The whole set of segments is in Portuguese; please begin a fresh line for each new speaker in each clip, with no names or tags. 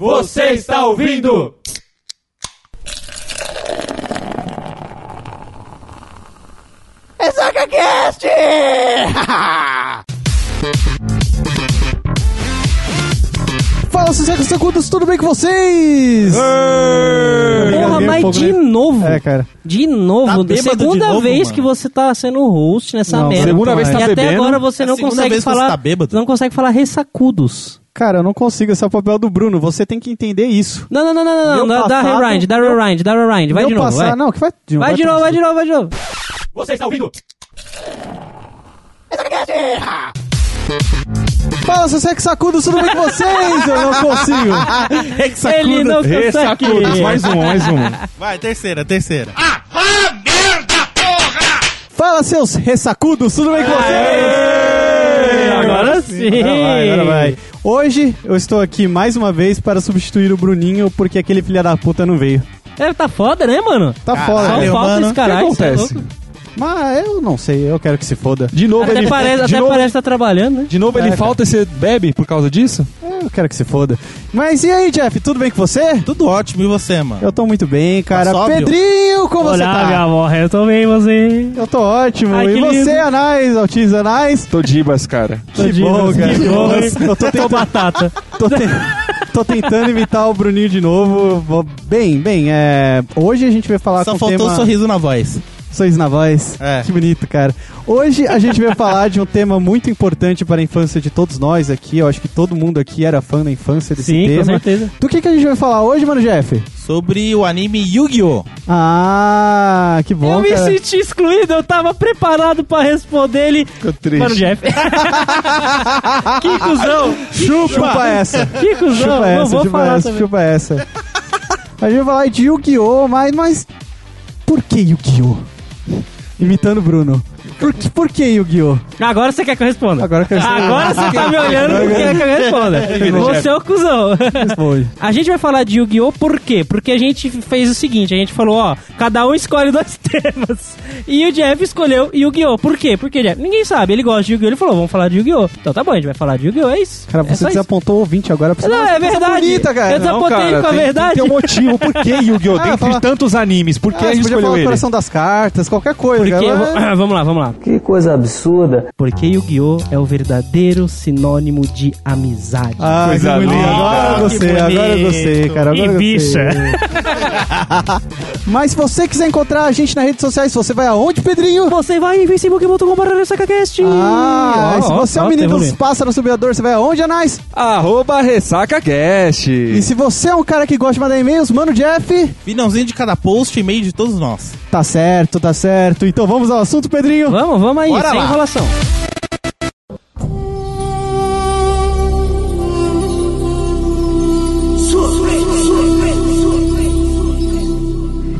Você está ouvindo?
ExocaCast!
Fala, seus recusacudos, tudo bem com vocês?
Porra,
Alguém
mas
fogo,
de
né?
novo,
É, cara.
de novo,
Tá bêbado
segunda
de novo,
vez
mano.
que você tá sendo host nessa
Não,
merda.
segunda vez
e
tá
até
bebendo.
agora você
É a
não
segunda
consegue
vez que você
falar,
tá bêbado.
não consegue falar ressacudos.
Cara, eu não consigo, esse é o papel do Bruno, você tem que entender isso.
Não, não, não, não, não,
Meu
não, dá
passado-
rewind, dá rewind, dá rewind, vai
Meu
de novo,
passar...
vai.
Não, que vai de novo.
Vai de novo, vai de novo, vai de novo.
Você está ouvindo?
Fala, seus ressacudos, tudo bem com vocês? Eu não consigo.
Ele não consegue.
mais um, mais um.
Vai, terceira, terceira.
Fala, seus ressacudos, tudo bem com
É,
vocês?
Agora sim.
É, Agora vai, agora vai. Hoje eu estou aqui mais uma vez para substituir o Bruninho porque aquele filho da puta não veio.
É, tá foda, né, mano?
Tá
Só
foda.
Valeu,
falta
mano.
esse caralho.
O que
cê é
acontece?
louco.
Mas eu não sei, eu quero que se foda.
De novo
Até
ele
parece,
de
até
novo,
parece que tá trabalhando, né?
de novo ele
É, cara.
falta e você bebe por causa disso?
Eu quero que se foda. Mas e aí, Jeff, tudo bem com você?
Tudo ótimo, e você, mano?
Eu tô muito bem, cara.
Tá sóbrio?
Pedrinho, como você tá?
amor, eu tô bem, você.
Eu tô ótimo.
Ai,
e
que
você,
lindo.
Anais, Altiz Anais?
Tô dibas, cara.
Que bom, cara.
Que bom, hein?
Nossa, Eu tô,
Tô
tenta-
batata.
tô te- tô tentando imitar o Bruninho de novo. Vou- Bem, bem, é... hoje a gente vai falar
Só
com
faltou
o
um
tema...
sorriso na voz.
Sorriso na voz.
É.
Que bonito, cara. Hoje a gente vai falar de um tema muito importante para a infância de todos nós aqui. Eu acho que todo mundo aqui era fã da infância desse
Sim, com
tema.
certeza.
Do que, que a gente vai falar hoje, mano, Jeff?
Sobre o anime Yu-Gi-Oh!
Ah, que bom,
eu me
cara.
senti excluído, eu tava preparado pra responder ele.
Ficou triste.
Mano, é Jeff. que cuzão!
Chupa, essa.
Que cuzão!
Chupa
Não
essa,
vou
chupa
falar
essa,
também.
chupa essa. A gente vai falar de Yu-Gi-Oh! Mas, mas por que Yu-Gi-Oh? Imitando o Bruno. Por, que- por que Yu-Gi-Oh?
Agora você quer que eu responda.
Agora eu quero saber.
Agora você tá me olhando porque quer que eu responda. Você é o cuzão.
Responde.
A gente vai falar de Yu-Gi-Oh! por quê? Porque a gente fez o seguinte, a gente falou, ó, cada um escolhe dois temas. E o Jeff escolheu Yu-Gi-Oh! Por quê? Porque Jeff, ninguém sabe, ele gosta de Yu-Gi-Oh! Ele falou, vamos falar de Yu-Gi-Oh! Então tá bom, a gente vai falar de Yu-Gi-Oh! É isso.
Cara,
é
você
só isso.
desapontou o ouvinte agora. Pra você
Não, é verdade.
bonita, cara.
Eu desapontei
Não, cara,
com a
tem-
verdade.
Tem, que ter um motivo. Por que Yu-Gi-Oh?
Ah,
Dentre
fala-
tantos animes, por que
Ah,
a
você
gente
podia falar
escolheu
o
ele?
coração das cartas, qualquer coisa.
Porque,
cara.
ah, vamos lá, vamos lá.
Que coisa absurda.
Porque Yu-Gi-Oh! é o verdadeiro sinônimo de amizade.
Ah,
Coisa
que bonito.
linda.
Agora eu gostei,
Que
agora eu gostei,
bonito.
cara. Agora
Ih,
eu gostei.
bicha.
Mas se você quiser encontrar a gente nas redes sociais, você vai aonde, Pedrinho?
Você vai em facebook.com.br sacacast.
Ah,
Ó,
se
ó,
você é
ó,
um menino dos
evoluindo.
pássaros subiador, você vai aonde, Anais?
Arroba RessacaCast.
E se você é um cara que gosta de mandar e-mails, mano, Jeff,
Finalzinho de cada post, e-mail de todos nós.
tá certo, tá certo. Então vamos ao assunto, Pedrinho.
Vamos, vamos aí,
Bora
sem
lá.
enrolação.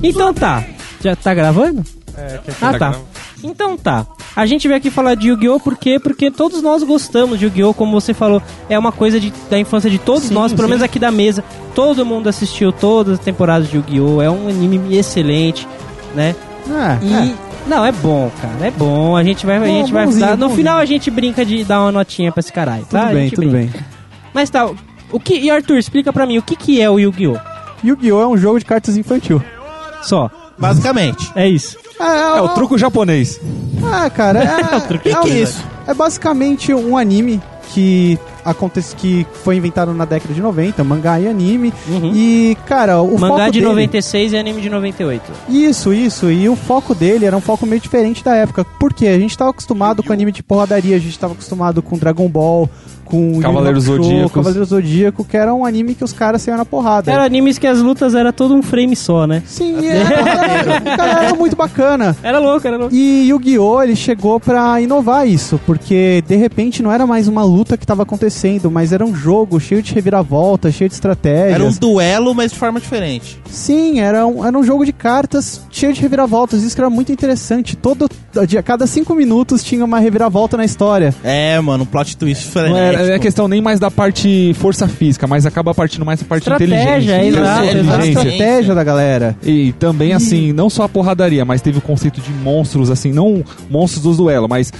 Então tá. Já tá gravando? É, ah, tá. Então tá. A gente veio aqui falar de Yu-Gi-Oh! por quê? Porque todos nós gostamos de Yu-Gi-Oh! Como você falou, é uma coisa de- da infância de todos nós, pelo menos aqui da mesa. Todo mundo assistiu todas as temporadas de Yu-Gi-Oh! É um anime excelente, né?
Ah,
E.
é.
Não, é bom, cara. É bom. A gente vai. a
Bom,
gente vai
bonzinho,
dar- no
bonzinho.
final a gente brinca de dar uma notinha pra esse caralho.
Tudo
tá? A
bem,
gente
tudo
brinca.
bem.
Mas tá. O que, e Arthur, explica pra mim o que, que é o Yu-Gi-Oh!
Yu-Gi-Oh! é um jogo de cartas infantil.
Só.
Basicamente.
É isso.
Ah,
É o truco japonês.
Ah, cara, é,
que
é
que é
um-
isso?
É basicamente um anime que acontece que foi inventado na década de 90, mangá e anime.
Uhum.
E, cara, o
Mangá
foco
de
dele...
96 e é anime de 98.
Isso, isso. E o foco dele era um foco meio diferente da época. Por quê? A gente tava acostumado com anime de porradaria, a gente tava acostumado com Dragon Ball, com Yu Yu
Cavaleiros
Hakusho,
Zodíacos.
Cavaleiros Zodíaco, que era um anime que os caras saiam na porrada.
Era animes que as lutas era todo um frame só, né?
Sim, era, cara, era muito bacana.
Era louco, era louco.
E Yu-Gi-Oh! ele chegou pra inovar isso, porque de repente não era mais uma luta que tava acontecendo, mas era um jogo cheio de reviravolta, cheio de estratégias.
Era um duelo, mas de forma diferente.
Sim, era um, era um jogo de cartas cheio de reviravoltas, isso que era muito interessante. Todo, a cada cinco minutos tinha uma reviravolta na história.
É, mano, um plot twist
Tá
Não é, é
frenético.
questão nem mais da parte força física, mas acaba partindo mais da parte
Estratégia,
inteligência.
é,
Isso,
exato,
era a
inteligência.
exato.
estratégia da galera.
E também,
Uhum.
assim, não só a porradaria, mas teve o conceito de monstros, assim, não monstros do duelo, mas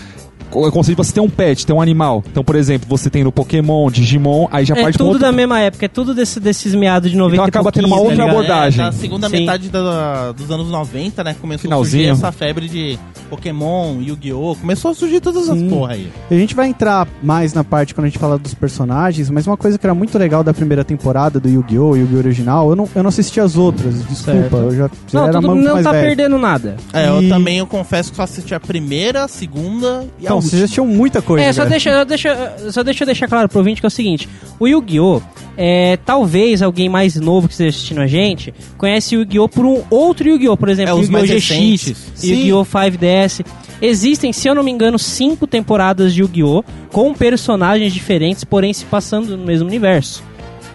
co- é como se você tem um pet, tem um animal. Então, por exemplo, você tem no Pokémon, Digimon, aí já
É
parte pra
tudo
outro... Então
da mesma época, é tudo desse, desses meados de 90 e
acaba tendo uma
pouquinho,
outra
tá ligado?
abordagem.
É, na segunda
Sim.
metade da- dos anos 90, né? Começou
Finalzinho.
a surgir essa febre de Pokémon, Yu-Gi-Oh! Começou a surgir todas essas
Sim.
porra aí.
A gente vai entrar mais na parte quando a gente fala dos personagens, mas uma coisa que era muito legal da primeira temporada do Yu-Gi-Oh! Yu-Gi-Oh! original, eu não, eu não assisti as outras, desculpa,
Certo.
eu já eu
Não,
era
tudo,
muito
não
mais
tá
velho.
perdendo nada.
É,
E-
eu também eu confesso que só assisti a primeira, a segunda e a
Então,
última.
vocês já tinham muita coisa. né?
É, só
velho.
deixa, deixa, só deixa eu deixar claro pro ouvinte que é o seguinte: o Yu-Gi-Oh! É, talvez alguém mais novo que esteja assistindo a gente conhece o Yu-Gi-Oh! por um outro Yu-Gi-Oh! Por exemplo,
É, os
Yu-Gi-Oh!
mais
GX,
recentes.
Yu-Gi-Oh! 5DS. Existem, se eu não me engano, cinco temporadas de Yu-Gi-Oh! com personagens diferentes, porém se passando no mesmo universo.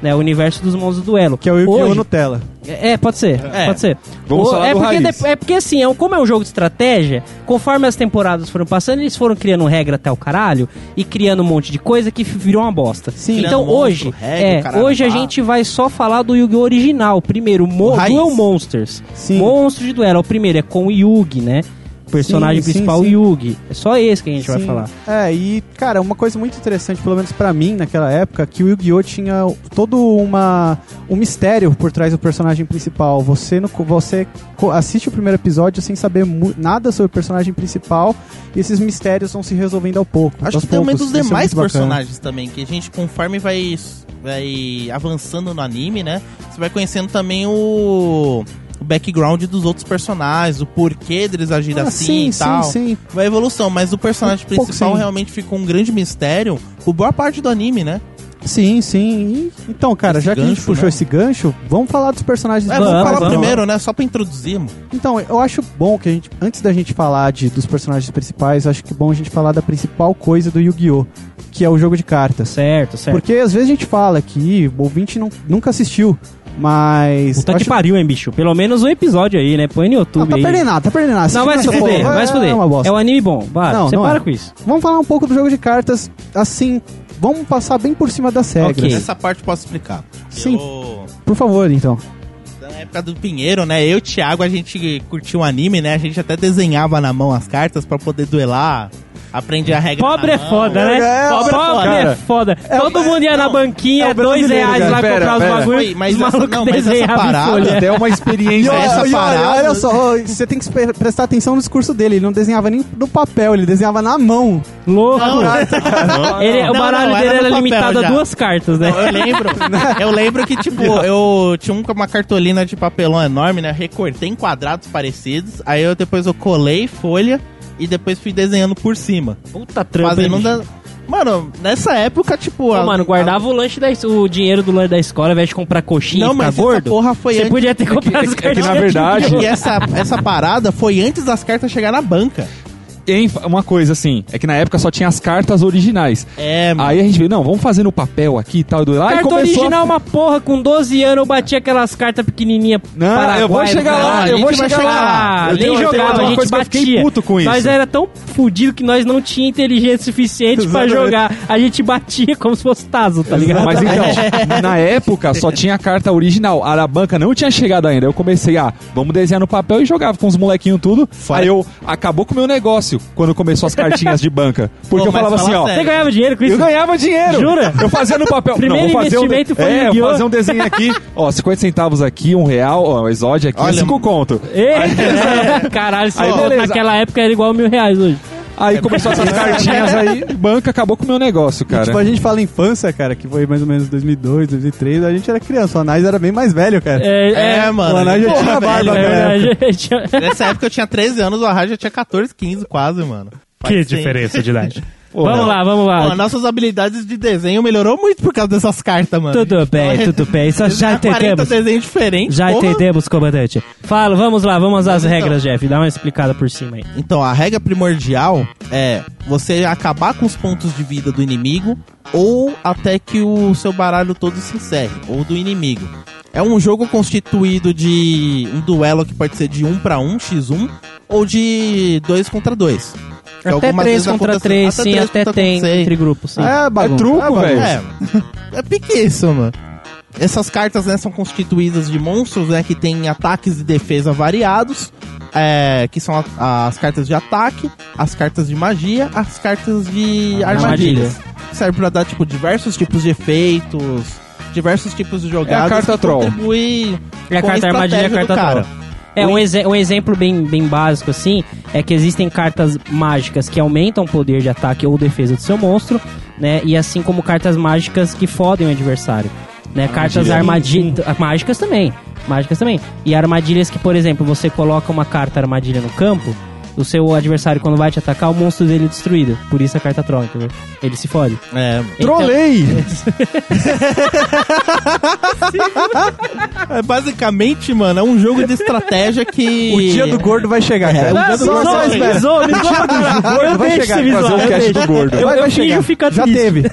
Né, o universo dos monstros do duelo.
Que é o Yu-Gi-Oh!
Hoje-
Nutella.
é, pode ser.
É.
Pode ser.
Vamos falar
é,
do
porque
raiz.
de- é porque assim, é um- como é um jogo de estratégia, conforme as temporadas foram passando, eles foram criando regra até o caralho e criando um monte de coisa que f- virou uma bosta.
Sim. né? Um
Então
Criando
hoje,
monstro, regra,
é,
caralho,
hoje a
pá.
gente vai só falar do Yu-Gi-Oh! original. Primeiro, Mo
O raiz.
Duel Monsters.
Sim.
Monstros de duelo. O primeiro é com o Yugi, né? O personagem
Sim, sim,
principal,
sim.
Yugi. É só esse que a gente vai
Sim.
falar.
É, e, cara, uma coisa muito interessante, pelo menos pra mim naquela época, que o Yu-Gi-Oh! tinha todo uma, um mistério por trás do personagem principal. Você, no, você co- assiste o primeiro episódio sem saber mu- nada sobre o personagem principal e esses mistérios vão se resolvendo ao pouco.
Acho
aos
que também
poucos.
dos
Isso é
demais
muito bacana.
personagens também, que a gente, conforme vai, vai avançando no anime, né? Você vai conhecendo também o, o background dos outros personagens, o porquê deles agirem
Ah,
assim
sim,
e tal.
sim, sim.
Vai evolução, mas o personagem
Um pouco
principal
sim.
realmente ficou um grande mistério por boa parte do anime, né?
Sim, sim. E- Então, cara,
Esse
já que a gente
gancho,
puxou
né?
esse gancho, vamos falar dos personagens
É,
Vamos,
vamos falar
vamos.
primeiro, né? Só pra introduzir. mano.
Então, eu acho bom que a gente, antes da gente falar de, dos personagens principais, eu acho que é bom a gente falar da principal coisa do Yu-Gi-Oh! Que é o jogo de cartas.
Certo, certo.
Porque às vezes a gente fala que o ouvinte não, nunca assistiu, mas.
Puta
eu
que
acho-
pariu, hein, bicho? Pelo menos um episódio aí, né? Põe no
Não,
YouTube
tá
aí.
perdendo nada, tá perdendo nada.
Não, vai se
Assiste,
fuder,
porra,
vai se fuder.
É uma bosta.
É um anime bom, para.
Não,
você
não
para
é.
com isso.
Vamos falar um pouco do jogo de cartas, assim, vamos passar bem por cima das regras.
Ok.
Essa parte eu posso explicar.
Sim.
Eu-
Por favor, então.
Na época do Pinheiro, né? Eu e o Thiago, a gente curtiu o anime, né? A gente até desenhava na mão as cartas pra poder duelar. Aprende a regra.
Pobre
na
é
mão.
foda, né?
É,
Pobre, é foda. Todo mundo ia na
não,
banquinha,
é o
dois
brasileiro,
reais
cara.
lá
Pera,
comprar os
pera.
bagulho.
Oi, mas
os
essa-
malucos
não, mas essa
desenhavam em
parada-
folha.
Até uma experiência.
E essa
E olha- e olha-
parada-
Olha só, você tem que pre- prestar atenção no discurso dele. Ele não desenhava nem no papel, ele desenhava na mão.
Louco.
Não,
Ele-
Não,
o
não,
baralho
era
dele
no
era
papel
limitado
já.
a duas cartas, né?
Eu lembro, eu lembro que, tipo, eu tinha um- uma cartolina de papelão enorme, né? Recortei em quadrados parecidos, aí eu depois eu colei folha e depois fui desenhando por cima.
Puta trampa. hein,
fazendo
bicho?
da... Mano, nessa época, tipo.
Pô,
a-
mano, guardava o lanche da, es- o dinheiro do lanche da escola, ao invés de comprar
a...
coxinha
Não,
e ficar
mas essa
gordo.
porra foi
Você
antes.
podia ter comprado as
é que na
cartas.
verdade-
tipo, E essa, essa parada foi antes das cartas chegar na banca.
Em- Uma coisa assim, é que na época só tinha as cartas originais.
É, mano.
Aí a gente veio, não, vamos fazer no papel aqui e tal. e do- Aí
Carta
começou a-
original, uma porra, com 12 anos eu bati aquelas cartas pequenininhas.
Não, eu vou chegar lá,
do
Ah,
caralho,
eu
a
vou
gente vai
chegar
chegar
lá.
lá.
Eu
nem
tenho- eu tenho
jogava,
uma
a gente
coisa que eu
batia.
fiquei puto com
nós
isso.
era tão fudido que nós não tinha inteligência suficiente pra
Exatamente.
jogar. A gente batia como se fosse Tazo, tá ligado? É.
Mas então, na época só tinha a carta original. A banca não tinha chegado ainda. Eu comecei a, vamos desenhar no papel e jogava com os molequinhos tudo. Aí eu, acabou com o meu negócio quando começou as cartinhas de banca. Porque
Pô,
eu
mas
falava assim,
fala
ó.
sério.
Você ganhava dinheiro com
Eu
isso?
ganhava dinheiro.
Jura?
Eu fazia no papel.
Primeiro
não, vou fazer
investimento
um,
foi
É,
Yu-Gi-Oh!
vou fazer um desenho aqui. Ó, 50 centavos aqui, um real, ó, exódio aqui,
Olha,
cinco conto.
Eita, caralho, se
Aí,
for
beleza.
naquela época era igual mil reais hoje.
Aí começou essas cartinhas aí, banca acabou com o meu negócio, cara.
É Tipo, a gente fala infância, cara, que foi mais ou menos 2002, 2003, a gente era criança, o Anais era bem mais velho, cara.
É, mano.
o Anais já
Porra,
tinha
é,
barba,
velho, é
cara.
verdade.
Nessa época eu tinha 13 anos, o Arraio já tinha 14, 15 quase, mano.
Que
Faz tempo.
diferença de idade.
Pô,
Vamos
não.
lá, vamos
Ó,
lá.
nossas habilidades de desenho melhorou muito por causa dessas cartas, mano.
Tudo bem, tudo bem. Isso já
Desenhar 40
entendemos.
desenhos diferentes.
Já
porra.
entendemos, comandante. Fala, vamos lá, vamos às
Então.
regras, Jeff. Dá uma explicada por cima aí.
Então, a regra primordial é você acabar com os pontos de vida do inimigo ou até que o seu baralho todo se encerre, ou do inimigo. É um jogo constituído de um duelo que pode ser de 1 para 1, x1, ou de 2 contra 2.
Até 3 contra 3, sim, até tem entre grupos, sim.
É, bagunça.
É truco,
bagunça.
velho.
É, é pique isso, mano. Essas cartas né, são constituídas de monstros né, que têm ataques e defesa variados. é, que são a- as cartas de ataque, as cartas de magia, as cartas de armadilha. Serve pra dar, tipo, diversos tipos de efeitos, diversos tipos de
É
jogadas.
carta
que
troll.
Contribui
É a
com
carta
a
armadilha e a
estratégia
carta
do cara.
troll. É, um, exe- um exemplo bem, bem básico, assim, é que existem cartas mágicas que aumentam o poder de ataque ou defesa do seu monstro, né? E assim como cartas mágicas que fodem o adversário. Né? Cartas armadilhas... Mágicas também. Mágicas também. E armadilhas que, por exemplo, você coloca uma carta armadilha no campo, o seu adversário, quando vai te atacar, o monstro dele é destruído. Por isso a carta troll, entendeu? Ele se fode.
É,
Trolei!
É, basicamente, mano, é um jogo de estratégia que.
O dia do gordo vai chegar,
É,
cara.
o
O
dia
dia
Então,
do
do
gordo vai chegar.
gordo vai chegar,
esse
fazer
visual,
o
eu
cast
deixo.
do gordo.
Eu-
Vai,
eu
vai
finjo
chegar.
ficar
Já
triste.
teve.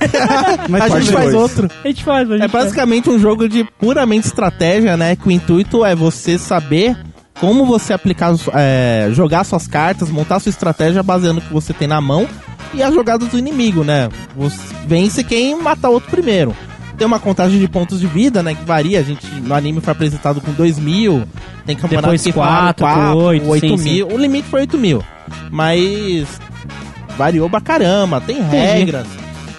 Mas
A
parte
gente faz
dois.
outro.
A gente faz, a gente
É
faz.
basicamente um jogo de puramente estratégia, né? Que o intuito é você saber como você aplicar, os- é, jogar suas cartas, montar sua estratégia baseando o que você tem na mão e as jogadas do inimigo, né? Você vence quem matar o outro primeiro. Tem uma contagem de pontos de vida, né? Que varia. A gente no anime foi apresentado com 2 mil. Tem campeonato
Depois
que
quatro, com oito, sim, sim.
mil. O limite foi 8 mil. Mas variou pra caramba. Tem regras.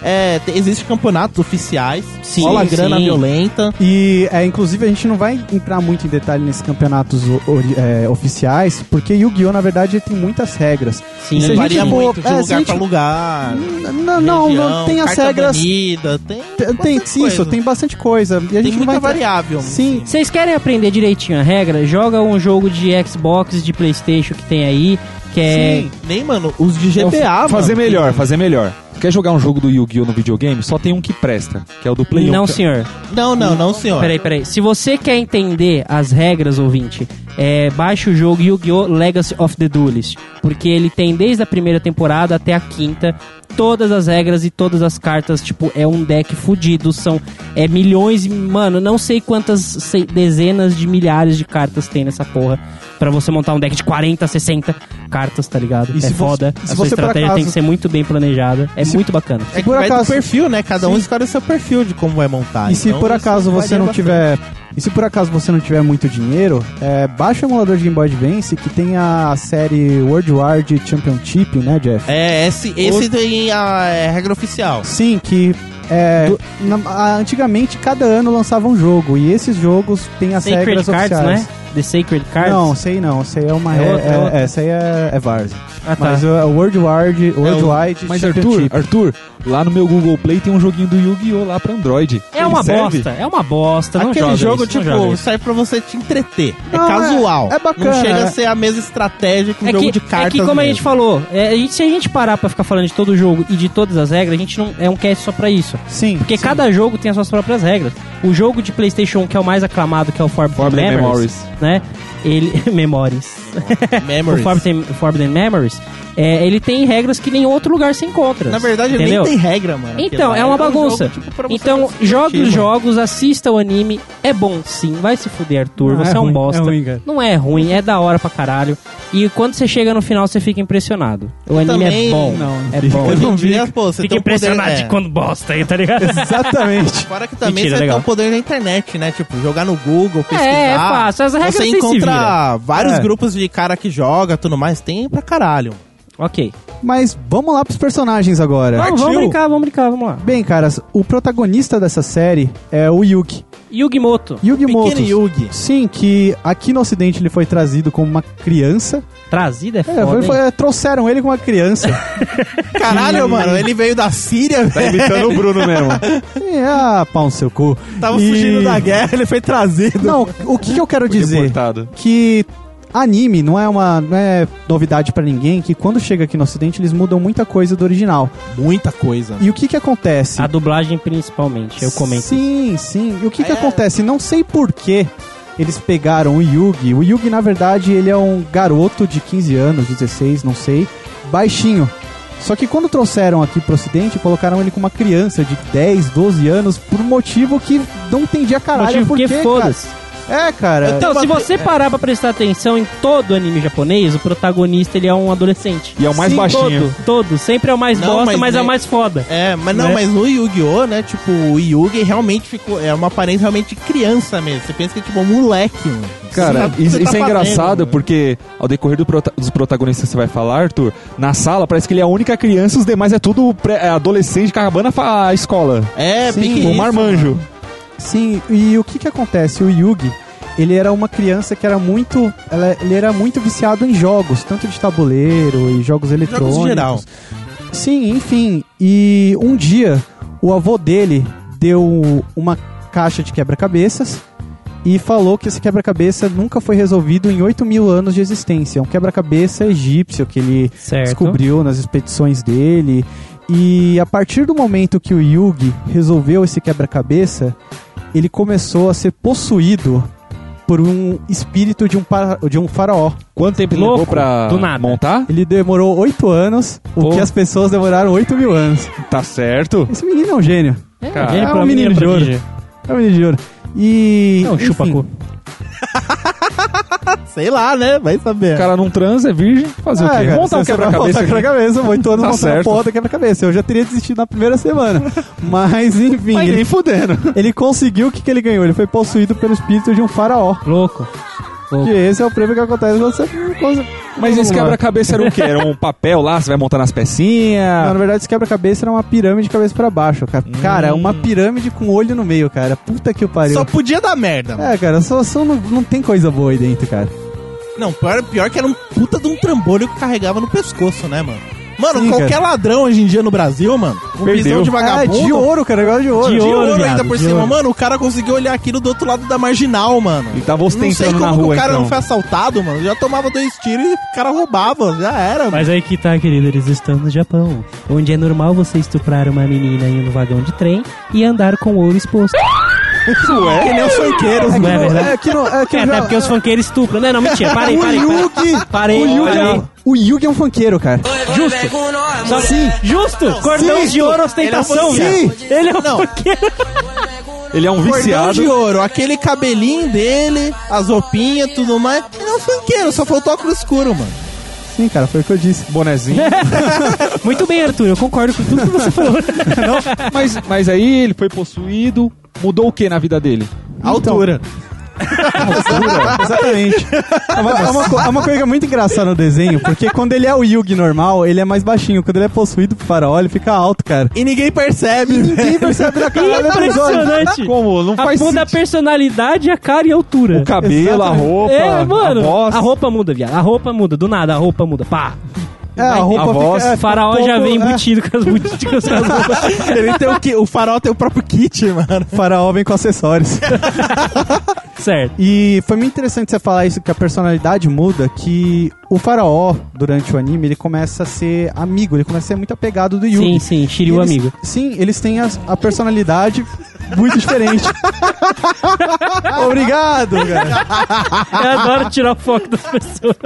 É, te- existe campeonatos oficiais.
Sim,
rola grana
sim.
violenta.
E, é, inclusive, a gente não vai entrar muito em detalhe nesses campeonatos o- ori- é, oficiais, porque Yu-Gi-Oh! na verdade ele tem muitas regras.
Sim,
E se a gente
varia
for-
muito de
é, se a
lugar
gente-
pra lugar.
N- Não, não,
região,
não tem as
carta
regras.
banida, tem
Tem, tem
bastante
sim, isso,
coisa.
tem bastante coisa. E a
Tem
gente não
muita
vai entrar-
variável.
Sim.
Vocês querem aprender direitinho a regra? Joga um jogo de Xbox, de Playstation que tem aí, que é...
Sim, nem, mano, os de GTA,
fazer
mano,
melhor, fazer melhor. Quer jogar um jogo do Yu-Gi-Oh! no videogame? Só tem um que presta, que é o do Play 1.
Não, senhor.
Não, não, não, senhor.
Peraí, peraí. Se você quer entender as regras, ouvinte, é, baixe o jogo Yu-Gi-Oh! Legacy of the Duelist. Porque ele tem desde a primeira temporada até a quinta todas as regras e todas as cartas. Tipo, é um deck fudido. São é, milhões, e, mano, não sei quantas sei- dezenas de milhares de cartas tem nessa porra. Pra você montar um deck de 40, 60 cartas, tá ligado?
E
é
se você-
foda.
se
a sua
você por
estratégia tem
acaso-
que ser muito bem planejada. É
se-
muito bacana.
É que
por
vai do
acaso-
perfil, né? Cada um escolhe o seu perfil de como vai
Ah,
montar.
E se
Então,
por
isso
acaso você
varia
não
bastante.
tiver. E se por acaso você não tiver muito dinheiro, é, baixa o emulador de Game Boy Advance que tem a série World War de Championship, né, Jeff?
É, esse, esse tem a é, regra oficial.
Sim, que. é, na- a- antigamente cada ano lançava um jogo e esses jogos têm as
Sacred
regras
Cards, não é?
oficiais.
The Sacred Cards?
Não, sei não, sei é uma
É
é,
outra, é
é-
outra.
essa aí é, é Varze.
Ah, tá. É
Mas o o World War de- World Wide
Mas Arthur,
Championship.
Arthur, lá no meu Google Play tem um joguinho do Yu-Gi-Oh! lá pra Android.
É uma
Serve?
bosta, é uma bosta. Não joga
Aquele jogo,
isso, tá não joga
tipo,
isso.
sai pra você te entreter. é
Não,
casual.
é- é bacana,
Não chega
é.
a ser a mesma estratégia que um
é
jogo
que,
de cartas.
é que como a gente
mesmo.
falou, é, a gente- se a gente parar pra ficar falando de todo jogo e de todas as regras, a gente não é um cast só pra isso.
Sim.
Porque
sim.
cada jogo tem as suas próprias regras. O jogo de PlayStation 1 que é o mais aclamado, que é o Forbidden,
Forbidden
Memories, né? Ele Memories. o
Memories.
Forbidden, Forbidden Memories, é, ele tem regras que nenhum outro lugar se encontra.
Na verdade, ele
entendeu?
nem tem regra, mano.
Então,
Aquilo
é uma
lá um
bagunça.
jogo, tipo, pra você
Então,
se
jogue os
divertir, mano.
jogos, assista o anime. É bom sim, vai se fuder, Arthur.
Não,
você é,
é
um
ruim,
bosta.
é ruim, cara.
Não é ruim, é da hora pra caralho. E quando você chega no final, você fica impressionado. O anime
também
é bom.
não, não
é bom.
Hoje em dia, pô, você
Fica
tem um poder...
impressionado de
é.
quando bosta aí, tá ligado?
Exatamente.
Fora que também
Mentira,
você
legal.
tem um poder na internet, né? Tipo, jogar no Google, pesquisar.
é fácil, as regras
Você
vocês se
encontra
viram.
vários
É.
grupos de cara que joga, tudo mais. Tem pra caralho.
ok.
Mas vamos lá pros personagens agora.
Vamos, vamos brincar, vamos brincar, vamos lá.
Bem, caras, o protagonista dessa série é o Yuki.
Yugimoto,
Yugi
Pequeno
Motos.
Yugi.
Sim, que aqui no ocidente ele foi trazido como uma criança.
trazida é
É,
foda,
foi-
hein?
foi- é, trouxeram ele como uma criança.
Caralho, mano, ele veio da Síria,
Tá
velho.
imitando o Bruno mesmo.
É, ah, pau no seu cu.
Tava
E-
fugindo da guerra, ele foi trazido.
Não, o que, que eu quero dizer?
Deportado.
Que anime não é uma não é novidade pra ninguém, que quando chega aqui no ocidente eles mudam muita coisa do original.
Muita coisa.
E o que que acontece?
A dublagem principalmente, eu comento.
Sim, sim. E o que que
É.
acontece? Não sei por que eles pegaram o Yugi. O Yugi, na verdade, ele é um garoto de 15 anos, 16, não sei, baixinho. Só que quando trouxeram aqui pro ocidente, colocaram ele com uma criança de 10, 12 anos por um motivo que não entendi a caralho
Motivo
por
porque
quê, cara.
foda-se.
É, cara.
Então, se você parar pra prestar atenção em todo anime japonês, o protagonista ele é um adolescente.
E é o mais
Sim,
baixinho.
Todo, todo. Sempre é o mais
Não,
bosta,
mas
mas, é
nem-
o mais foda.
É, mas não,
Né?
mas no Yu-Gi-Oh, né? Tipo, o Yugi realmente ficou. É uma aparência realmente de criança mesmo. Você pensa que é tipo um moleque, mano.
Cara,
Você tá-
isso,
você
isso
tá
é
batendo,
engraçado
mano.
porque ao decorrer do prota- dos protagonistas que você vai falar, Arthur, na sala parece que ele é a única criança, os demais é tudo pré- é adolescente acabando a fa- a escola.
É,
Sim,
pique
Tipo, um
isso,
marmanjo.
Sim, e o que que acontece? O Yugi, ele era uma criança que era muito. ela- ele era muito viciado em jogos, tanto de tabuleiro e jogos eletrônicos.
geral.
Sim, enfim. E um dia, o avô dele deu uma caixa de quebra-cabeças e falou que esse quebra-cabeça nunca foi resolvido em 8 mil anos de existência. É um quebra-cabeça egípcio que ele
Certo.
descobriu nas expedições dele. E a partir do momento que o Yugi resolveu esse quebra-cabeça, ele começou a ser possuído por um espírito de um, para- de um faraó.
Quanto tempo ele
Louco,
levou pra
do nada.
montar?
Ele demorou oito anos, o
Pô.
que as pessoas demoraram oito mil anos.
Tá certo.
Esse menino é um gênio.
É,
Cara,
ele
é um
pra mim,
menino
ele
de ouro.
prodígio.
É um menino de ouro. E.
É um
enfim,
chupacu.
Sei lá, né? Vai saber.
O cara não transa, é virgem, fazer
é,
o quê?
cara,
montar um
você vai Montar
quebra-cabeça.
um
aqui.
quebra-cabeça, oito anos
Tá
montando a
certo.
porra do quebra-cabeça. Eu já teria desistido na primeira semana. Mas, enfim.
Mas
ele-
nem fudendo.
Ele conseguiu o que, que ele ganhou? Ele foi possuído pelo espírito de um faraó.
Louco.
E esse é o prêmio que acontece quando você. quando-
Mas esse
Vamos lá.
quebra-cabeça era o quê? Era um papel lá, você vai montar nas pecinhas.
Não, na verdade, esse quebra-cabeça era uma pirâmide de cabeça pra baixo, cara. Cara, é uma pirâmide com olho no meio, cara. Puta que o pariu.
Só podia dar merda. mano.
É, cara, só, só não, não tem coisa boa aí dentro, cara.
Não, pior, pior que era um puta de um trambolho que carregava no pescoço, né, mano? Mano,
Sim,
qualquer
cara.
ladrão hoje em dia no Brasil, mano, um
Perdeu.
pisão de vagabundo.
É, de ouro, cara, negócio de ouro.
de
De ouro,
ouro ainda
viado,
por
de
cima.
ouro.
Mano, o cara conseguiu olhar aquilo do outro lado da marginal, mano.
Ele tava
Não sei
ostentando
como
tá na
que
rua,
o cara
então.
não foi assaltado, mano. Já tomava dois tiros e o cara roubava. Já era, mano.
Mas aí que tá, querido, eles estão no Japão, onde é normal você estuprar uma menina em um vagão de trem e andar com ouro exposto.
Ah,
Que nem os funkeiros,
Não é
mano.
verdade?
É, que não, é, que
É,
não-
até porque os funkeiros estupram. né? Não, não, mentira. Parei,
O
parei, parei.
Yugi!
Parei,
o, Yugi é
parei.
um, o Yugi é um funkeiro, cara.
Justo. Só-
Sim.
Justo. Cordão de ouro ostentação,
Ele é um
velho.
viciado.
Ele é um
Não.
funkeiro.
Ele é um
Cordão de
viciado.
ouro, aquele cabelinho dele, as roupinhas, tudo mais. Ele é um funkeiro, só faltou a cruz escuro, mano.
Sim, cara, foi o que eu disse.
Bonezinho.
Muito bem, Arthur. Eu concordo com tudo que você falou.
mas, mas aí ele foi possuído. Mudou o que na vida dele?
Altura.
Exatamente. É uma, é uma co- é uma coisa que é muito engraçada no desenho, porque quando ele é o Yugi normal, ele é mais baixinho. Quando ele é possuído por faraó, ele fica alto, cara.
E ninguém percebe,
Ninguém percebe na cara do episódio.
é Impressionante.
Como? Não
A
faz
muda a
sentido.
personalidade, a cara e a altura.
O cabelo, a
Exatamente.
roupa,
é,
a
mano.
voz.
A, roupa muda, viado. A roupa muda. Do nada, a roupa muda. Pá.
É, a roupa
A voz.
fica, é,
O faraó
fica um
já
pouco-
vem
é,
embutido com as bonitas. Com as roupas.
Ele tem o que? O farol tem o próprio kit, mano.
o faraó vem com acessórios.
Certo.
E foi muito interessante você falar isso, que a personalidade muda, que o faraó, durante o anime, ele começa a ser amigo, ele começa a ser muito apegado do Yugi.
Sim, sim.
E
Shiryu
eles-
amigo.
Sim, eles têm as- a, personalidade muito diferente. Obrigado, cara.
Eu adoro tirar o foco das pessoas.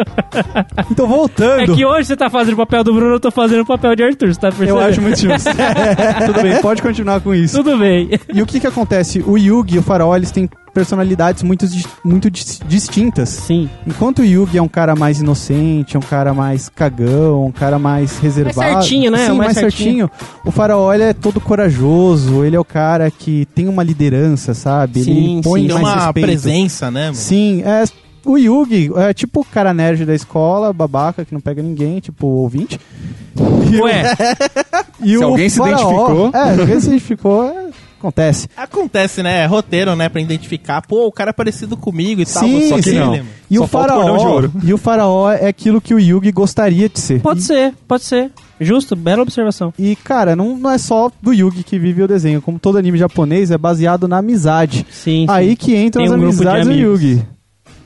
Então,
É
voltando.
que hoje você tá fazendo o papel do Bruno, eu tô fazendo o papel de Arthur, você tá
Eu
percebendo?
acho muito justo. Tudo bem, pode continuar com isso.
Tudo bem.
E o que que acontece? O Yugi e o Faraó, eles têm personalidades muito, dis- muito dis- distintas.
Sim.
Enquanto o Yugi é um cara mais inocente, é um cara mais cagão, um cara mais reservado.
certinho, né?
Sim,
O
mais,
mais
certinho. O Faraó, ele é todo corajoso, ele é o cara que tem uma liderança, sabe?
Sim,
ele põe
sim.
Tem
mais
uma
respeito.
presença, né, mano?
Sim, é... O Yugi é tipo o cara nerd da escola, babaca, que não pega ninguém, tipo ouvinte.
Ué,
E
Se
o
alguém se identificou. Tá,
É, se alguém se identificou, é, acontece.
Acontece, né? É roteiro, né? Pra identificar. Pô, o cara é parecido comigo e
Sim,
tal.
só que
ele,
não.
mano.
E
Só
o,
falta o cordão de
faraó,
ouro.
e o faraó é aquilo que o Yugi gostaria de ser.
pode
E-
ser, pode ser. Justo, bela observação.
E, cara, não, não é só do Yugi que vive o desenho. Como todo anime japonês, é baseado na amizade.
Sim, sim.
Aí que entram
Tem
as
um grupo de
amizades do
amigos.
Yugi.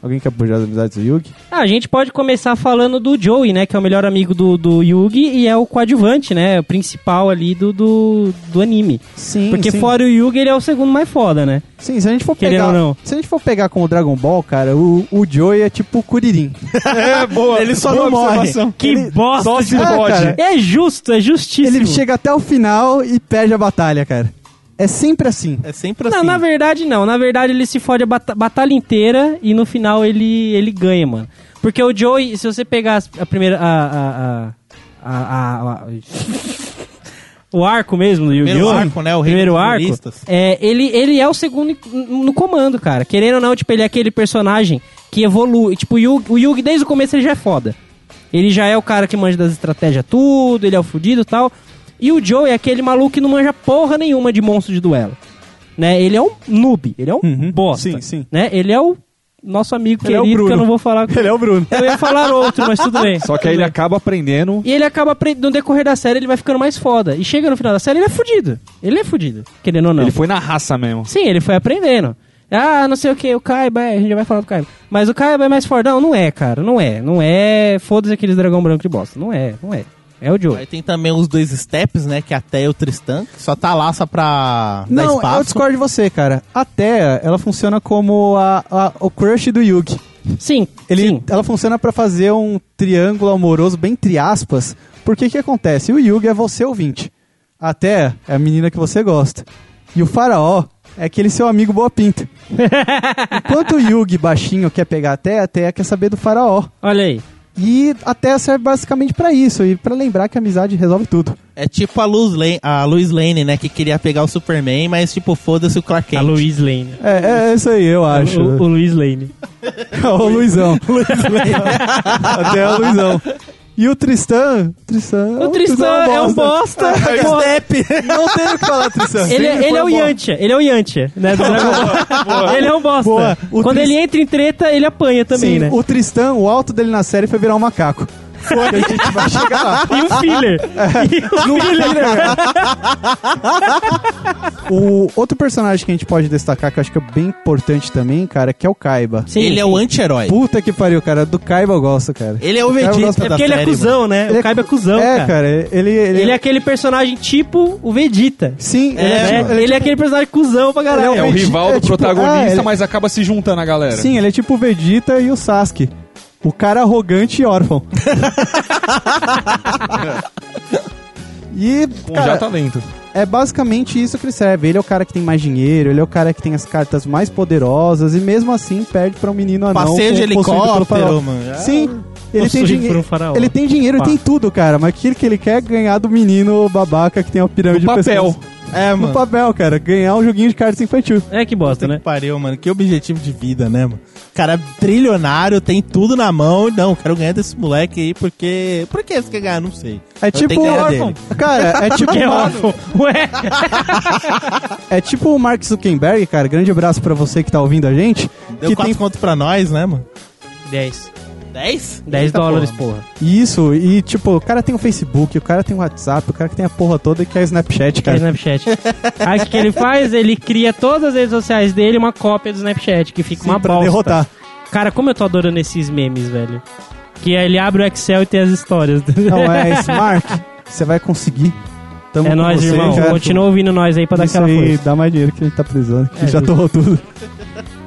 Alguém quer puxar as amizades do Yugi?
Ah, a gente pode começar falando do Joey, né, que é o melhor amigo do, do Yugi e é o coadjuvante, né, o principal ali do, do, do anime.
Sim,
Porque
sim.
fora o Yugi, ele é o segundo mais foda, né?
Sim, se a gente for
Querendo
pegar...
ou não.
Se a gente for pegar com o Dragon Ball, cara, o, o Joey é tipo o Kuririn.
É, boa.
Ele só não morre.
observação.
Que bosta!
Só se
cara.
fode.
É justo, é justíssimo.
Ele chega até o final e perde a batalha, cara. É sempre assim.
É sempre
Não,
assim.
na verdade não. Na verdade ele se fode a bata- batalha inteira e no final ele, ele ganha, mano. Porque o Joey, se você pegar as- a primeira. A, a, a, a- a- a- o arco mesmo do
Primeiro
Yu-Gi-Oh!
arco, né? O rei
primeiro
dos
arco.
duelistas.
É, ele, ele é o segundo em- no comando, cara. Querendo ou não, tipo, ele é aquele personagem que evolui. Tipo, o Yugi, o Yugi desde o começo ele já é foda. Ele já é o cara que manja das estratégias tudo, ele é o fudido e tal. E o Joe é aquele maluco que não manja porra nenhuma de monstro de duelo. Né? Ele é um noob, ele é um bosta.
Uhum. Sim, sim.
Né? Ele é o nosso amigo
Ele é o
querido, que eu
Bruno.
não vou falar com
Ele é o Bruno.
Eu ia falar outro, mas tudo bem.
Só que aí ele acaba aprendendo.
E ele acaba, apre- no decorrer da série, ele vai ficando mais foda. E chega no final da série, ele é fudido. Ele é fudido, querendo ou não.
Ele foi na raça mesmo.
Sim, ele foi aprendendo. Ah, não sei o que, o Kaiba, é, a gente já vai falar do Kaiba. Mas o Kaiba é mais fordão? Não é, cara, não é. Não é, foda-se aqueles dragão branco de bosta. Não é, não é. É o Joe.
Aí tem também os dois steps, né? Que é a Thea e o Tristan, que só tá lá só pra dar
é
Não,
espaço.
eu discordo de você, cara. A Thea, ela funciona como a, a- o crush do Yugi.
Sim,
Ele,
sim.
Ela funciona pra fazer um triângulo amoroso, bem entre aspas. Porque o que acontece? O Yugi é você ouvinte. A Thea é a menina que você gosta. E o faraó é aquele seu amigo boa pinta. Enquanto o Yugi baixinho quer pegar a Thea, a Thea quer saber do faraó.
Olha aí.
E a Thea serve basicamente pra isso, e pra lembrar que a amizade resolve tudo.
É tipo a Luz Lane, a Luz Lane, né? Que queria pegar o Superman, mas tipo, foda-se o Clark Kent.
Lane.
É, é isso aí, eu acho.
O, Luiz Lane.
o Luizão. Até o Luizão. E o Tristan? Tristan
O Tristan é um bosta. Pô,
Não tem o que falar, Tristan.
Ele,
Sempre
é- ele
foi
é o
bosta.
Yantia, ele é o Yantia, né? do Dragon Ball. Ele é um bosta.
Boa. O
Quando
Tris-
ele entra em treta, ele apanha também,
Sim,
né?
O Tristan, o alto dele na série foi virar um macaco. Foi. A gente vai chegar lá.
E o filler.
É.
E o filler. né?
né? O outro personagem que a gente pode destacar, que eu acho que é bem importante também, cara, que é o Kaiba.
Sim,
Ele é o
sim.
anti-herói.
Puta que pariu, cara. Do Kaiba eu gosto, cara.
Ele é o
Eu gosto
Vegeta
É
da
porque ele é
série,
cuzão, né?
Ele
O Kaiba é cuzão,
É,
cara.
cara, ele... ele,
Ele é aquele personagem tipo o Vegeta.
Sim,
É,
tipo-
né? Ele é aquele personagem cuzão pra caralho.
É o
Ele-
rival
é
do
tipo- ah,
protagonista,
ele-
mas acaba se juntando a galera.
Sim, ele é tipo o Vegeta e o Sasuke. O cara arrogante e órfão. e,
Um já
cara,
talento.
é basicamente isso que ele serve. Ele é o cara que tem mais dinheiro, ele é o cara que tem as cartas mais poderosas e mesmo assim perde pra um menino anão.
Passeio de
com- possuído pelo faraó.
helicóptero, mano. É
Sim, ele tem,
Possuído por um
dinheiro.
faraó.
ele tem dinheiro, ele
Pá.
tem tudo, cara. Mas aquilo que ele quer é ganhar do menino babaca que tem uma pirâmide
No
de
papel.
pessoas.
É,
No
mano.
papel, cara. Ganhar um joguinho de cartas infantil.
É que
Puta
bosta,
que
né?
pariu, mano. Que objetivo de vida, né, mano? Cara trilionário, tem tudo na mão. Não, quero ganhar desse moleque aí porque. Por que você quer ganhar? Não sei.
É
Eu tenho
tipo.
que ganhar
órfão.
dele.
Cara, é tipo.
Que é órfão. Ué,
É tipo o Mark Zuckerberg, cara. Grande abraço pra você que tá ouvindo a gente.
Deu
que
quatro
tem
conto pra nós, né, mano?
10.
10?
10 dólares, porra.
isso e tipo, o cara tem o Facebook, o cara tem o WhatsApp, o cara que tem a porra toda e quer Snapchat,
Que é o
cara.
Snapchat. Aí o que que ele faz? Ele cria todas as redes sociais dele uma cópia do Snapchat, que fica uma
pra
bosta.
derrotar.
Cara, como eu tô adorando esses memes, velho. Que aí ele abre o Excel e tem as histórias.
Não é esse Mark, você vai conseguir. Tamo
É
com
nóis,
você,
irmão.
cara.
Continua ouvindo nós aí pra dar
Isso
aquela
aí,
força.
dá mais dinheiro que a gente tá precisando, que
É,
já
justo.
torrou tudo.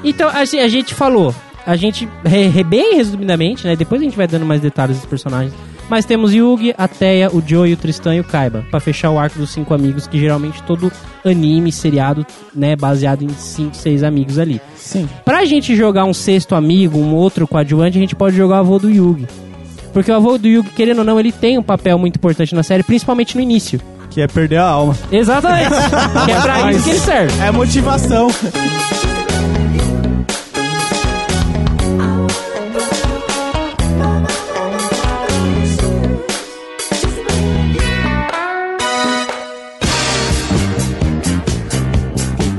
Então, a, gen- a gente falou, a gente, re- re- bem resumidamente, né? Depois a gente vai dando mais detalhes dos personagens. Mas temos Yugi, a Thea, o Joey, o Tristan e o Kaiba. Pra fechar o arco dos cinco amigos, que geralmente todo anime, seriado, né? Baseado em cinco, seis amigos ali.
Sim.
Pra gente jogar um sexto amigo, um outro coadjuvante, a gente pode jogar o avô do Yugi. Porque o avô do Yugi, querendo ou não, ele tem um papel muito importante na série, principalmente no início.
Que é perder a alma.
Exatamente. que é pra isso que ele serve.
É motivação.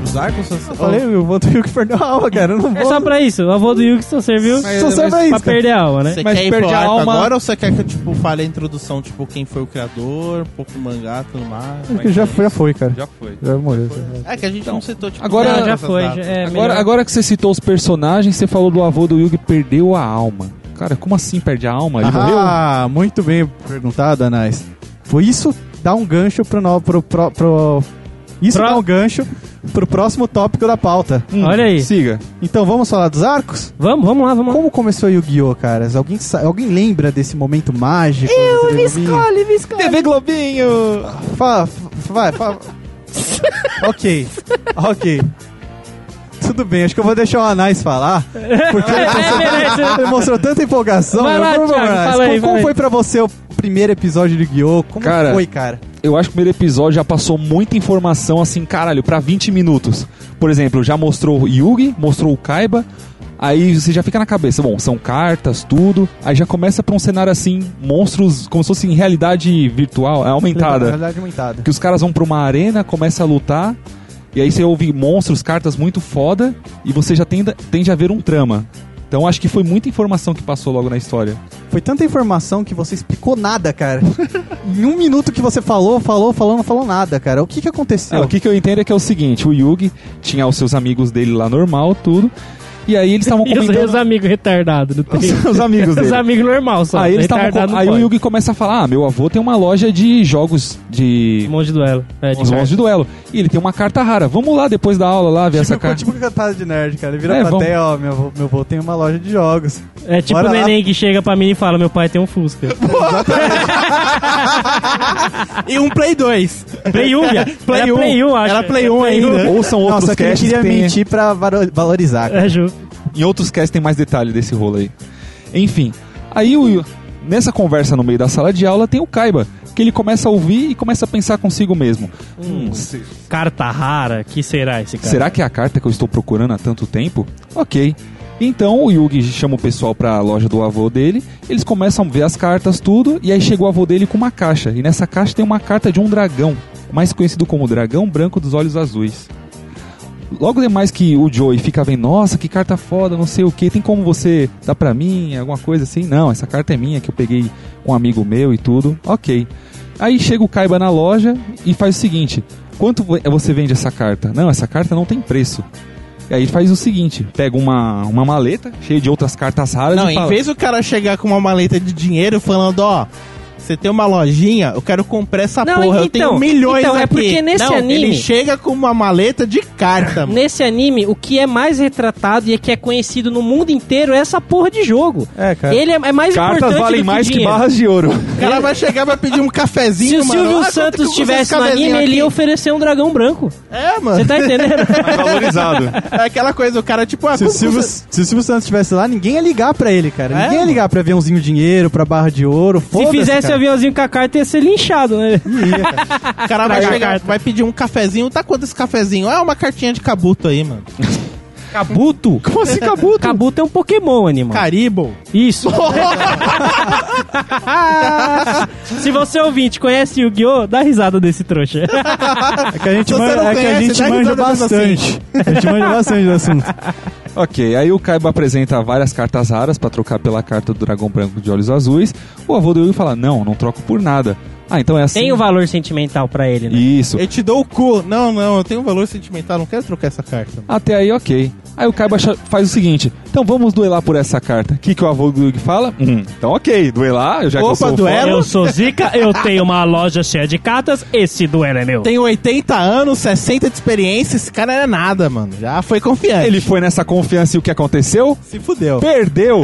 Os arcos são-
Eu falei, eu vou ter que perder a alma, cara. Eu não
É
vou.
só pra isso. O avô do Yugi só serviu
Só serve pra
pra
é isso. cara.
perder a alma, né?
Você
Mas
quer ir
perde
pro
a
arco
alma.
agora ou você quer que eu tipo, fale a introdução, tipo, quem foi o criador, um pouco do mangá, tudo mais? Como é que
Já,
é?
já foi, cara.
Já foi.
Já morreu.
É que a gente não citou, tipo,
agora-
todas
Não, já
essas
foi.
datas.
já- é,
Agora,
melhor.
agora que você citou os personagens, você falou do avô do Yugi perdeu a alma. Cara, como assim perde a alma? Ele morreu?
Ah, muito bem perguntado, Anais. Foi isso dá um gancho pro no, pro, pro, pro- isso
Pro-
dá um gancho pro próximo tópico da pauta.
Olha aí.
Siga.
Então vamos falar dos arcos?
Vamos, vamos lá, vamos lá.
Como começou Yu-Gi-Oh, caras? Alguém sa- alguém lembra desse momento mágico? Eu
me escolhe.
TV Globinho. Fala, f- vai, fala. ok, ok. Tudo bem, acho que eu vou deixar o Anais falar. Porque
É,
ele, mostrou,
beleza.
ele mostrou tanta empolgação.
Vai
meu.
lá,
Por favor,
Thiago,
Anais,
fala aí,
como,
fala
como
aí.
foi pra você o primeiro episódio de Guiô? Como
Cara,
foi, cara?
eu acho que o primeiro episódio já passou muita informação, assim, caralho, pra 20 minutos. Por exemplo, já mostrou o Yugi, mostrou o Kaiba. Aí você já fica na cabeça, bom, são cartas, tudo. Aí já começa pra um cenário assim, monstros, como se fosse em realidade virtual, é aumentada.
Realidade aumentada.
Que os caras vão pra uma arena, começa a lutar. E aí você ouve monstros, cartas muito foda. E você já tende, tende a ver um trama. Então acho que foi muita informação que passou logo na história.
Foi tanta informação que você explicou nada, cara. em um minuto que você falou, falou, falou, não falou nada, cara. O que que
É,
aconteceu?
o que, que eu entendo é que é o seguinte: o Yugi tinha os seus amigos dele lá normal, tudo. E aí eles estavam
E os, e
comentando.
os amigos retardados, não tem?
Os, os amigos
Os
dele.
amigos normal só.
Aí, eles tavam
retardado
com-
não
aí o
pode.
Yugi começa a falar: Ah, meu avô tem uma loja de jogos de.
Um monte de duelo. É, de
Os
carta.
mãos de duelo. E ele tem uma carta rara. Vamos lá depois da aula lá ver essa
Tipo,
carta.
tipo cantada de nerd, cara. Ele vira
É,
pra
vamos.
plateia, ó, meu avô, meu avô tem uma loja de jogos.
É tipo
Bora
o
lá.
neném que chega pra mim e fala: Meu pai tem um Fusca.
E um Play 2.
Play 1, viado.
Play
Era
1.
Play 1, acho.
Era Play 1 ainda.
né?
Ou são outros
Nossa, que ele
casts
queria
que tem-
mentir pra varo- valorizar, cara.
É justo.
Em outros casts tem mais detalhe desse rolo aí. Enfim, aí o- nessa conversa no meio da sala de aula tem o Kaiba, que ele começa a ouvir e começa a pensar consigo mesmo. Hum, se-
Carta rara, que será esse cara?
será que é a carta que eu estou procurando há tanto tempo? Ok. Então o Yugi chama o pessoal pra loja do avô dele, eles começam a ver as cartas, tudo, e aí chegou o avô dele com uma caixa. E nessa caixa tem uma carta de um dragão, mais conhecido como Dragão Branco dos Olhos Azuis. Logo demais que o Joey fica vendo, nossa, que carta foda, não sei o que, tem como você dar pra mim, alguma coisa assim? Não, essa carta é minha, que eu peguei com um amigo meu e tudo. Ok. Aí chega o Kaiba na loja e faz o seguinte: quanto vo- você vende essa carta? Não, essa carta não tem preço. E aí faz o seguinte: pega uma, uma maleta cheia de outras cartas raras
Não,
e
em
fala.
vez do cara chegar com uma maleta de dinheiro falando, ó, você tem uma lojinha, eu quero comprar essa
Não,
porra, eu
então-
tenho milhões
então, é
aqui.
porque nesse
Não,
anime-
ele chega com uma maleta de carta, mano.
Nesse anime, o que é mais retratado e é que é conhecido no mundo inteiro é essa porra de jogo.
É, cara.
Ele é, é mais
Cartas
importante do
valem
que
mais que
dinheiro.
barras de ouro.
O cara vai chegar vai pedir um cafezinho,
Se o
mano.
Silvio
Ah, quanto que
Santos
custa esse
tivesse no anime,
cafezinho
ele ia
aqui?
oferecer um dragão branco.
É,
Você
mano.
tá entendendo?
Valorizado.
É aquela coisa, o cara, tipo, ah,
Se o,
quanto
Silvio,
custa-
se o Silvio Santos estivesse lá, ninguém ia ligar pra ele, cara.
É,
ninguém ia
mano.
ligar pra aviãozinho dinheiro, pra barra de ouro.
Se fizesse
cara.
o aviãozinho com a carta, ia ser linchado, né?
o cara vai
Traga a
chegar,
carta.
vai pedir um cafezinho, tá quanto esse cafezinho? Ah, uma cartinha de cabuto aí, mano.
Cabuto?
Como assim cabuto?
Cabuto é um Pokémon, animal.
Caribo.
Isso.
Ah!
Se você ouvinte conhece Yu-Gi-Oh, dá risada desse trouxa.
É que a gente,
Se
man-
você não
é que assim. a
conhece,
gente
dá
manja
risada mesmo
bastante. A gente manja bastante do assunto.
Ok, aí o Kaiba apresenta várias cartas raras pra trocar pela carta do dragão branco de olhos azuis. O avô do Yugi fala: Não, não troco por nada. Ah, então é assim.
Tem um valor sentimental pra ele, né?
Isso.
Eu te dou o cu. Não, não, eu tenho um valor sentimental, não quero trocar essa carta.
Até aí, ok. Aí o Kaiba cha- faz o seguinte: então vamos duelar por essa carta. O que, que o avô do Yugi fala? Hum, então ok, duelar, eu já
Opa,
que eu sou um
duelo.
Eu sou Zika, eu tenho uma loja cheia de cartas, esse duelo é meu.
Tem 80 anos, 60 de experiência, esse cara era nada, mano. Já foi
fã.
confiante.
Ele foi nessa confiança e o que aconteceu?
se fudeu.
Perdeu!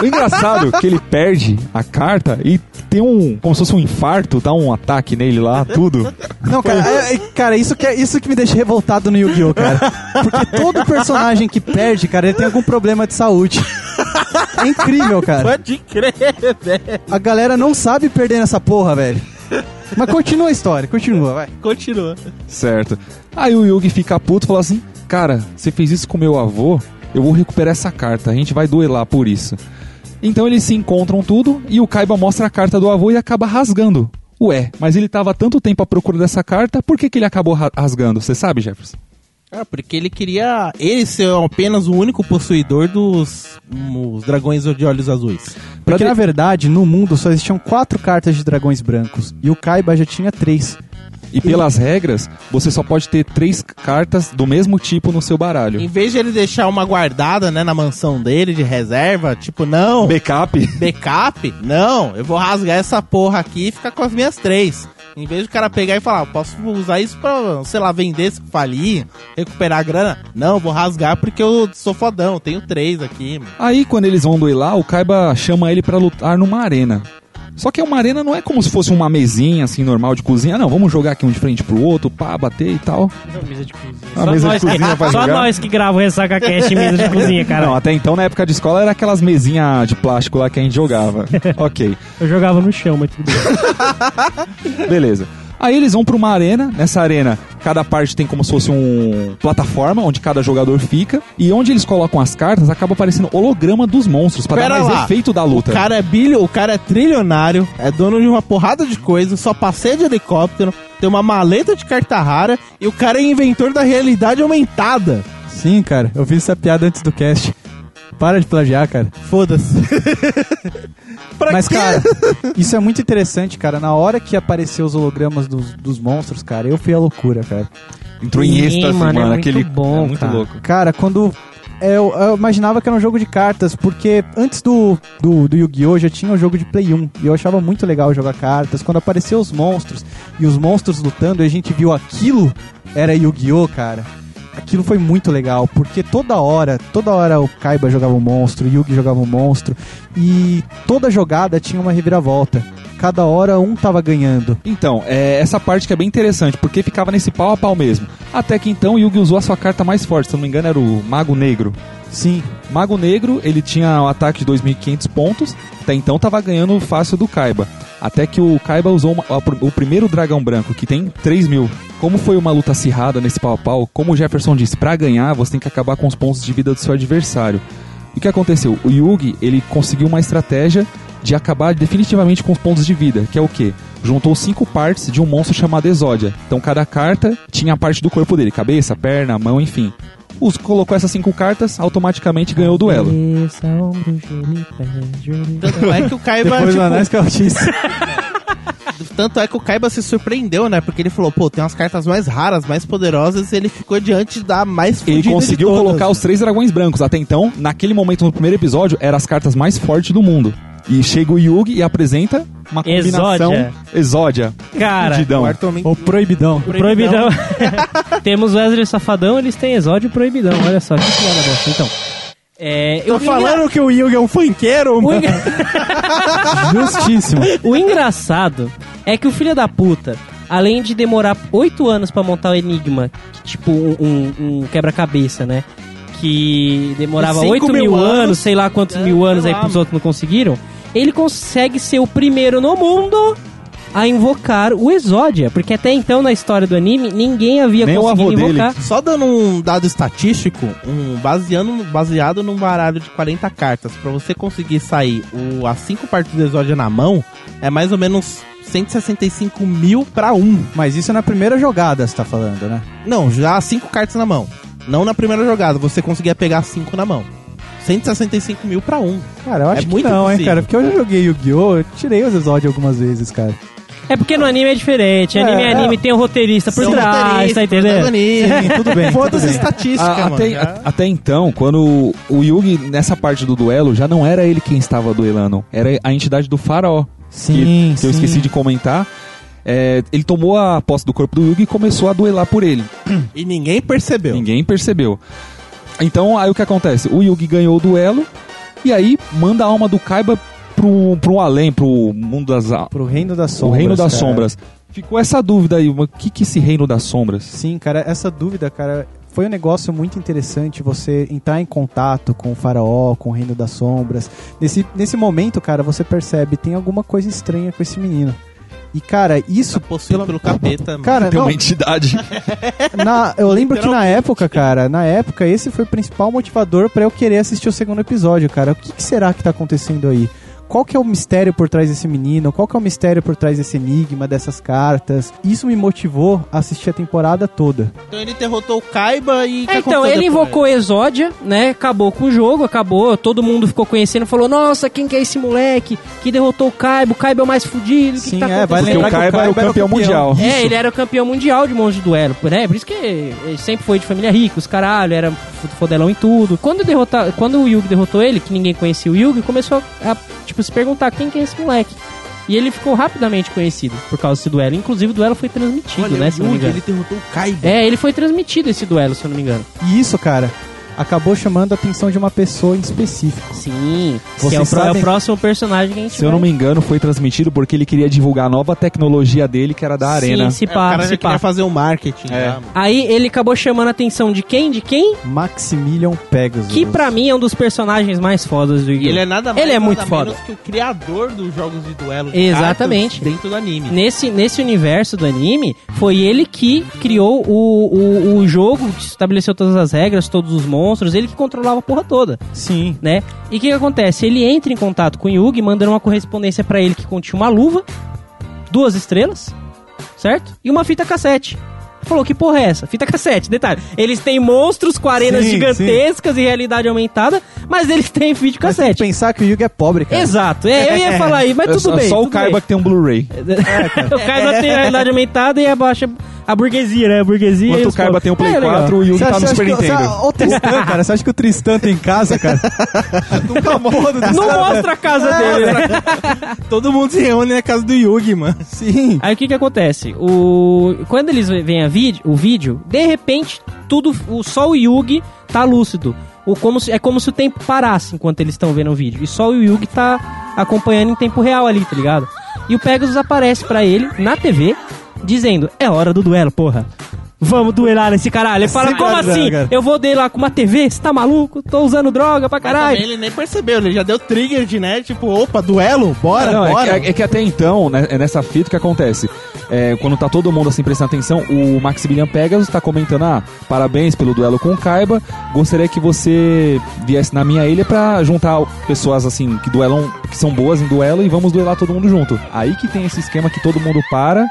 o engraçado é que ele perde a carta e tem um. como se fosse um infarto, dá um ataque nele lá, tudo.
Não, cara, é- é- cara isso, que é- isso que me deixa revoltado no Yu-Gi-Oh, cara. Porque todo personagem que perde, cara, ele tem algum problema de saúde. É incrível, cara.
Pode crer, velho.
A galera não sabe perder nessa porra, velho. Mas continua a história, continua, vai.
Continua.
Certo. Aí o Yugi fica puto e fala assim: Cara, você fez isso com meu avô, eu vou recuperar essa carta, a gente vai duelar por isso. Então eles se encontram tudo e o Kaiba mostra a carta do avô e acaba rasgando. Ué, mas ele tava há tanto tempo à procura dessa carta, por que, que ele acabou ra- rasgando? Você sabe, Jefferson?
Ah, porque ele queria ele ser apenas o único possuidor dos hum, os dragões de olhos azuis.
Pra
Porque,
de-
na verdade, no mundo só existiam quatro cartas de dragões brancos. E o Kaiba já tinha três.
E pelas regras, você só pode ter três cartas do mesmo tipo no seu baralho.
Em vez de ele deixar uma guardada, né, na mansão dele de reserva, tipo, não,
Backup?
backup, não, eu vou rasgar essa porra aqui e ficar com as minhas três. Em vez do cara pegar e falar, "Eu posso usar isso pra, sei lá, vender se falir, recuperar a grana. Não, eu vou rasgar porque eu sou fodão, eu tenho três aqui, mano.
Aí, quando eles vão duelar, o Kaiba chama ele pra lutar numa arena. Só que uma arena não é como se fosse uma mesinha assim normal de cozinha, não. Vamos jogar aqui um de frente pro outro, pá, bater e tal.
É Mesa de cozinha.
Uma mesa de cozinha pra
só
jogar?
nós que gravamos Ressaca Cast em mesa de cozinha, cara.
Não, até então na época de escola era aquelas mesinhas de plástico lá que a gente jogava. ok,
Eu jogava no chão, mas tudo bem.
beleza. Aí eles vão pra uma arena, nessa arena cada parte tem como se fosse um plataforma onde cada jogador fica e onde eles colocam as cartas acaba aparecendo holograma dos monstros pra dar
Pera
mais
lá.
efeito da
O
Tá.
luta.
cara é bilho, o cara é trilionário, é dono de uma porrada de coisa, só passeia de helicóptero, tem uma maleta de carta rara e o cara é inventor da realidade aumentada.
Sim, cara, eu fiz essa piada antes do cast. Para de plagiar, cara.
Foda-se. Pra
Mas,
quê?
cara, isso é muito interessante, cara. Na hora que apareceu os hologramas dos, dos monstros, cara, eu fui à loucura, cara.
Entrou em
Sim,
êxtase,
mano,
mano,
é muito
aquele
bom,
é muito
cara.
louco.
Cara, quando. é, Eu, eu imaginava que era um jogo de cartas, porque antes do, do, do Yu-Gi-Oh! já tinha um jogo de Play 1. E eu achava muito legal jogar cartas. Quando apareceu os monstros e os monstros lutando, e a gente viu aquilo, era Yu-Gi-Oh! cara. Aquilo foi muito legal, porque toda hora, toda hora o Kaiba jogava um monstro, o Yugi jogava um monstro, e toda jogada tinha uma reviravolta. Cada hora um tava ganhando.
Então, é essa parte que é bem interessante, porque ficava nesse pau a pau mesmo. Até que então o Yugi usou a sua carta mais forte, se eu não me engano era o Mago Negro.
Sim,
Mago Negro, ele tinha um ataque de 2.500 pontos, até então tava ganhando fácil do Kaiba. Até que o Kaiba usou uma- a pr- o primeiro dragão branco, que tem 3 mil. Como foi uma luta acirrada nesse pau a pau, como o Jefferson disse, pra ganhar você tem que acabar com os pontos de vida do seu adversário. E o que aconteceu? O Yugi, ele conseguiu uma estratégia de acabar definitivamente com os pontos de vida, que é o quê? Juntou cinco partes de um monstro chamado Exódia. Então cada carta tinha a parte do corpo dele, cabeça, perna, mão, enfim. Os colocou essas cinco cartas, automaticamente ganhou o duelo.
Cabeça, ombro, joelho, pé, joelho.
Tanto é que o Kaiba,
Depois do
tipo,
Anais que eu disse.
tanto é que o Kaiba se surpreendeu, né? Porque ele falou, pô, tem umas cartas mais raras, mais poderosas, e ele ficou diante da mais fodida
Ele
de
conseguiu
todas.
colocar os três dragões brancos. Até então, naquele momento no primeiro episódio, eram as cartas mais fortes do mundo. E chega o Yugi e apresenta uma combinação
Exódia.
exódia.
Cara,
Fudidão.
O Arthur Mink-
O proibidão.
Proibidão. Temos Wesley Safadão, eles têm Exódio e Proibidão. Olha só, que piada bosta. Então, é,
Tô
eu
falando que o Yugi é um funkeiro,
O,
mano.
engra-
Justíssimo.
o engraçado é que o filho da puta, além de demorar oito anos pra montar o Enigma, que, tipo um, um- um quebra-cabeça, né? Que demorava
Cinco
oito mil,
mil
anos,
anos,
sei lá quantos
é,
mil
sei
anos aí
lá,
pros
mano.
outros não conseguiram, ele consegue ser o primeiro no mundo a invocar o Exódia. Porque até então, na história do anime, ninguém havia
Nem o
conseguido
avô dele.
invocar.
Só dando um dado estatístico, um baseando, baseado num baralho de 40 cartas, pra você conseguir sair o, as cinco partes do Exódia na mão, é mais ou menos 165 mil pra um.
mas isso é na primeira jogada, você tá falando, né?
Não, já as cinco cartas na mão. Não na primeira jogada, você conseguia pegar as cinco na mão. 165 mil pra um.
Cara, eu acho
É
que
muito
não, hein,
possível.
cara. Porque eu já joguei Yu-Gi-Oh! Eu tirei os exódios algumas vezes, cara.
É porque no anime é diferente. Anime é,
É,
anime, tem o roteirista por
São
trás,
roteiristas,
tá entendendo?
protagonistas.
Tudo bem.
Foda-se é estatística,
A-
mano.
até,
já.
a- até então, quando o Yugi, nessa parte do duelo, já não era ele quem estava duelando, era a entidade do faraó.
Sim,
que, que eu
sim.
esqueci de comentar. É, ele tomou a posse do corpo do Yugi e começou a duelar por ele.
E ninguém percebeu.
Ninguém percebeu. Então, aí o que acontece? O Yugi ganhou o duelo e aí manda a alma do Kaiba pro, pro além, pro mundo das a-
Pro Reino das
o
Sombras.
reino das
cara.
sombras. Ficou essa dúvida aí, mas o que que é esse reino das sombras?
Sim, cara, essa dúvida, cara, foi um negócio muito interessante você entrar em contato com o faraó, com o reino das sombras. Nesse, nesse momento, cara, você percebe, tem alguma coisa estranha com esse menino. E, cara, isso.
Tá possuído pelo capeta, mano.
Cara,
Tem
não,
uma entidade.
na- eu lembro que na época, cara, na época, esse foi o principal motivador pra eu querer assistir o segundo episódio, cara. O que, que será que tá acontecendo aí? Qual que é o mistério por trás desse menino? Qual que é o mistério por trás desse enigma, dessas cartas? Isso me motivou a assistir a temporada toda.
Então ele derrotou o Kaiba e. o que
É, então,
aconteceu
ele
depois?
invocou Exódia, né? Acabou com o jogo, acabou. Todo mundo ficou conhecendo, falou: Nossa, quem que é esse moleque que derrotou o Kaiba? O Kaiba é o mais fudido. O que, que
Sim,
tá
é, vai
Porque
acontecendo?
o
lembrar que o
Kaiba era o
Kaiba era o
campeão
campeão.
mundial.
É, ele era o campeão mundial de monge de duelo, né? Por isso que ele sempre foi de família rica, os caralho, era f- fodelão em tudo. Quando, derrotar, quando o Yugi derrotou ele, que ninguém conhecia o Yugi, começou a, a, tipo, se perguntar quem que é esse moleque. E ele ficou rapidamente conhecido por causa desse duelo. Inclusive, o duelo foi transmitido,
Olha, um
né?
é o
Se eu não me
Yugi,
engano.
ele derrotou o Kaiba.
É, ele foi transmitido esse duelo, se eu não me engano.
E isso, cara, acabou chamando a atenção de uma pessoa em específico.
Sim.
Vocês
que é o, pro- é o
sabem-
próximo personagem que a gente
Se eu não
vai-
me engano, foi transmitido porque ele queria divulgar a nova tecnologia dele, que era da Arena.
Sim, se
É, o
pá,
cara
se
já
pá.
queria fazer o marketing.
É.
já, mano.
Aí ele acabou chamando a atenção de quem? De quem?
Maximilian Pegasus.
Que pra mim é um dos personagens mais fodas do
E
Yu-Gi-Oh!
ele é nada mais
Ele é
nada
muito
menos
foda.
que o criador dos jogos de duelo. de
Exatamente.
cartas Dentro do anime.
Nesse, nesse universo do anime, foi ele que criou o, o, o jogo, que estabeleceu todas as regras, todos os monstros, ele que controlava a porra toda,
Sim.
né? E o que, que acontece? Ele entra em contato com o Yugi, mandando uma correspondência pra ele que continha uma luva, duas estrelas, certo? E uma fita cassete. Falou, que porra é essa? Fita cassete, detalhe. Eles têm monstros com arenas
Sim,
gigantescas e realidade aumentada, mas eles têm vídeo
Mas tem que
cassete.
pensar que o Yugi é pobre, cara.
Exato, é, eu ia falar aí, mas
É
tudo
só,
bem.
Só o
tudo bem. É
Kaiba que tem um Blu-ray.
o Kaiba tem a realidade aumentada e abaixa a burguesia, né? A burguesia. e
Enquanto o
os
Kaiba
pobres.
tem um Play
É, legal.
4, o Yugi
Você
tá
acha-
no
você
Super
acha que-
Nintendo.
você- Ó, o Tristan, cara. Você acha que o Tristan tem casa, cara? Nunca porra do
Não mostra a casa
É,
dele, né?
Todo mundo se reúne na casa do Yugi, mano.
Sim.
Aí o que que acontece? O... Quando eles veem a vídeo, o vídeo, de repente, tudo, o, só o Yugi tá lúcido. O, como se- é como se o tempo parasse enquanto eles estão vendo o vídeo. E só o Yugi tá acompanhando em tempo real ali, tá ligado? E o Pegasus aparece pra ele na TV, dizendo: É hora do duelo, porra. Vamos duelar nesse caralho. Ele fala:
Sim,
Como
cara,
assim?
cara.
Eu vou duelar com uma TV? Você tá maluco? Tô usando droga pra
Mas
caralho.
também ele nem percebeu, ele já deu trigger de, né? Tipo, opa, duelo, bora,
Não, é,
bora.
que, é que até então, né, é nessa fita que acontece. É, quando tá todo mundo assim prestando atenção, o Maximilian Pegasus tá comentando: ah, parabéns pelo duelo com o Kaiba. Gostaria que você viesse na minha ilha pra juntar pessoas assim que duelam, que são boas em duelo e vamos duelar todo mundo junto. Aí que tem esse esquema que todo mundo para.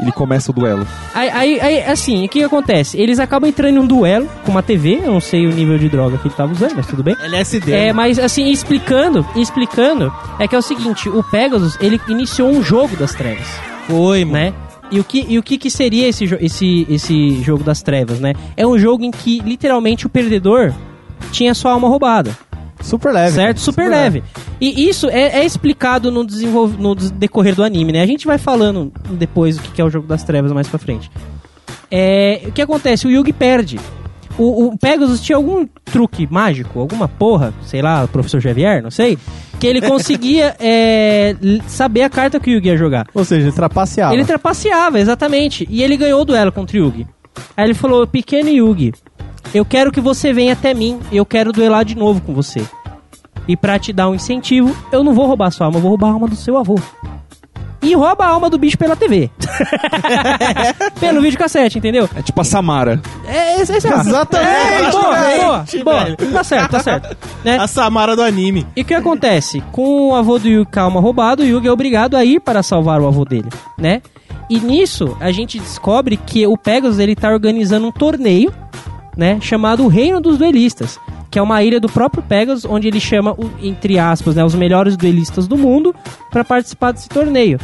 e Ele começa o duelo.
Aí, aí, aí, assim, o que que acontece? Eles acabam entrando em um duelo com uma TV, eu não sei o nível de droga que ele tava usando, mas tudo bem.
LSD.
É, mas assim, explicando, explicando, é que é o seguinte, o Pegasus, ele iniciou um jogo das trevas,
foi, mano.
né? E o que, e o que, que seria esse, jo- esse, esse jogo das trevas, né? É um jogo em que, literalmente, o perdedor tinha sua alma roubada
Super leve.
certo? Super, leve. E isso é, é explicado no, desenvolv... no des- decorrer do anime, né? A gente vai falando depois o que que é o jogo das trevas mais pra frente. É, o que acontece? O Yugi perde. O, o Pegasus tinha algum truque mágico, alguma porra, sei lá, o professor Xavier, não sei, que ele conseguia é, l- saber a carta que o Yugi ia jogar.
Ou seja, ele trapaceava.
Ele trapaceava, exatamente. E ele ganhou o duelo contra o Yugi. Aí ele falou: Pequeno Yugi, eu quero que você venha até mim. Eu quero duelar de novo com você. E pra te dar um incentivo, eu não vou roubar sua alma, eu vou roubar a alma do seu avô. E rouba a alma do bicho pela TV. Pelo videocassete, entendeu?
É tipo a Samara.
É, esse, esse é
Exatamente,
É, boa,
velho.
boa, boa. Tá certo, tá certo. Né?
A Samara do anime.
E o que acontece? Com o avô do Yugi com a alma roubado, o Yugi é obrigado a ir para salvar o avô dele, né? E nisso, a gente descobre que o Pegasus, ele tá organizando um torneio, né? Chamado Reino dos Duelistas, que é uma ilha do próprio Pegasus, onde ele chama, o- entre aspas, né? Os melhores duelistas do mundo para participar desse torneio.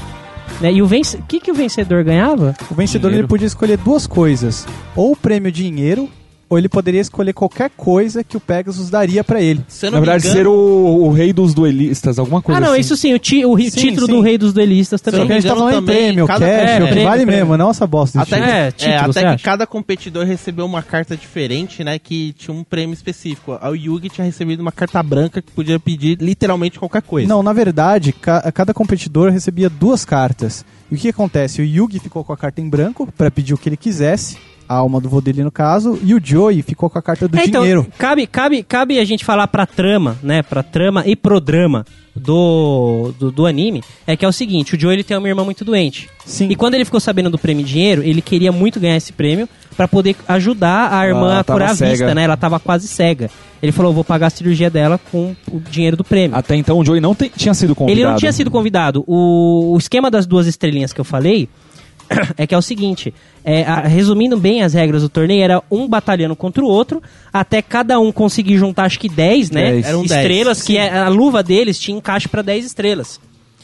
Né? E o vence... que, que o vencedor ganhava?
O vencedor
Dinheiro.
ele podia escolher duas coisas: ou o prêmio dinheiro, ou ele poderia escolher qualquer coisa que o Pegasus daria pra ele.
Se eu
Na
não
verdade,
me engano,
ser o, o rei dos duelistas, alguma coisa
ah, não,
assim.
isso sim, o, ti- o ri-
Sim,
título
sim.
do Rei dos Duelistas
Se eu
Só
não
também.
que a
me
gente tá
engano,
falando em
também,
prêmio, cash,
cada-
é,
o que
prêmio,
vale
prêmio.
mesmo, não essa bosta. de
até,
título.
que-
É,
é,
título,
até
você
que
acha?
cada competidor recebeu uma carta diferente, né? Que tinha um prêmio específico. O Yugi tinha recebido uma carta branca que podia pedir literalmente qualquer coisa.
Não, na verdade, ca- cada competidor recebia duas cartas. E o que acontece? O Yugi ficou com a carta em branco pra pedir o que ele quisesse, a alma do vô dele no caso, e o Joey ficou com a carta do
É, então,
dinheiro.
Cabe, cabe, cabe a gente falar pra trama, né? Pra trama e pro drama do, do, do anime. É que é o seguinte: o Joe ele tem uma irmã muito doente.
Sim.
E quando ele ficou sabendo do prêmio dinheiro, ele queria muito ganhar esse prêmio pra poder ajudar a irmã
Ela
a curar a
tava
vista,
cega.
né? Ela tava quase cega. Ele falou: vou pagar a cirurgia dela com o dinheiro do prêmio.
Até então o Joey não te- tinha sido convidado.
Ele não tinha sido convidado. O, o esquema das duas estrelinhas que eu falei é que é o seguinte: é, a- resumindo bem as regras do torneio, era um batalhando contra o outro, até cada um conseguir juntar, acho que 10, né?
Dez.
Eram dez.
estrelas, que é- a luva deles tinha encaixe pra 10 estrelas.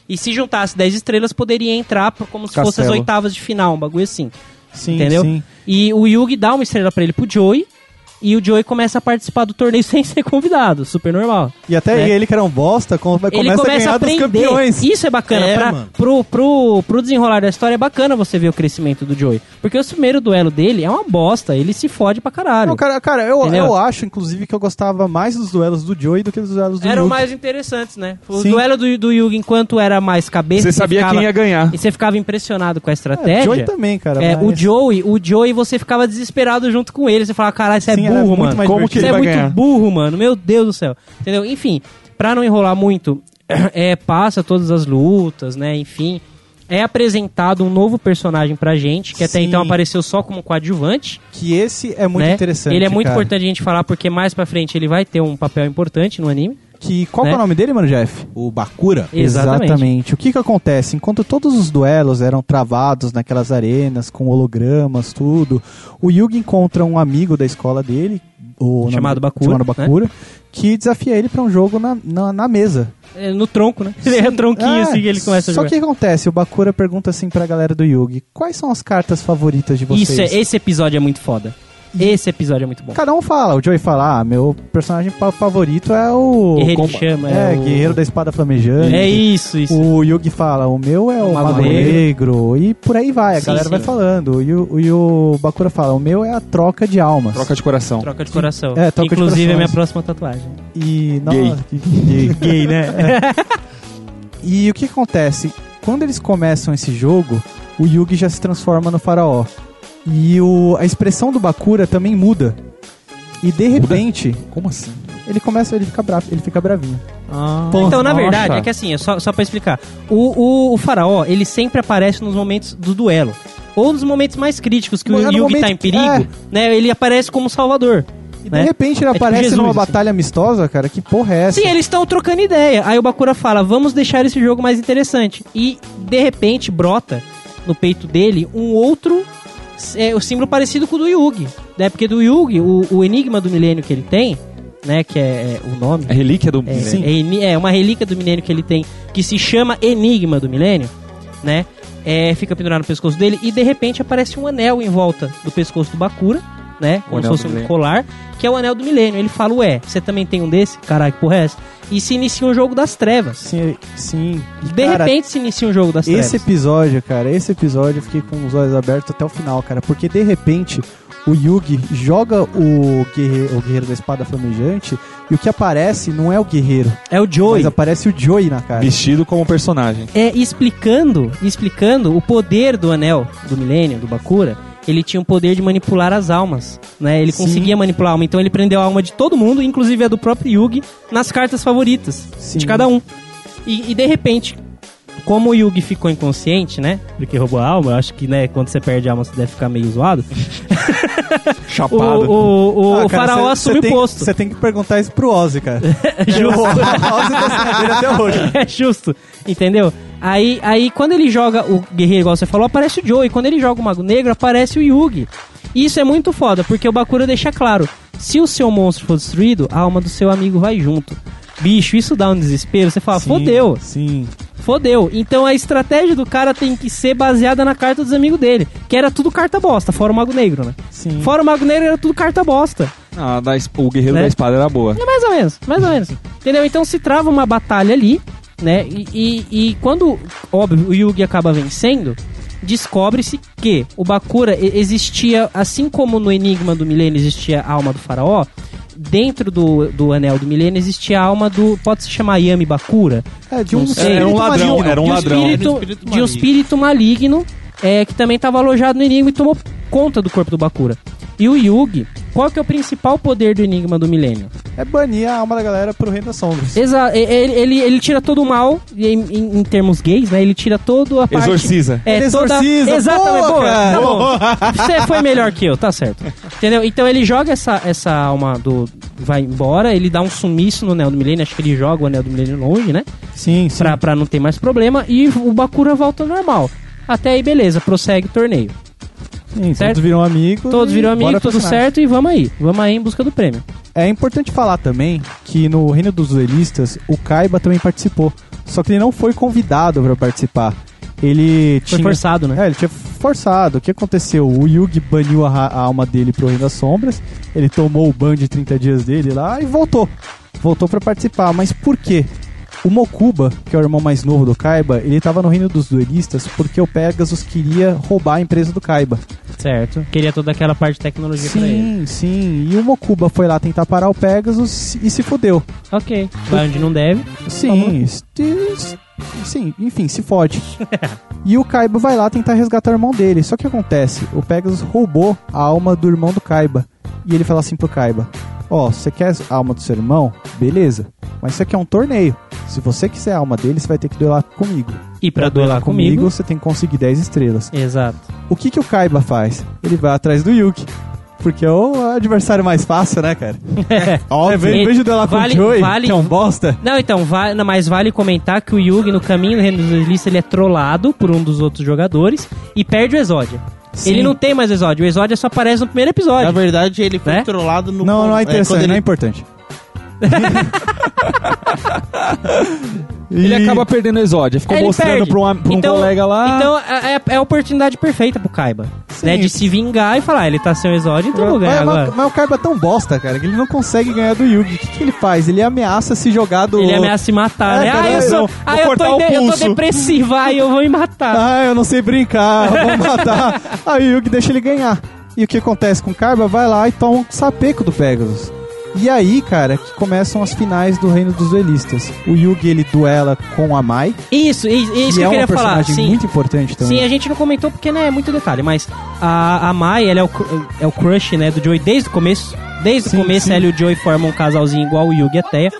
E se juntasse 10 estrelas, poderia entrar por- como se fosse as
Castelo.
oitavas de final, um bagulho assim.
Sim,
entendeu? E o Yugi dá uma estrela pra ele pro Joey. E o Joey começa a participar do torneio sem ser convidado, super normal.
E até
né?
ele que era um bosta, com- começa,
Ele
a
começa
ganhar
a
dos
aprender.
campeões.
Isso é bacana.
É,
pra-
mano.
pro, pro, pro desenrolar da história é bacana você ver o crescimento do Joey. Porque o primeiro duelo dele é uma bosta. Ele se fode pra caralho.
Não, É um cara, cara eu,
Entendeu?
eu acho, inclusive, que eu gostava mais dos duelos do Joey do que dos duelos do
Eram
Yugi.
mais interessantes, né? O
Sim.
duelo do, do Yugi, enquanto era mais cabeça.
Você sabia
ficava-
quem ia ganhar.
E você ficava impressionado com a
É,
estratégia.
Joey também, cara.
É,
mas-
o Joey, o Joey, você ficava desesperado junto com ele. Você falava, caralho, você
Sim,
é
era
burro,
muito
mano.
mais
Como que
Você
ele
é
vai
muito
ganhar?
burro, mano. Meu Deus do céu. Entendeu? Enfim, pra não enrolar muito, é, passa todas as lutas, né? Enfim. É apresentado um novo personagem pra gente, que até
Sim.
então apareceu só como coadjuvante.
Que esse é muito
né?
interessante.
Ele é muito
cara.
importante a gente falar, porque mais pra frente ele vai ter um papel importante no anime.
Que, qual que é
né?
o nome dele, mano, Jeff?
O Bakura.
O que que acontece? Enquanto todos os duelos eram travados naquelas arenas, com hologramas, tudo, o Yugi encontra um amigo da escola dele, o
Chamado
nome-
Bakura,
chamado
né?
Bakura, que desafia ele pra um jogo na, na, na mesa.
É, No tronco, né? Ele é tronquinho,
Ah,
assim, que ele começa a
Só
jogar.
que o que acontece? O Bakura pergunta assim pra galera do Yugi, quais são as cartas favoritas de vocês?
Isso, é- esse episódio é muito foda. Esse episódio é muito bom.
Cada um fala, o Joey fala, ah, meu personagem pa- favorito é o...
Guerreiro
com-
que chama,
É,
é o-
Guerreiro da Espada Flamejante.
É isso, isso.
O Yugi fala, o meu é o,
O Mago
Mago, Negro. E por aí vai, a
Sim,
galera vai
sim.
falando. E o, e o Bakura fala, o meu é a troca de almas.
Troca de coração.
Troca de coração.
É, troca de
Inclusive, é
corações.
minha próxima tatuagem.
E,
Gay.
que- gay, gay, né? É. E o que acontece? Quando eles começam esse jogo, o Yugi já se transforma no faraó. E o, a expressão do Bakura também muda. E de repente,
Como assim?
ele começa, ele fica bravo, ele fica bravinho.
então, na
nossa.
verdade, é que assim, é só, só pra explicar. O, o, o faraó, ele sempre aparece nos momentos do duelo. Ou nos momentos mais críticos, que
Bom, é
o
no
Yugi tá
momento
em
que-
perigo,
é.
né? Ele aparece como salvador.
E de
né?
repente ele
tipo
aparece
Jesus,
numa
assim.
batalha amistosa, cara. Que porra é essa?
Sim, eles estão trocando ideia. Aí o Bakura fala: vamos deixar esse jogo mais interessante. E de repente brota no peito dele um outro é, o símbolo parecido com o do Yugi. Né? Porque do Yugi, o, o enigma do milênio que ele tem, né? Que é, é o nome.
É relíquia do...
É, é eni- é uma relíquia do milênio que ele tem, que se chama Enigma do Milênio, né? É, fica pendurado no pescoço dele e de repente aparece um anel em volta do pescoço do Bakura, né? Como se
anel do
fosse um
milênio.
colar, que é o anel do milênio. Ele fala, ué, você também tem um desse? Caralho, que porra é essa? E se inicia um jogo das trevas.
Sim, sim. E,
De
cara,
repente se inicia um jogo das
Esse
trevas.
episódio, cara, esse episódio eu fiquei com os olhos abertos até o final, cara, porque de repente o Yugi joga o guerreiro, o guerreiro da espada flamejante e o que aparece não é o guerreiro,
É o Joey.
mas aparece o Joey na cara.
Vestido como personagem.
é explicando, explicando o poder do anel do milênio, do Bakura. Ele tinha o poder de manipular as almas, né? Ele
Sim.
conseguia manipular a alma, então ele prendeu a alma de todo mundo, inclusive a do próprio Yugi, nas cartas favoritas
Sim.
de cada um. E, e, de repente, como o Yugi ficou inconsciente, né? Porque roubou a alma, eu acho que, né, quando você perde a alma você deve ficar meio zoado. O,
Chapado.
o, o-
Ah,
o
cara,
faraó
cê-
assume
cê
o
tem-
posto.
Você tem que perguntar isso pro Ozzy, cara.
É Justo.
o Ozzy tá sem cadeira até hoje.
É justo, entendeu? Aí, aí quando ele joga o guerreiro, igual você falou, aparece o Joey. Quando ele joga o Mago Negro, aparece o Yugi. E Isso é muito foda, porque o Bakura deixa claro: se o seu monstro for destruído, a alma do seu amigo vai junto. Bicho, isso dá um desespero. Você fala,
Sim,
fodeu,
Sim.
fodeu. Então a estratégia do cara tem que ser baseada na carta dos amigos dele, que era tudo carta bosta, fora o Mago Negro, né?
Sim.
Fora o Mago Negro era tudo carta bosta.
Ah, da es- o Guerreiro
Né?
da Espada era boa.
É mais ou menos, mais ou menos. Entendeu? Então se trava uma batalha ali, né? E, e, e quando, óbvio, o Yugi acaba vencendo, descobre-se que o Bakura e- existia, assim como no Enigma do Milênio existia a alma do faraó, dentro do, do Anel do Milênio existia a alma do. Pode se chamar Yami Bakura?
É, de um
Não sei.
espírito
Era um
ladrão,
maligno.
era um
de
ladrão.
Espírito,
Era um espírito
de um
maligno.
espírito maligno é, que também estava alojado no Enigma e tomou conta do corpo do Bakura. E o Yugi, qual que é o principal poder do Enigma do Milênio?
É banir a alma da galera pro Reino das Sombras.
Exato, ele, ele, ele tira todo o mal, em, em- em termos gays, né? Ele tira toda a parte.
Exorciza.
É,
Ele
toda...
exorciza,
Exatamente,
boa,
boa,
cara.
tá bom. Você foi melhor que eu, tá certo. Entendeu? Então ele joga essa, essa alma do. Vai embora, ele dá um sumiço no Anel do Milênio, acho que ele joga o Anel do Milênio longe, né?
Sim, sim.
Pra, pra não ter mais problema, e o Bakura volta ao normal. Até aí, beleza, prossegue o torneio.
sim
certo?
Todos viram amigos.
Todos
e
viram amigos,
bora
tudo
personagem.
certo, e vamos aí. Vamos aí em busca do prêmio.
É importante falar também que no Reino dos Duelistas, o Kaiba também participou. Só que ele não foi convidado para participar. ele
Foi
tinha...
forçado, né?
É, ele tinha forçado. O que aconteceu? O Yugi baniu a, ra- a alma dele pro Reino das Sombras, ele tomou o ban de 30 dias dele lá e voltou. Voltou pra participar, mas por quê? O Mokuba, que é o irmão mais novo do Kaiba, ele tava no reino dos duelistas porque o Pegasus queria roubar a empresa do Kaiba.
Certo. Queria toda aquela parte de tecnologia pra
Sim,
ele.
sim. E o Mokuba foi lá tentar parar o Pegasus e se fodeu.
Ok. Vai onde não deve. Tá
Sim, este- sim, enfim, se fode. e o Kaiba vai lá tentar resgatar o irmão dele. Só que acontece, o Pegasus roubou a alma do irmão do Kaiba. E ele fala assim pro Kaiba: Ó, você quer a alma do seu irmão? Beleza. Mas isso aqui é um torneio. Se você quiser a alma dele, você vai ter que duelar comigo.
E pra duelar comigo.
você tem que conseguir 10 estrelas.
Exato.
O que, que o Kaiba faz? Ele vai atrás do Yuki. Porque é o adversário mais fácil, né, cara?
Óbvio.
Em vez de duelar com
É, Vale-
o Joey,
vale-
que é um bosta.
Não, então, va- não, mas vale comentar que o Yugi, no caminho do Reino dos Duelistas, ele é trollado por um dos outros jogadores e perde o Exódia.
Sim. É
Ele não tem mais o Exódia, o Exódia só aparece no primeiro episódio.
Na verdade, ele foi
Né?
trollado no...
Não, não é
quando
interessante,
ele-
não é importante.
Ele
E-
acaba perdendo o Exódia. Ficou
É, ele
mostrando
perde.
pra um, am- pra um
Então-
colega lá.
Então é, é- é a oportunidade perfeita pro Kaiba.
Sim.
Né, de se vingar e falar, "Ah, ele tá sem o Exódia, então eu vou ganhar
mas, mas-
agora.
mas o Kaiba é tão bosta, cara, que ele não consegue ganhar do Yugi. O que, que ele faz? Ele ameaça se jogar do.
Ele ameaça se matar,
É,
né? Ah, eu,
cara,
sou,
vou
ah, eu,
cortar
tô,
o
de- eu tô
pulso."
depressiva, aí eu vou me matar.
Ah, eu não sei brincar, vou matar. Aí o Yugi deixa ele ganhar. E o que acontece com o Kaiba? Vai lá e toma um sapeco do Pegasus. E aí, cara, que começam as finais do Reino dos Duelistas. O Yugi ele duela com a Mai,
Isso,
que
isso, isso que
é
eu queria
uma
falar.
personagem
Sim,
muito importante também.
Sim, a gente não comentou porque não é muito detalhe, mas a, a Mai, ela é o, cru- é o crush, né, do Joey desde o começo. Desde
Sim,
o começo,
sim.
ela e o Joey formam um casalzinho igual o Yugi e a Teia.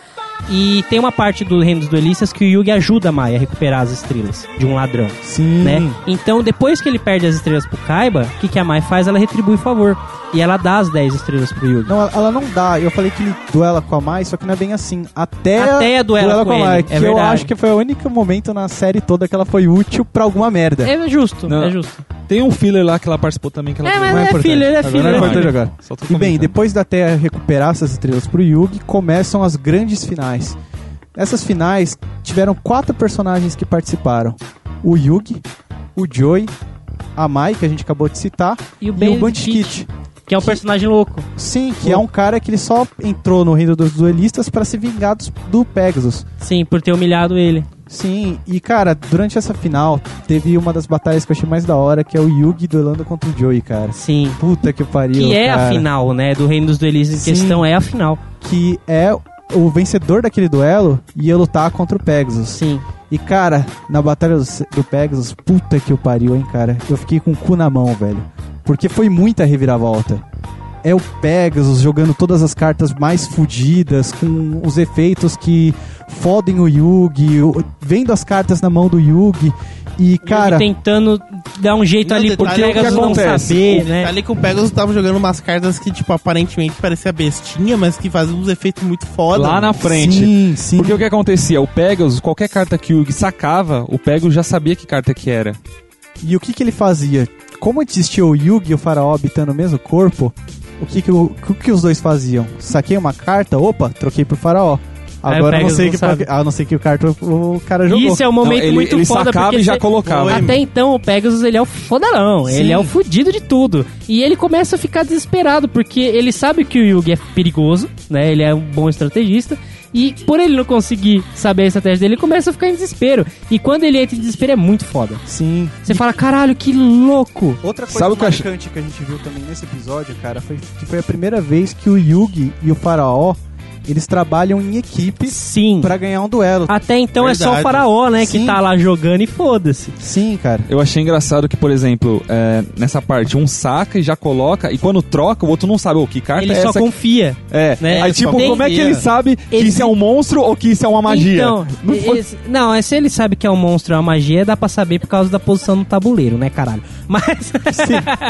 E tem uma parte do Reino dos Duelistas que o Yugi ajuda a Mai a recuperar as estrelas de um ladrão,
Sim.
né? Então, depois que ele perde as estrelas pro Kaiba, o que, que a Mai faz? Ela retribui o favor. E ela dá as 10 estrelas pro Yugi.
Não, ela- ela não dá. Eu falei que ele duela com a Mai, só que não é bem assim. Até
A Teia duela com ele, é
que eu
verdade.
acho que foi o único momento na série toda que ela foi útil pra alguma merda.
É justo,
Não.
é justo.
Tem um filler lá que ela participou também. Que ela
É,
tem.
mas é,
importante.
filho, ele é
Agora
filho.
não
ele
é
é
importante.
filho.
importante agora.
Só tô
E bem,
comentando.
depois da Terra recuperar essas estrelas pro Yugi, começam as grandes finais. Essas finais tiveram quatro personagens que participaram: o Yugi, o Joey, a Mai, que a gente acabou de citar,
E o
e o
Ben
Bandit.
que é um personagem louco.
Sim, que é um cara que ele só entrou no reino dos duelistas pra se vingar dos- do Pegasus.
Sim, por ter humilhado ele.
Sim, e cara, durante essa final, teve uma das batalhas que eu achei mais da hora, que é o Yugi duelando contra o Joey, cara.
Sim.
Puta que pariu,
Que é a
cara.
final, né? Do Reino dos Duelistas em
Sim.
questão é a final.
Que é o vencedor daquele duelo ia lutar contra o Pegasus.
Sim.
E cara, na batalha do, do Pegasus, puta que o pariu, hein, cara. Eu fiquei com o cu na mão, velho. Porque foi muita reviravolta. É o Pegasus jogando todas as cartas mais fodidas, com os efeitos que fodem o Yugi, o- vendo as cartas na mão do Yugi. E, cara.
E tentando dar um jeito
Não,
ali pro
detalhe é o que
Pegasus não
acontece.
saber,
O
né?
detalhe é que o Pegasus tava jogando umas cartas que, tipo, aparentemente parecia bestinha, mas que faziam uns efeitos muito foda.
Lá na frente.
Sim, sim.
Porque o que acontecia? O Pegasus, qualquer carta que o Yugi sacava, o Pegasus já sabia que carta que era.
E o que, que ele fazia? Como existia o Yugi e o Faraó habitando o mesmo corpo, o que, que, o, o que os dois faziam? Saquei uma carta, opa, troquei pro Faraó.
Aí o
Agora eu É, não
Pegasus
sei
não
que,
sabe.
a não ser que o, carta, o cara jogou.
Isso é um momento
Não, ele,
muito
ele
foda
sacava
porque
e já
você-
colocava.
Foi.
Até então o Pegasus ele é o fodalão, ele é o fudido de tudo. E ele começa a ficar desesperado porque ele sabe que o Yugi é perigoso, né? Ele é um bom estrategista. E por ele não conseguir saber a estratégia dele, ele começa a ficar em desespero. E quando ele entra em desespero é muito foda.
Sim.
Você fala, caralho, que louco!
Outra coisa
Sabe o que eu achei-
marcante que a gente viu também nesse episódio, cara, foi que foi a primeira vez que o Yugi e o Faraó, eles trabalham em equipe
Sim.
pra ganhar um duelo.
Até então é só o
Verdade.
faraó, né?
Sim.
Que tá lá jogando e foda-se.
Sim, cara.
Eu achei engraçado que, por exemplo, é, nessa parte, um saca e já coloca, e quando troca, o outro não sabe, o que carta
Ele
é
só
essa?
confia.
É,
né?
aí
Ele
tipo,
só
como é que
confia.
ele sabe que
Ele-
isso é um monstro ou que isso é uma magia?
Então,
Não foi-
esse- não, é se ele sabe que é um monstro ou uma magia, dá pra saber por causa da posição no tabuleiro, né, caralho? Mas,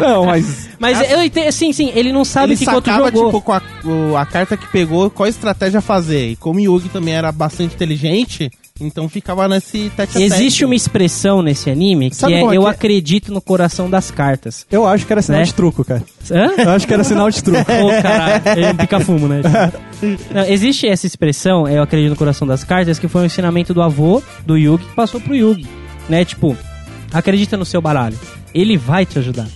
não, mas
mas eu entendo, sim, sim, ele não sabe
ele
que quanto
sacava,
jogou.
tipo, com a, o- a carta que pegou, qual estratégia fazer. E como o Yugi também era bastante inteligente, então ficava nesse né? tete
Existe uma expressão nesse anime que
Sabe
é
como é
eu
que é?
acredito no coração das cartas.
Eu acho que era sinal
Né?
de truco, cara.
Hã?
Eu acho que era sinal de truco.
Ô, caralho, ele pica fumo, né? Não, existe essa expressão, é, eu acredito no coração das cartas, que foi um ensinamento do avô do Yugi que passou pro Yugi, né? Tipo, acredita no seu baralho. Ele vai te ajudar.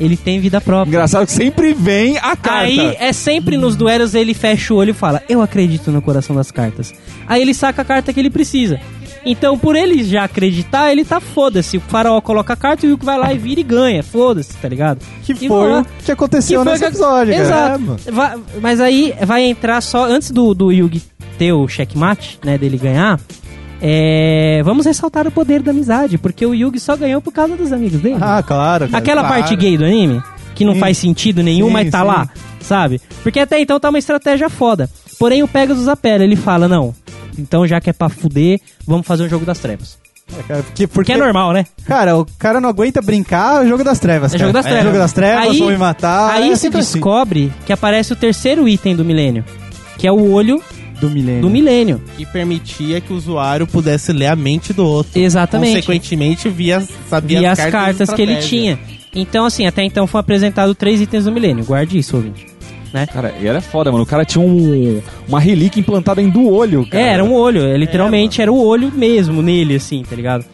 Ele tem vida própria.
Engraçado que sempre vem a carta.
Aí é sempre nos duelos ele fecha o olho e fala: Eu acredito no coração das cartas. Aí ele saca a carta que ele precisa. Então, por ele já acreditar, ele tá foda-se. O farol coloca a carta e o que vai lá e vira e ganha. Foda-se, tá ligado?
Que
E
foi
vai
o
lá-
que aconteceu
que foi
nesse
o que-
episódio, cara. É,
Exato.
mano.
Vai- mas aí vai entrar só antes do, do Yugi ter o checkmate, né, dele ganhar. é, vamos ressaltar o poder da amizade, porque o Yugi só ganhou por causa dos amigos dele.
Ah, claro. cara,
Aquela
claro.
parte gay do anime, que não
Sim.
faz sentido nenhum,
Sim,
mas tá
sim.
lá, sabe? Porque até então tá uma estratégia foda. Porém, o Pegasus apela, ele fala, não, então já que é pra fuder, vamos fazer um jogo das trevas.
É, cara, porque,
Que
porque,
é normal, né?
Cara, o cara não aguenta brincar, é o jogo das trevas.
É
cara.
jogo das trevas.
É jogo das trevas,
Aí-
vão me matar.
Aí
é
se
sempre assim.
descobre que aparece o terceiro item do milênio, que é o olho
Do milênio.
Uhum.
do milênio.
Que permitia que o usuário pudesse ler a mente do outro.
Exatamente.
Consequentemente, via, sabia
E as cartas
e
que ele
estratégia.
tinha. Então, assim, até então foram apresentados três itens do milênio. Guarde isso, ouvinte.
Cara, e era foda, mano. O cara tinha um, uma relíquia implantada dentro do olho, cara.
É, era um olho, é, literalmente era o olho mesmo nele, assim, tá ligado?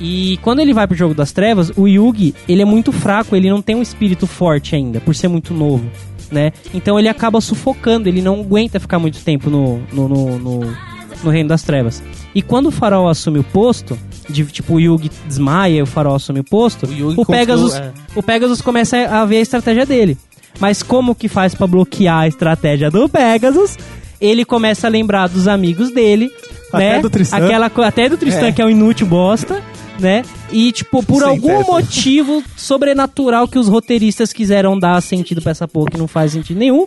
E quando ele vai pro jogo das trevas, o Yugi, ele é muito fraco, ele não tem um espírito forte ainda, por ser muito novo, né? Então ele acaba sufocando, ele não aguenta ficar muito tempo no, no, no, no- no reino das trevas. E quando o farol assume o posto, de, tipo, o Yugi desmaia e o farol assume o posto,
O Yugi
o, Pegasus,
continua,
o Pegasus começa a ver a estratégia dele. Mas como que faz pra bloquear a estratégia do Pegasus? Ele começa a lembrar dos amigos dele,
Até
né?
do Tristan.
Aquela co- até do Tristan, que é um inútil bosta, né? E, tipo, por
Sem
algum
teto.
motivo sobrenatural que os roteiristas quiseram dar sentido pra essa porra que não faz sentido nenhum,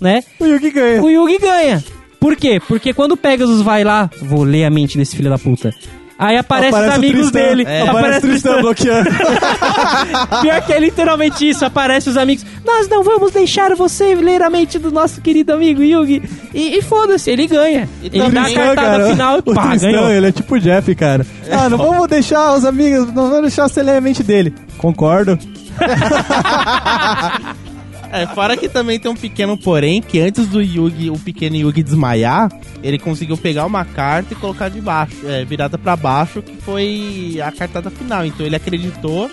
né?
O Yugi ganha.
O Yugi ganha. Por quê? Porque quando o Pegasus vai lá, vou ler a mente desse filho da puta. Aí aparece, os
o
amigos
Tristan.
dele.
É. Aparece o Tristan, bloqueando.
Pior que é literalmente isso, aparece os amigos. Nós não vamos deixar você ler a mente do nosso querido amigo Yugi. E, e foda-se, ele ganha. ele dá a
também,
cartada
cara,
tá, final e
o
pá,
Tristão,
ganhou. É
ele é tipo o Jeff, cara. ah, não vamos deixar os amigos, não vamos deixar você ler a mente dele. Concordo.
É, fora que também tem um pequeno porém, que antes do Yugi, o pequeno Yugi desmaiar, ele conseguiu pegar uma carta e colocar de baixo, é, virada pra baixo, que foi a cartada final. Então ele acreditou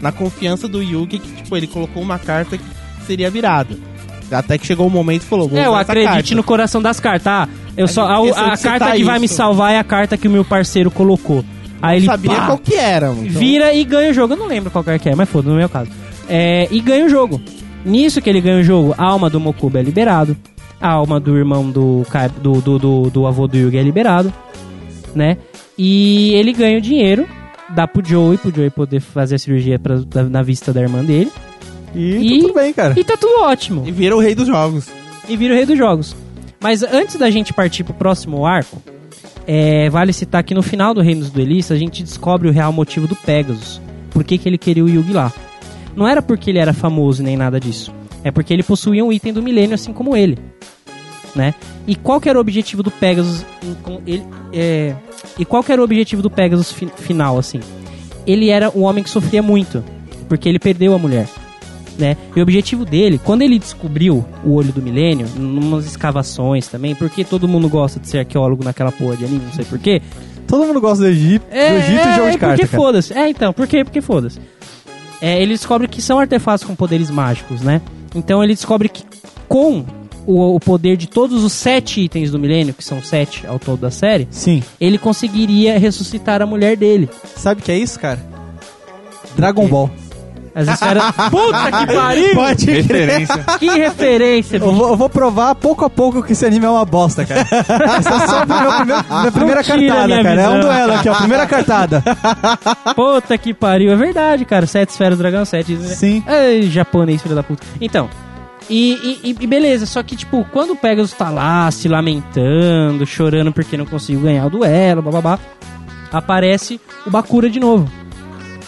na confiança do Yugi, que tipo, ele colocou uma carta que seria virada. Até que chegou o momento e falou, vou
É,
usar
eu
essa
acredite
carta.
no coração das cartas. Ah, eu só, a,
Esse é
a
onde você
carta
tá
que vai me
isso.
salvar é a carta que o meu parceiro colocou. Aí ele
sabia
pá,
qual que era. Então,
vira e ganha o jogo. Eu não lembro qual que é, mas foda, no meu caso. É, e ganha o jogo. Nisso que ele ganha o jogo, a alma do Mokuba é liberado. A alma do irmão do, Kai- do, do, do, do avô do Yugi é liberado. Né? E ele ganha o dinheiro. Dá pro Joey, pro Joey poder fazer a cirurgia pra- da- na vista da irmã dele.
E,
E-
tudo bem, cara.
E tá tudo ótimo
E vira o rei dos jogos.
e vira o rei dos jogos. Mas antes da gente partir pro próximo arco, é, vale citar que no final do Reino dos Duelistas a gente descobre o real motivo do Pegasus. Por que, que ele queria o Yugi lá? Não era porque ele era famoso nem nada disso. É porque ele possuía um item do milênio assim como ele. Né? E qual que era o objetivo do Pegasus? em- com ele- é, e qual que era o objetivo do Pegasus fi- final, assim? Ele era um homem que sofria muito, porque ele perdeu a mulher né? E o objetivo dele, quando ele descobriu o olho do milênio, numas escavações também, porque todo mundo gosta de ser arqueólogo naquela porra de anime, não sei porquê. É,
Todo mundo gosta do Egito, do Egito e jogo de
porque
carta, cara.
foda-se. É, então, por quê? Porque foda-se. É, ele descobre que são artefatos com poderes mágicos, né? Então ele descobre que com o, o poder de todos os sete itens do milênio, que são sete ao todo da série,
Sim.
ele conseguiria ressuscitar a mulher dele.
Sabe o que é isso, cara? Dragon
quê?
Ball.
As esferas... Puta que pariu!
Pode crer.
Referência.
Que referência,
Eu
bicho.
vou, eu vou provar pouco a pouco que esse anime é uma bosta, cara. Essa é só a meu primeiro- minha primeira
tira minha
cartada, cara. É um
visão.
duelo aqui, ó. Primeira cartada.
Puta que pariu, é verdade, cara. Sete esferas do dragão, sete. né?
Sim.
Ai, japonês, filho da puta. Então. E, e- e beleza, só que, tipo, quando o Pegasus tá lá se lamentando, chorando porque não conseguiu ganhar o duelo, bababá, aparece o Bakura de novo.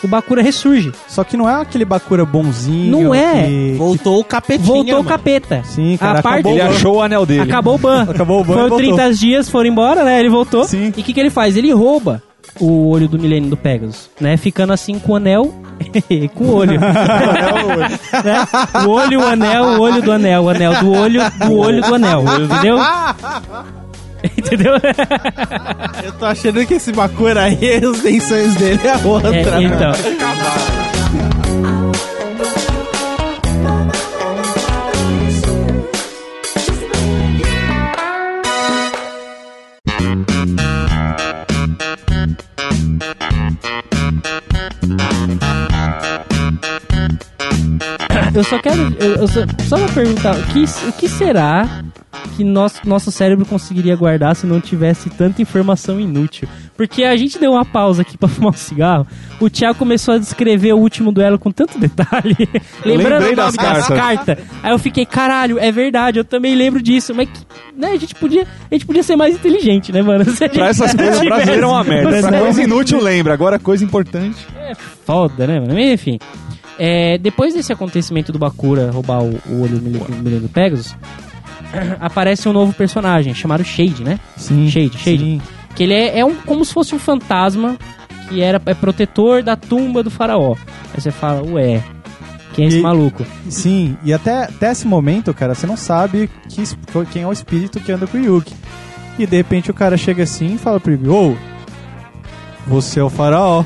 O Bakura ressurge.
Só que não é aquele Bakura bonzinho.
Não é.
que-
Voltou o capetinha,
Voltou o
mano.
capeta.
Sim, cara,
A parte-
acabou
Ele achou o anel dele.
Acabou o ban.
Acabou o ban e
Foi
voltou.
30 dias, foram embora, né? Ele voltou.
Sim.
E o que, que ele faz? Ele rouba o olho do milênio do Pegasus, né? Ficando assim com o anel. com o olho. Né? O olho, o anel, o olho do anel, o anel do olho, do olho do anel, entendeu? Entendeu?
Eu tô achando que esse Bakura aí, as tensões dele é outra.
É,
né?
então. Eu só quero. Eu, eu só, só vou perguntar: o que, o que será que nosso, nosso cérebro conseguiria guardar se não tivesse tanta informação inútil? Porque a gente deu uma pausa aqui pra fumar um cigarro. O Thiago começou a descrever o último duelo com tanto detalhe. Lembrando
Lembrei
o
das
nome das
cartas.
cartas. Aí eu fiquei: caralho, é verdade, eu também lembro disso. Mas que- né, a, gente podia, a gente podia ser mais inteligente, né, mano? Se
Pra
a gente
essas coisas,
tivesse-
brasileiro é uma merda.
Brasileiro
Pra
é
coisa inútil, lembra. Agora, coisa importante.
foda, né, mano? Enfim. É, depois desse acontecimento do Bakura roubar o, o olho do Mil- do menino do Pegasus, aparece um novo personagem chamado Shade, né?
Sim.
Shade, Shade.
Sim.
Que ele é, é um, como se fosse um fantasma que era, é protetor da tumba do faraó. Aí você fala, ué, quem é esse
E-
maluco?
Sim, e até, até esse momento, cara, você não sabe que es- quem é o espírito que anda com o Yuki. E de repente o cara chega assim e fala pro Yuki, ô, você é o faraó.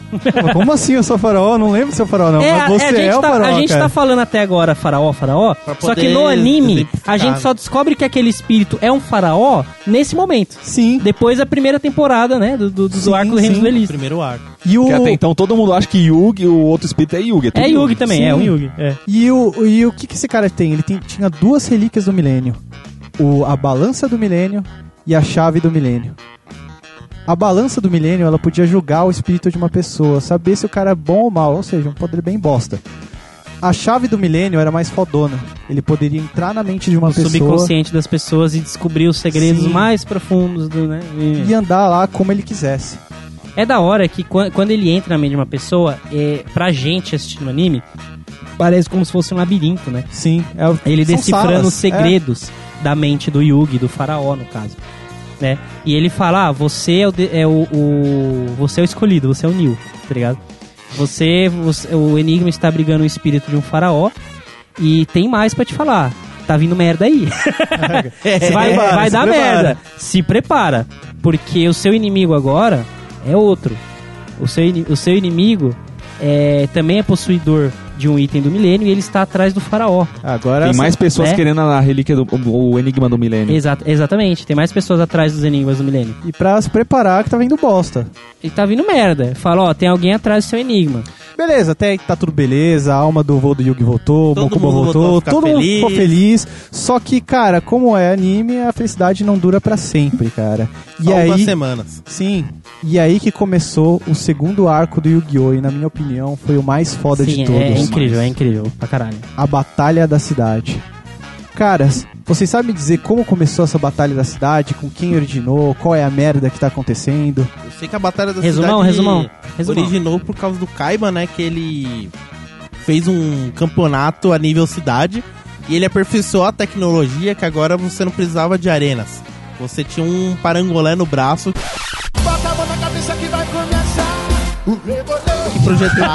Mas Como assim eu sou o faraó? Eu Não lembro se eu sou o faraó, não.
é,
mas você
a
é,
gente,
o
tá,
faraó,
a gente
cara.
tá falando até agora faraó, faraó,
Pra
só que
poder
no anime
exemplificar.
a gente só descobre que aquele espírito é um faraó nesse momento.
Sim.
Depois da primeira temporada, né? Do, do, do
Sim,
arco do Reino
sim.
dos Duelistas.
Primeiro arco.
E o,
Porque até então todo mundo acha que Yugi, o outro espírito é Yugi. tudo
É Yugi também,
Sim.
é um Yugi. É.
e o, e o que, que esse cara tem? Ele tem- tinha duas relíquias do milênio. O, a balança do milênio e a chave do milênio. A balança do milênio, ela podia julgar o espírito de uma pessoa, saber se o cara é bom ou mal, ou seja, um poder bem bosta. A chave do milênio era mais fodona. Ele poderia entrar na mente de uma
O
pessoa
subconsciente das pessoas e descobrir os segredos
Sim.
mais profundos do, né? E-
e andar lá como ele quisesse.
É da hora que quan- quando ele entra na mente de uma pessoa, é, pra gente assistindo anime, parece como se fosse um labirinto, né?
Sim, é o-
Ele
São
decifrando
salas, é.
os segredos da mente do Yugi, do faraó, no caso. Né? E ele fala, ah, você é o, de- é o, o- Você é o escolhido, você é o Nil, tá ligado? Você, você- O Enigma está brigando o espírito de um faraó. E tem mais pra te falar. Tá vindo merda aí. vai
prepara,
vai
se prepara.
dar merda. Se prepara. Porque o seu inimigo agora é outro. O seu, ini- o seu inimigo é, também é possuidor de um item do milênio e ele está atrás do faraó.
É, Agora
Tem mais pessoas
né?
querendo a relíquia do o, o enigma do milênio.
Exato, exatamente. Tem mais pessoas atrás dos enigmas do milênio.
e pra se preparar que tá vindo bosta.
E tá vindo merda. Fala, ó, tem alguém atrás do seu enigma.
Beleza, até aí tá tudo beleza, a alma do voo do Yugi voltou, o
Todo
Mokuba
mundo voltou
voltou,
a ficar
todo mundo
feliz.
ficou feliz. Só que, cara, como é anime, a felicidade não dura pra sempre, cara. E
Só algumas
aí,
semanas.
sim, e aí que começou o segundo arco do Yu-Gi-Oh! E na minha opinião, foi o mais foda
Sim,
de
é,
todos.
é incrível, é incrível. Pra caralho.
A Batalha da Cidade. Caras, vocês sabem me dizer como começou essa Batalha da Cidade? Com quem originou? Qual é a merda que tá acontecendo?
Eu sei que a Batalha da
Resumão,
Cidade
resumão. Resumão.
originou por causa do Kaiba, né? Que ele fez um campeonato a nível cidade e ele aperfeiçoou a tecnologia que agora você não precisava de arenas. Você tinha um parangolé no braço que Um projetava.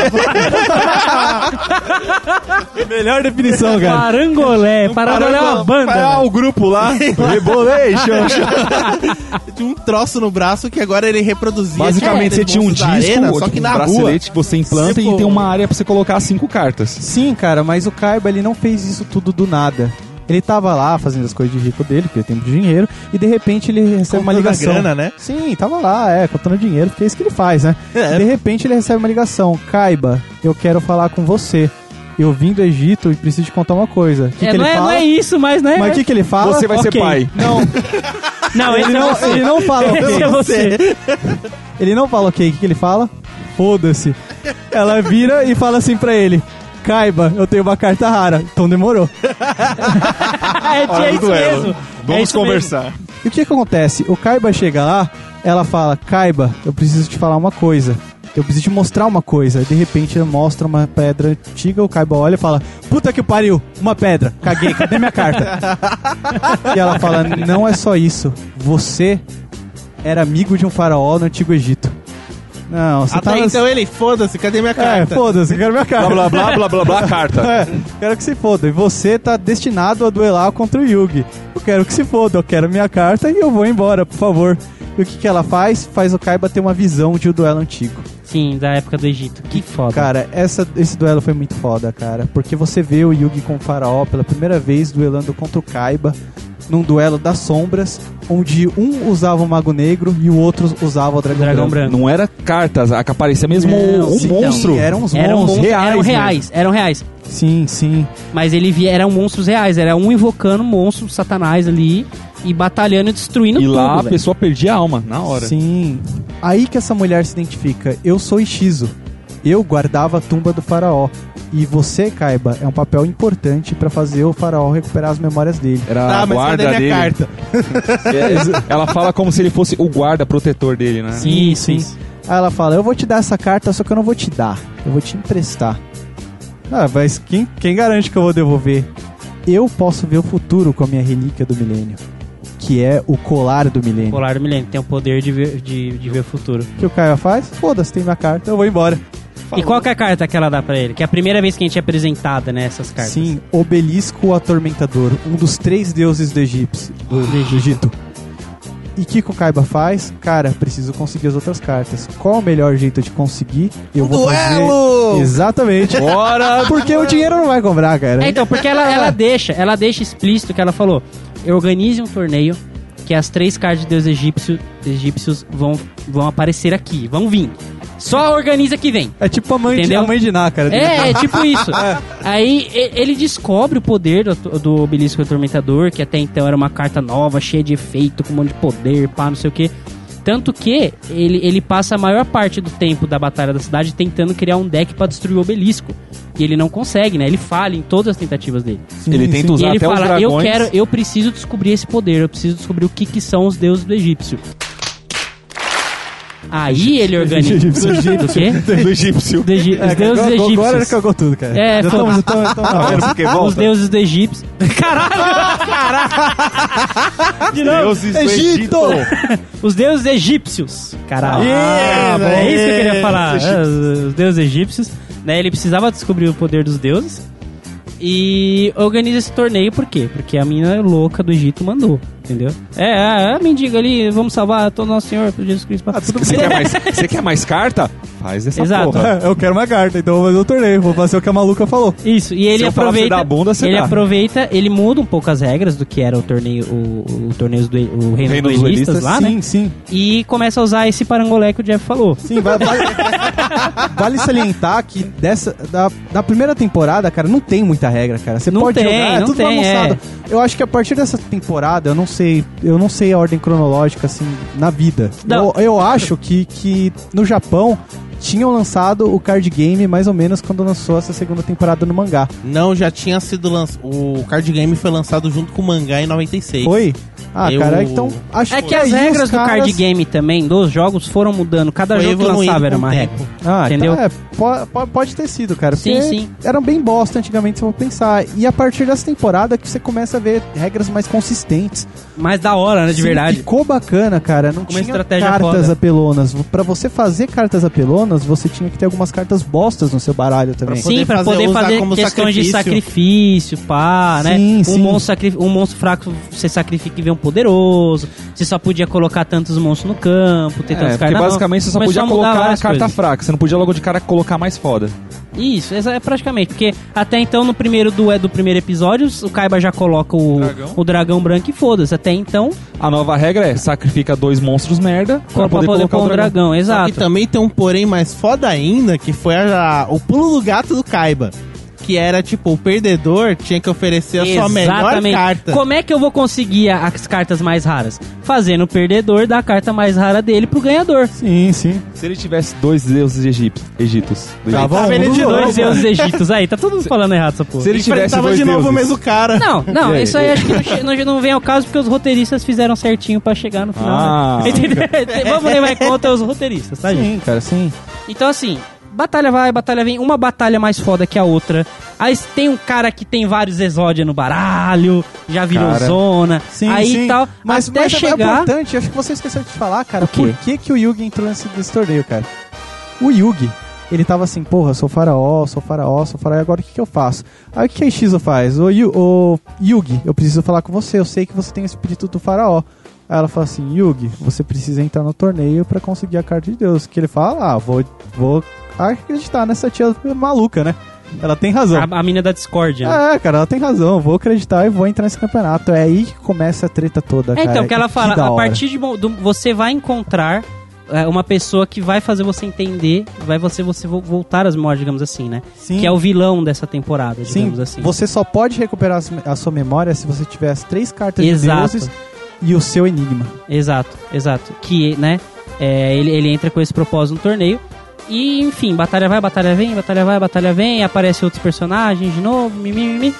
Melhor definição,
Parangolé. Parangolé é uma banda.
Ah, o grupo lá. Rebolation.
tinha um troço no braço que agora ele reproduzia.
Basicamente, você
tipo,
tinha um
monstros
disco,
da arena, só
tipo,
que
um
na rua.
bracelete que você implanta
Tipo-
e tem uma área pra você colocar cinco cartas.
Sim, cara, mas o Kaiba ele não fez isso tudo do nada. Ele tava lá fazendo as coisas de rico dele, porque ele tem muito dinheiro, e de repente ele recebe é uma
Contando a
ligação.
grana, né?
Sim, tava lá, é, contando dinheiro, porque é isso que ele faz, né?
É.
De repente ele recebe uma ligação. Kaiba, eu quero falar com você. Eu vim do Egito e preciso te contar uma coisa. O que,
É,
que
não,
ele
é,
fala?
não é isso, mas né?
Mas o que, que ele fala?
Você vai ser
ok.
pai.
Não,
Não, esse
ele
é
não,
você.
ele não fala ok.
Esse é você.
Ele não fala ok, o que, que ele fala? Foda-se. Ela vira e fala assim pra ele: Kaiba, eu tenho uma carta rara, então demorou.
é, é isso mesmo. É isso
E o que, que acontece? O Kaiba chega lá, ela fala: Kaiba, eu preciso te falar uma coisa. Eu preciso te mostrar uma coisa. De repente, ela mostra uma pedra antiga, o Kaiba olha e fala: Puta que pariu, uma pedra. Caguei, cadê minha carta? e ela fala: Não é só isso. Você era amigo de um faraó no Antigo Egito. Não, você
Até
tá... nas-
então ele, foda-se, cadê minha
É,
carta?
foda-se, eu quero minha carta.
Blá, blá, blá, blá, blá, blá, carta.
É, quero que se foda. E você tá destinado a duelar contra o Yugi. Eu quero que se foda, eu quero minha carta e eu vou embora, por favor. E o que, que ela faz? Faz o Kaiba ter uma visão de um duelo antigo.
Sim, da época do Egito. Que foda.
Cara, essa- esse duelo foi muito foda, cara. Porque você vê o Yugi com o Faraó pela primeira vez duelando contra o Kaiba num duelo das sombras, onde um usava o Mago Negro e o outro usava o Dragão,
Dragão
Branco.
Branco.
Não era cartas, a que aparecia mesmo
Não,
um
É, sim, então,
monstro.
Sim, eram uns
Eram,
monstros.
monstros,
reais
eram
mesmo.
reais, eram reais.
Sim, sim.
Mas ele via, eram monstros reais, era um invocando monstros satanás ali e batalhando e destruindo
E
tudo.
lá a
um velho.
pessoa perdia a alma na hora.
Sim. Aí que essa mulher se identifica. Eu sou Ishizo. Eu guardava a tumba do faraó. E você, Kaiba, é um papel importante pra fazer o faraó recuperar as memórias dele.
Era
Ah,
Tá,
a
mas cadê
guarda
minha
dele.
carta?
É, Ela fala como se ele fosse o guarda protetor dele, né?
Sim, sim.
Aí ela fala: Eu vou te dar essa carta, só que eu não vou te dar. Eu vou te emprestar. Ah, mas quem, quem garante que eu vou devolver? Eu posso ver o futuro com a minha relíquia do milênio. Que é o colar do milênio.
Polar do Milênio tem o poder de ver, de, de ver o futuro.
O que o Kaiba faz? Foda-se, tem minha carta, eu vou embora.
E qual que é a carta que ela dá pra ele? Que é a primeira vez que a gente é apresentada, né, essas cartas.
Sim, Obelisco Atormentador, um dos três deuses do Egito. Do, do Egito. E o que que o Kaiba faz? Cara, preciso conseguir as outras cartas. Qual o melhor jeito de conseguir? Eu vou
Duelo!
fazer... Exatamente.
Bora!
Porque o dinheiro não vai comprar,
É,
cara.
então, porque ela, ela deixa, ela deixa explícito que ela falou: eu organize um torneio que as três cartas de deus egípcio, egípcios vão, vão aparecer aqui, vão vir. Só organiza que vem.
É tipo a mãe, de,
Entendeu?
a mãe de Ná, cara.
É, é tipo isso. Aí e- ele descobre o poder do, atu- do obelisco atormentador, que até então era uma carta nova, cheia de efeito, com um monte de poder, pá, não sei o quê. Tanto que ele, ele passa a maior parte do tempo da Batalha da Cidade tentando criar um deck pra destruir o obelisco. E ele não consegue, né? Ele falha em todas as tentativas dele.
ele tenta usar
e ele
até os
fala,
dragões.
eu quero, eu preciso descobrir esse poder, eu preciso descobrir o que, que são os deuses do egípcio. Aí ele organiza.
Egípcio,
Do quê?
do egípcio.
Do Egi- Os deuses
agora, agora ele
egípcios.
É, cagou tudo, cara.
É,
já
foda.
estamos, já estamos,
Tá vendo porque volta?
Ah, Os deuses do egípcio. Caralho! De novo.
Deuses do
Egito!
Os deuses egípcios. Caralho.
Ah, bom.
é isso que eu queria falar.
Os
É, Os, os deuses egípcios. Né, ele precisava descobrir o poder dos deuses. E organiza esse torneio por quê? Porque a mina louca do Egito mandou, entendeu? É, a, a mendiga ali, vamos salvar todo nosso senhor, por Jesus Cristo.
Você quer, mais, você quer mais carta? Faz essa
Exato.
porra.
Eu quero uma carta, então eu vou fazer o torneio. Vou fazer o que a maluca falou.
Isso, e ele
eu falar pra você
aproveita.
dar a bunda, você
ele
dá.
aproveita, ele muda um pouco as regras do que era o torneio, o, o torneio do o reino,
Reino
dos
dos
duelistas
duelistas,
lá,
sim,
né?
sim.
E começa a usar esse parangolé que o Jeff falou.
Sim, vai- vai- vale salientar que dessa, da, da primeira temporada, cara, não tem muita regra, cara. Você
Não
pode
tem,
jogar, é
não
tudo
tem, é.
bagunçado. Eu acho que a partir dessa temporada, eu não sei, eu não sei a ordem cronológica, assim, na vida.
Não.
Eu, eu acho que, que no Japão tinham lançado o card game mais ou menos quando lançou essa segunda temporada no mangá.
Não, já tinha sido lançado. O card game foi lançado junto com o mangá em 96.
Foi? Ah,
Eu-
cara, então acho
É que as
aí os
regras do
caras-
card game também, dos jogos, foram mudando. Cada
Foi
jogo que
evoluindo
lançava era
com o
uma
tempo.
regra.
Ah,
Entendeu?
então é, po- po- pode ter sido, cara.
Sim,
porque
sim.
Eram bem bosta antigamente, se eu for pensar. E a partir dessa temporada que você começa a ver regras mais consistentes.
Mas da hora, né? De
Sim,
verdade.
Ficou bacana, cara. Não tinha
estratégia
cartas
foda.
apelonas. Pra você fazer cartas apelonas, você tinha que ter algumas cartas bostas no seu baralho também.
poder
Sim, pra
fazer-
poder
usar
fazer
como
questões de sacrifício, pá, né?
Sim,
um,
sim.
Monstro sacri- um monstro fraco você sacrifica e vê um poderoso. Você só podia colocar tantos monstros no campo, ter
É,
tantos
porque
Então, caras na mão.
basicamente você só
Mas
podia
mudar
colocar a
várias
carta
coisas.
fraca. Você não podia logo de cara colocar mais foda.
Isso, essa é praticamente, porque até então no primeiro do, é do primeiro episódio, o Kaiba já coloca o
Dragão.
dragão, o dragão branco e foda-se. Até então,
A nova regra é sacrifica dois monstros merda pra
pra
poder,
poder
colocar
pôr
o
um
dragão.
dragão,
Só que
exato.
também tem um porém mais foda ainda, que foi a- o pulo do gato do Kaiba. Que era tipo, o perdedor tinha que oferecer a
É
sua melhor carta.
Como é que eu vou conseguir a- as cartas mais raras? Fazendo o perdedor dar a carta mais rara dele pro ganhador.
Sim, sim.
Se ele tivesse dois deuses egípcios, egitos. do
Tá
Egito.
bom,
vendo
vamos
de
lá.
novo.
Dois deuses egípcios aí, tá todo mundo falando errado essa porra.
Se ele tivesse
Enfrentava
dois
de novo o
deuses.
mesmo cara.
Não, não,
É,
isso aí acho que não, che- não, não vem ao caso porque os roteiristas fizeram certinho pra chegar no final.
Ah.
né? Entendeu? Vamos levar em conta os roteiristas, tá, gente?
Sim, cara, sim.
Então, assim, batalha vai, batalha vem, uma batalha mais foda que a outra. Aí tem um cara que tem vários exódia no baralho, já virou
Cara.
zona.
Sim,
aí
sim.
tal,
Mas,
até
mas é
chegar.
importante, acho que você esqueceu de falar, cara,
O quê?
por que, que o Yugi entrou nesse, nesse torneio, cara? O Yugi, ele tava assim, porra, sou faraó, sou faraó, sou faraó, e agora o que, que eu faço? Aí o que, que a Ishizo faz? Ô, Yu- ô, Yugi, eu preciso falar com você, eu sei que você tem o espírito do faraó. Aí ela fala assim, Yugi, você precisa entrar no torneio pra conseguir a carta de Deus. Que ele fala, ah, vou, vou acreditar nessa tia maluca, né? Ela tem razão.
A, a mina da Discord, né?
É, cara, ela tem razão. Vou acreditar e vou entrar nesse campeonato. É aí que começa a treta toda,
É,
cara.
então, que ela fala,
da
a
hora.
partir de mo- do, você vai encontrar é, uma pessoa que vai fazer você entender, vai você você vo- voltar às memórias, digamos assim, né?
Sim.
Que é o vilão dessa temporada,
Sim,
digamos assim.
você só pode recuperar a su- a sua memória se você tiver as três cartas
Exato.
de deuses e o seu enigma.
Exato, exato. Que, né, é, ele, ele entra com esse propósito no torneio. E, enfim, batalha vai, batalha vem, batalha vai, batalha vem, aparecem outros personagens de novo, mimimi.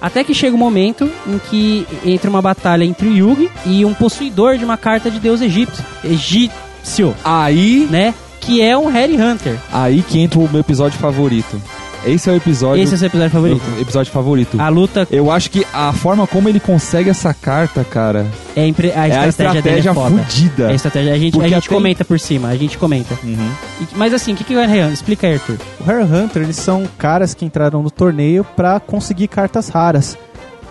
Até que chega o momento em que entra uma batalha entre o Yugi e um possuidor de uma carta de deus egípcio. Egípcio,
Aí,
né? Que é um Harry Hunter.
aí que entra o meu episódio favorito. Esse é o episódio.
Esse é o seu episódio
meu
favorito. Ah.
episódio favorito.
A luta
Eu acho que a forma como ele consegue essa carta, cara,
é impre- a
é a
estratégia, dele
estratégia
é foda.
fodida.
É a estratégia. A gente, a
Porque
gente
até-
comenta por cima, a gente comenta.
Uhum.
E- Mas assim, o que, que é o Harry Hunter? Explica aí, Arthur.
O Harry Hunter, eles são caras que entraram no torneio pra conseguir cartas raras.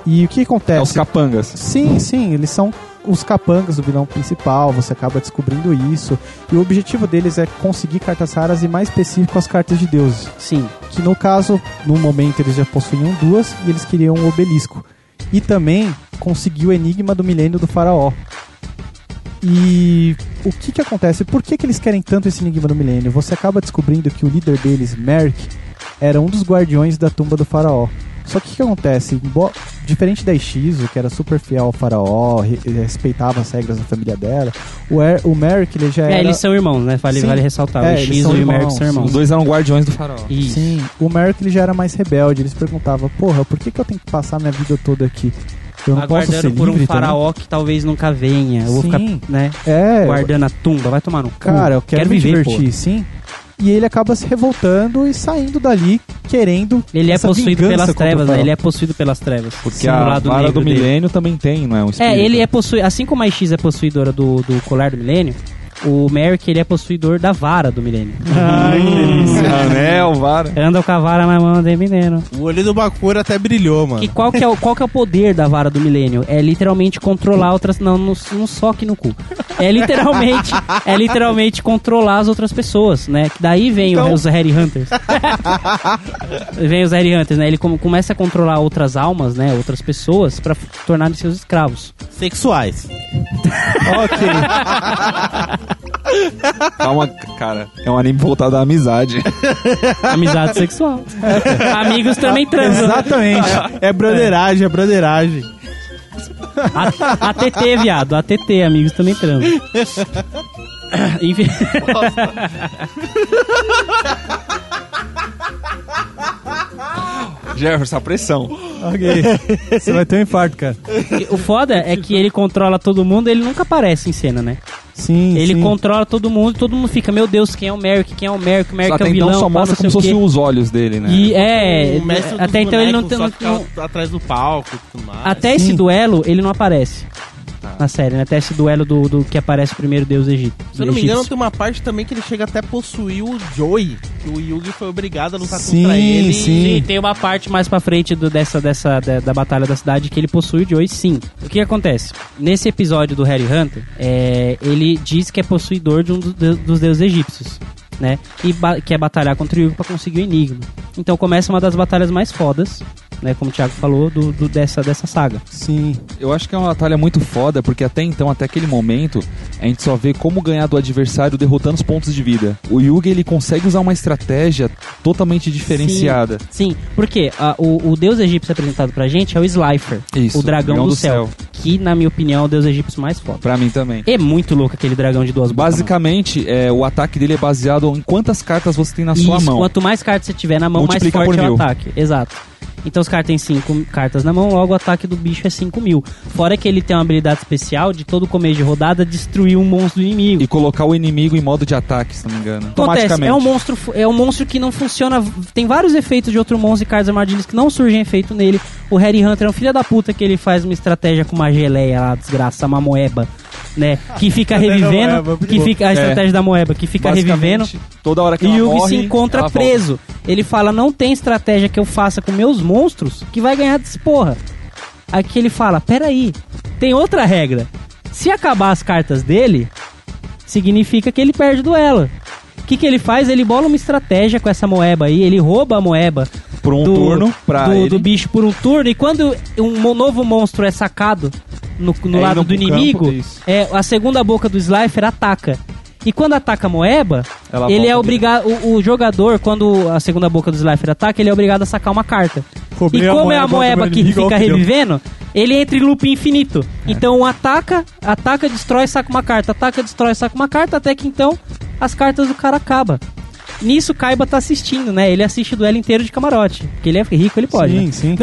E o que
É,
acontece?
os capangas.
Sim, sim, eles são os capangas do vilão principal, você acaba descobrindo isso. E o objetivo deles é conseguir cartas raras e mais específico as cartas de deuses.
Sim.
que no caso, no momento eles já possuíam duas e eles queriam um obelisco. E também conseguiu o enigma do milênio do faraó. E o que que acontece? Por que que eles querem tanto esse enigma do milênio? Você acaba descobrindo que o líder deles, Merrick, era um dos guardiões da tumba do faraó. Só que o que que acontece? Embo- Diferente da Ishizo, que era super fiel ao faraó, re- respeitava as regras da família dela, o, er o Merrick ele já
É,
era...
eles são irmãos, né? Vale,
Sim.
vale ressaltar.
É,
o
eles
X e
são
o Merck
irmãos,
são
Os
irmãos.
dois eram guardiões do farol.
Isso.
Sim, o Merrick ele já era mais rebelde, eles perguntavam, porra, por que, que eu tenho que passar minha vida toda aqui? Eu não posso ser
Aguardando por
livre
um
também?"
faraó que talvez nunca venha. Eu vou ficar,
Sim.
né?
É,
Guardando a tumba. Vai tomar no cu.
cara, eu quero, me
Hum, viver, pô.
divertir, sim. E ele acaba se revoltando e saindo dali querendo.
Ele é
essa
possuído
vingança
pelas
contra o
trevas, né?
faraó.
Ele é possuído pelas trevas.
Porque
Sim,
a
lado
vara
negro
do
dele.
milênio também tem, não é? Um espírito.
É, ele é possuído. Assim como a X é possuidora do, do colar do milênio, o Merrick ele é possuidor da vara do milênio.
Ai, que delícia.
Anel, vara.
Anda com a vara na mão de menino.
O olho do Bakura até brilhou, mano.
E qual que, é o, qual que é o poder da vara do milênio? É literalmente controlar outras. Não, não, não soque no cu. É literalmente, é literalmente controlar as outras pessoas, né? Que Daí vem o- os Harry Hunters. vem os Harry Hunters, né? Ele come- começa a controlar outras almas, né? Outras pessoas pra f- tornarem seus escravos.
Sexuais.
Calma, Tá cara. É um anime voltado à amizade.
Amizade sexual. Amigos também transam. né?
Exatamente. É broderagem, é broderagem.
A- ATT, viado. ATT, amigos também transam. Enfim.
Jefferson, a pressão.
Ok. Você vai ter um infarto, cara.
O foda é que ele controla todo mundo, ele nunca aparece em cena, né?
Sim,
Ele
sim.
controla todo mundo, todo mundo fica, meu Deus, quem é o Merrick? Quem é o Merrick? O
Só
Merrick é
até
o vilão.
então só
pá,
mostra
não sei
como se
o quê.
fossem os olhos dele, né?
E é,
o mestre dos
até então ele não tem.
bonecos
não-
só um- ficava atrás do palco e tudo mais.
até esse duelo, ele não aparece.
Tá.
Na série, né? Até esse duelo do, do que aparece o primeiro Deus Egito.
Se eu não me
egípcio.
engano, tem uma parte também que ele chega até a possuir o Joey, que o Yugi foi obrigado a lutar
Sim,
contra ele.
sim.
Sim, tem uma parte mais pra frente do- dessa, dessa da, da Batalha da Cidade que ele possui de hoje, sim. O que acontece? Nesse episódio do Harry Hunter, é, ele diz que é possuidor de um do- do- dos deuses egípcios, né? E ba- quer batalhar contra o Yugi pra conseguir o enigma. Então começa uma das batalhas mais fodas, né? Como o Thiago falou, do, do- dessa, dessa saga.
Sim.
Eu acho que é uma batalha muito foda, porque até então, até aquele momento, a gente só vê como ganhar do adversário derrotando os pontos de vida. O Yugi, ele consegue usar uma estratégia totalmente diferenciada.
Sim, porque a- o, o deus egípcio apresentado pra gente é o Slifer,
Isso,
o dragão do, céu, Que, na minha opinião, é o deus egípcio mais foda.
Pra mim também.
É muito louco aquele dragão de duas bocas, mano.
Basicamente, é, o ataque dele é baseado em quantas cartas você tem na sua
Isso,
mão.
Quanto mais cartas você tiver na mão, mais
Multiplica
forte
por
é o
mil.
ataque. Exato. Então os caras têm 5 cartas na mão, logo o ataque do bicho é 5 mil. Fora que ele tem uma habilidade especial de todo começo de rodada destruir um monstro do inimigo.
E colocar o inimigo em modo de ataque, se não me engano.
Acontece,
Automaticamente.
é um monstro, fu- é um monstro que não funciona. Tem vários efeitos de outro monstro e cartas armadilhas que não surgem efeito nele. O Harry Hunter é um filho da puta que ele faz uma estratégia com uma geleia lá, desgraça, uma moeba. né? Que fica revivendo, que fica a estratégia da moeba, que fica revivendo.
Toda hora que
E
ela
Yugi
morre,
se encontra
ela volta.
preso. Ele fala: Não tem estratégia que eu faça com meus monstros que vai ganhar desse porra. Aqui ele fala: Peraí, tem outra regra. Se acabar as cartas dele, significa que ele perde o duelo. O que, que ele faz? Ele bola uma estratégia com essa moeba aí, ele rouba a moeba
Por um turno pra
do,
ele.
do bicho por um turno. E quando um mo- novo monstro é sacado no, no
É,
lado
indo pro
do inimigo,
campo, isso.
é, a segunda boca do Slifer ataca. E quando ataca a Moeba,
Ela
ele
volta
é obrigado. O, o jogador, quando a segunda boca do Slifer ataca, ele é obrigado a sacar uma carta.
Roubei
e
a
como é
moeba
a
do
moeba
meu
que
inimigo,
fica
ó, que deu.
revivendo, ele entra em loop infinito.
É.
Então um ataca, ataca, destrói, saca uma carta, ataca, destrói, saca uma carta, até que então as cartas do cara acabam. Nisso Kaiba tá assistindo, né? Ele assiste o duelo inteiro de camarote. Porque ele é rico, ele pode. né?
Sim, sim.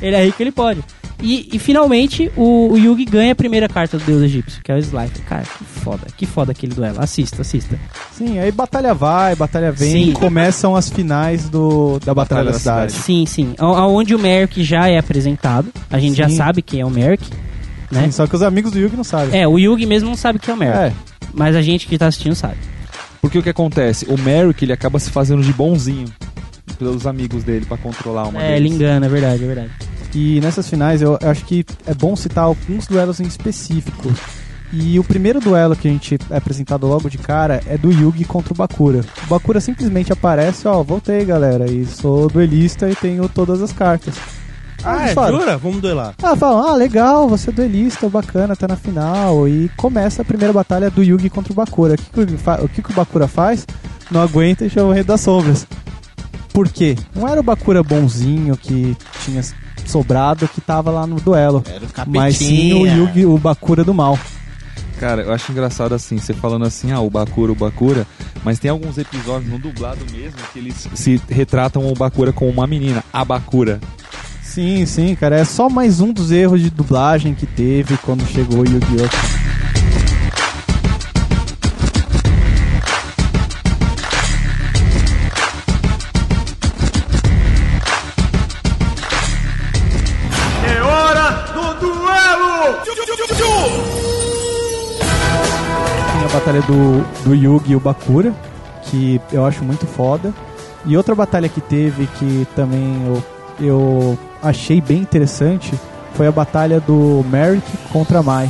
Ele é rico, ele pode. E, e, finalmente o, o Yugi ganha a primeira carta do Deus Egípcio, que é o Slife. Cara, que foda, que foda aquele duelo. Assista, assista.
Sim, aí batalha vai, batalha vem,
Sim.
e começam as finais do, da Batalha,
Batalha
da
da
Cidade.
Sim, sim. A- Aonde o Merrick já é apresentado. A gente já
Sim.
sabe quem é o Merrick. né?
Sim, Só que os amigos do Yugi não sabem.
É, o Yugi mesmo não sabe quem é o Merrick.
É,
Mas a gente que tá assistindo sabe.
Porque o que acontece? O Merrick, ele acaba se fazendo de bonzinho pelos amigos dele pra controlar uma
É,
deles.
ele engana, é verdade, é verdade.
E nessas finais eu acho que é bom citar alguns duelos em específico. E o primeiro duelo que a gente é apresentado logo de cara é do Yugi contra o Bakura. O Bakura simplesmente aparece, ó, voltei galera, e sou duelista e tenho todas as cartas.
Ah, é,
Fala.
jura? Vamos duelar.
Ah, falam, ah, legal, você é duelista, bacana, tá na final. E começa a primeira batalha do Yugi contra o Bakura. O que, que o, Yugi fa- o, que que o Bakura faz? Não aguenta e chama o Rei das Sombras. Por quê? Não era o Bakura bonzinho que tinha s- sobrado que tava lá no duelo.
Era o capetinha.
Mas sim o Yugi, o Bakura do mal.
Cara, eu acho engraçado assim, você falando assim, ah, o Bakura, o Bakura, mas tem alguns episódios no dublado mesmo que eles se retratam o Bakura como uma menina, a Bakura. Tipo
Sim, sim, cara. É só mais um dos erros de dublagem que teve quando chegou o Yu-Gi-Oh! Tem a batalha do, do Yugi e o Bakura, que eu acho muito foda. E outra batalha que teve que também eu, eu achei bem interessante foi a batalha do Merrick contra Mai.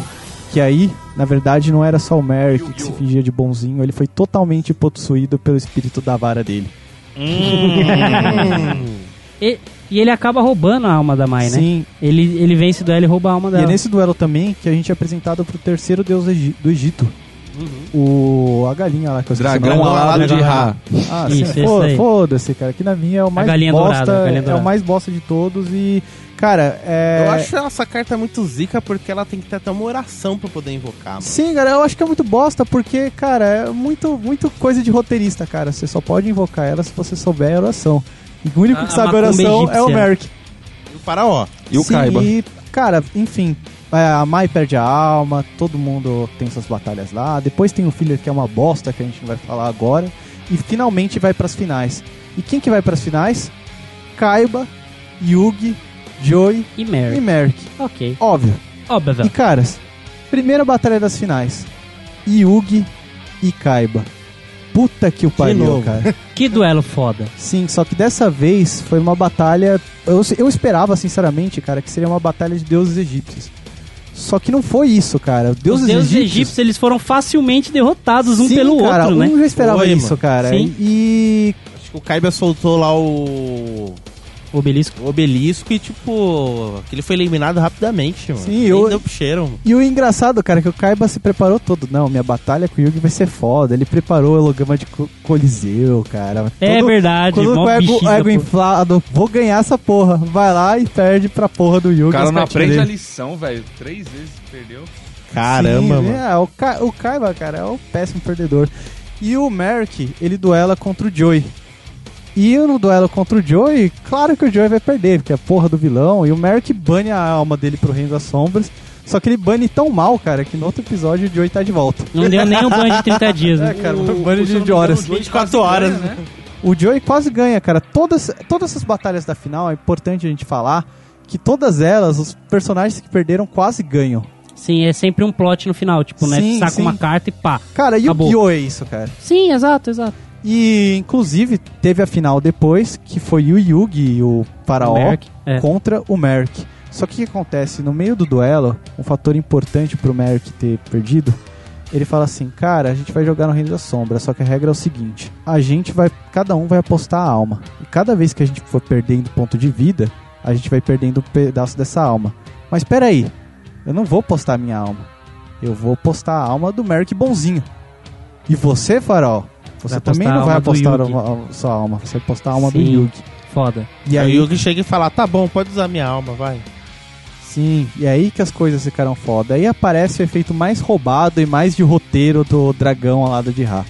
Que aí, na verdade, não era só o Merrick que se fingia de bonzinho, ele foi totalmente possuído pelo espírito da vara dele.
E, e ele acaba roubando a alma da Mai, né?
Sim,
Ele, ele vence o duelo e rouba a alma
E é
dela.
nesse duelo também que a gente é apresentado pro terceiro deus Egi- do Egito. O. A galinha lá que eu esqueci o
Dragão
nome. É um
alado é de Ra.
Ah,
Isso,
sim.
esse
Fo-
aí.
Foda-se, cara. Que na minha é o mais
galinha
bosta.
dourada, a galinha
é o
dourada.
mais bosta de todos. E. Cara, é.
Eu acho essa carta muito zica porque ela tem que ter até uma oração pra poder invocar, mano.
Sim, cara, eu acho que é muito bosta, porque, cara, é muito, muito coisa de roteirista, cara. Você só pode invocar ela se você souber a oração. E o único
A-
que
a
sabe a
macumba
oração é o
egípcia.
Merrick.
E o faraó.
E o
Sim,
Kaiba.
E, cara, enfim, é, a Mai perde a alma, todo mundo tem suas batalhas lá. Depois tem o filler que é uma bosta, que a gente não vai falar agora. E finalmente vai pras finais. E quem que vai pras finais? Kaiba, Yugi, Joey
E
e
Merrick.
Merrick.
Ok.
Óbvio.
Óbvio.
Tá.
E, caras, primeira batalha das finais. Yugi e Kaiba. Puta que o pariu,
novo.
cara.
Que duelo foda.
Sim, só que dessa vez foi uma batalha. Eu, eu esperava, sinceramente, cara, que seria uma batalha de deuses egípcios. Só que não foi isso, cara. Deuses,
Os deuses egípcios,
egípcios.
eles foram facilmente derrotados um
Sim,
pelo
cara,
outro, né?
Um já esperava
Foi,
isso,
mano.
cara.
Sim.
E.
Acho que o Kaiba soltou lá o...
Obelisco.
o obelisco e, tipo, aquele foi eliminado rapidamente, mano.
Sim,
Nem
eu-
deu pro cheiro, mano.
E o engraçado, cara, é que o Kaiba se preparou todo. Não, minha batalha com o Yugi vai ser foda. Ele preparou o holograma de Co- Coliseu, cara.
É
Todo-
verdade,
Quando
mó
com o ego,
bexiga,
ego
pô.
inflado, vou ganhar essa porra. Vai lá e perde pra porra do Yugi.
O cara
as
não
cartinhas
aprende
dele.
a lição, velho. Três vezes perdeu.
Caramba,
Sim,
mano.
É, o, Ka o Kaiba, cara, é um péssimo perdedor. E o Merrick, ele duela contra o Joey. E no duelo contra o Joey, claro que o Joey vai perder, porque é a porra do vilão. E o Merrick bane a alma dele pro Reino das Sombras. Só que ele bane tão mal, cara, que no outro episódio o Joey tá de volta.
Não deu nem um ban de 30 dias, né?
É, cara,
O-
um
o-
bane
se eu não me
de, de
engano,
horas.
o Joey
24
quase
horas,
ganha, né?
O Joey quase ganha, cara. Todas, todas essas batalhas da final, é importante a gente falar que todas elas, os personagens que perderam quase ganham.
Sim, é sempre um plot no final, tipo, né?
Sim,
Saca
sim.
uma carta e pá.
Cara,
Acabou.
Yu-Gi-Oh! é isso, cara.
Sim, exato, exato.
E, inclusive, teve a final depois, que foi o Yugi e o Faraó
Merc, é.
contra o Merc. Só que o que acontece? No meio do duelo, um fator importante pro Merc ter perdido, ele fala assim, cara, a gente vai jogar no Reino da Sombra, só que a regra é o seguinte, a gente vai, cada um vai apostar a alma. E cada vez que a gente for perdendo ponto de vida, a gente vai perdendo um pedaço dessa alma. Mas peraí, eu não vou postar minha alma. Eu vou postar a alma do Merc bonzinho. E você, Farol, você
Vai
também
apostar a
não vai
alma do
apostar
Yugi.
a, a sua alma, você vai apostar a alma do
Sim.
Yugi.
Foda.
E
aí
aí,
o Yugi chega e fala, tá bom, pode usar minha alma, vai.
sim, e aí que as coisas ficaram foda. Aí aparece o efeito mais roubado e mais de roteiro do dragão alado de Ra.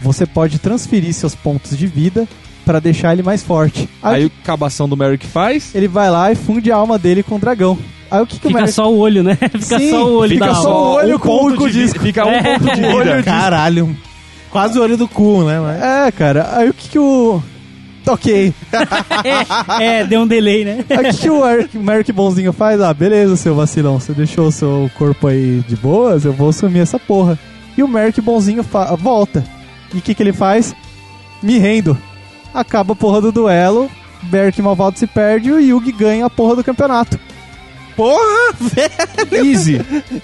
Você pode transferir seus pontos de vida pra deixar ele mais forte. Aí,
Aí o cabação do Merrick faz.
ele vai lá e funde a alma dele com o dragão. Aí o que que o
Fica
Merrick...
só o olho, né? Fica
Sim,
só o olho
Fica
da
só
alma.
o olho com o
único
único de
disco.
Fica um ponto de vida.
Caralho. Quase o olho do cu, né? Mas...
É, cara, aí o que que o... Ok.
É, é, deu um delay, né?
Aí o que que o Eric, o Merrick bonzinho faz? Ah, beleza, seu vacilão, você deixou o seu corpo aí de boas, eu vou sumir essa porra. E o Merrick bonzinho fa- volta. E o que que ele faz? Me rendo. Acaba a porra do duelo, Merrick malvado se perde e o Yugi ganha a porra do campeonato.
Porra, velho!
Easy.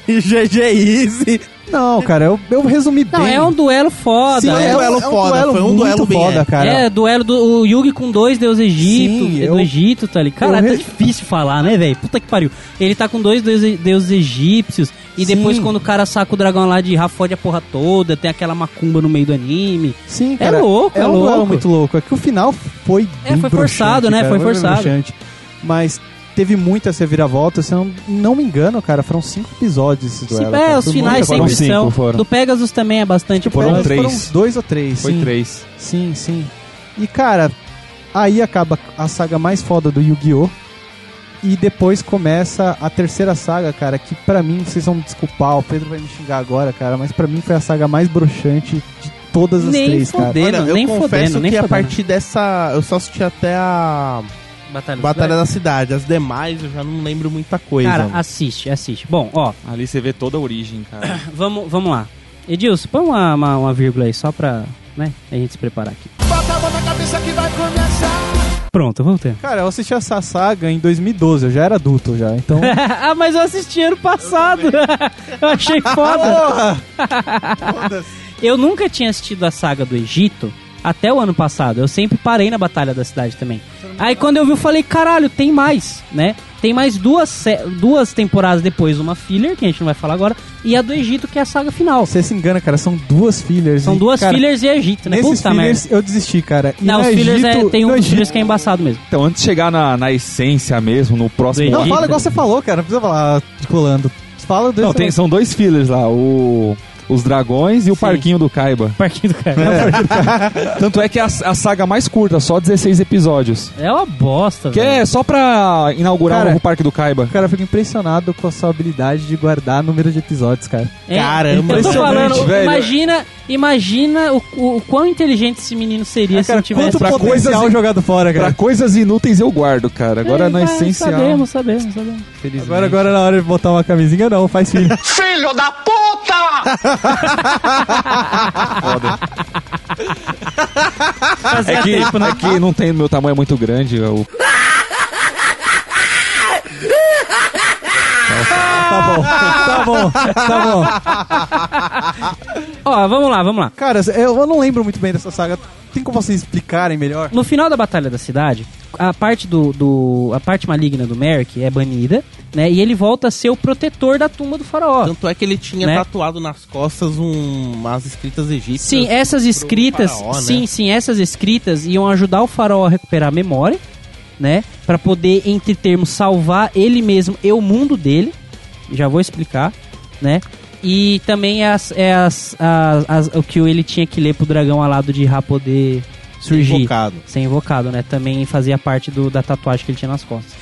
E GG Easy.
Não, cara, eu, eu resumi
Não,
bem.
é um duelo foda.
Sim,
é,
é um duelo foda, foi um
muito
duelo bem
foda,
épico.
cara.
é, duelo do o Yugi com dois deus Egito,
Sim,
é
eu-
do Egito, tá ali. Cara,
eu
é
re-
difícil falar, né, velho? Puta que pariu. Ele tá com dois deus- deuses egípcios, e
Sim.
depois quando o cara saca o dragão lá de Ra, fode a porra toda, tem aquela macumba no meio do anime.
Sim,
É
cara.
louco,
é
é
um duelo
louco.
muito louco. É que o final foi
É,
bem
foi
broxante,
forçado, né?
cara,
Foi
bem
forçado.
broxante. Mas teve muitas reviravoltas. Se eu não- não me engano, cara, foram cinco episódios esse
Se,
duelo.
é,
cara.
os
Foi
finais
muita
sempre
coisa.
foram cinco,
são.
foram.
Do Pegasus também é bastante.
Foram
foram
Mas
três.
Tipo, Foram dois ou três,
Foi
sim.
três.
Sim, sim. E, cara, aí acaba a saga mais foda do Yu-Gi-Oh! E depois começa a terceira saga, cara, que pra mim, vocês vão me desculpar, o Pedro vai me xingar agora, cara, mas pra mim foi a saga mais broxante de todas as
Nem
três, cara.
fodendo,
Olha, eu
nem
confesso
fodendo, nem
que a
fodendo.
partir dessa... Eu só assisti até a
Batalha,
Batalha da Cidade. As demais eu já não lembro muita coisa.
Cara, assiste, assiste. Bom, ó,
Ali você vê toda a origem, cara.
vamos, vamos lá. Edilson, põe uma, uma, uma vírgula aí, só pra né, a gente se preparar aqui. Pronto, voltei.
Cara, eu assisti essa saga em 2012, eu já era adulto já, então.
ah, mas eu assisti ano passado. Eu, achei foda. Eu nunca tinha assistido a saga do Egito até o ano passado. Eu sempre parei na Batalha da Cidade também. Aí quando eu vi, eu falei, caralho, tem mais, né? Tem mais duas, sé- duas temporadas depois, uma filler, que a gente não vai falar agora, e a do Egito, que é a saga final.
Você se engana, cara, são duas fillers.
São
e,
duas
cara,
fillers e Egito, né?
Nesses
Puta merda.
fillers eu desisti, cara. E
Não,
no
os fillers
Egito,
é, tem um
no
dos
Egito-
fillers que é embaçado mesmo.
Então, antes de chegar na, na essência mesmo, no próximo.
Não,
Não,
arco-
fala igual você falou, cara, não precisa falar colando. Fala do
Não, tem, são dois fillers lá. O, os dragões e o
Sim.
parquinho do Kaiba.
Parquinho do
É.
cara.
Tanto é que é a, a saga mais curta, só 16 episódios.
É uma bosta,
Que
velho.
é só pra inaugurar
Cara,
o novo parque do Kaiba.
Cara, eu fico impressionado com a sua habilidade de guardar número de episódios, cara.
É,
Caramba, é
eu tô
impressionante,
falando,
velho.
imagina, imagina o, o, o quão inteligente esse menino seria
Ah,
se não
cara
tivesse...
quanto
Pra
potencial
coisas-
jogado fora,
Pra
cara.
coisas inúteis eu guardo, cara. Agora
É,
na
vai,
essencial.
Sabemos, sabemos, sabemos.
felizmente.
Agora, agora é na hora de botar uma camisinha, não, faz filho.
Filho da puta!
É que, é que não tem, meu tamanho é muito grande. Eu...
tá bom, tá bom, tá bom.
Ó, vamos lá, vamos lá.
Cara, eu eu não lembro muito bem dessa saga. Tem como vocês explicarem melhor?
No final da Batalha da Cidade, a parte do, do a parte maligna do Merrick é banida, né? E ele volta a ser o protetor da tumba do faraó.
Tanto é que ele tinha
Né?
tatuado nas costas um, umas escritas egípcias.
Sim, essas escritas,
faraó, né?
sim, sim, essas escritas iam ajudar o faraó a recuperar a memória, né? Pra poder, entre termos, salvar ele mesmo e o mundo dele. Já vou explicar, né? E também as, é as, as- as- o que ele tinha que ler pro dragão alado de Ra poder surgir.
Invocado.
Ser invocado, né? Também fazia parte do, da tatuagem que ele tinha nas costas.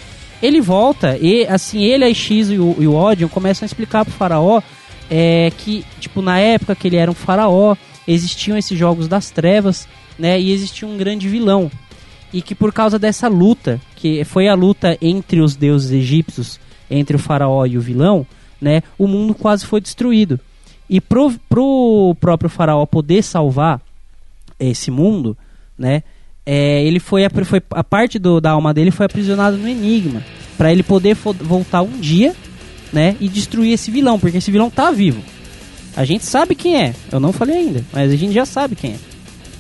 Ele volta e, assim, ele, a X e o, e o Odion começam a explicar pro faraó é, que, tipo, na época que ele era um faraó, existiam esses jogos das trevas, né? E existia um grande vilão. E que por causa dessa luta, que foi a luta entre os deuses egípcios, entre o faraó e o vilão, né? O mundo quase foi destruído. E pro, pro próprio faraó poder salvar esse mundo, né? é, ele foi, apri- foi- a parte do- da alma dele foi aprisionada no enigma Pra ele poder fo- voltar um dia, né, e destruir esse vilão, porque esse vilão tá vivo. A gente sabe quem é. Eu não falei ainda, mas a gente já sabe quem é.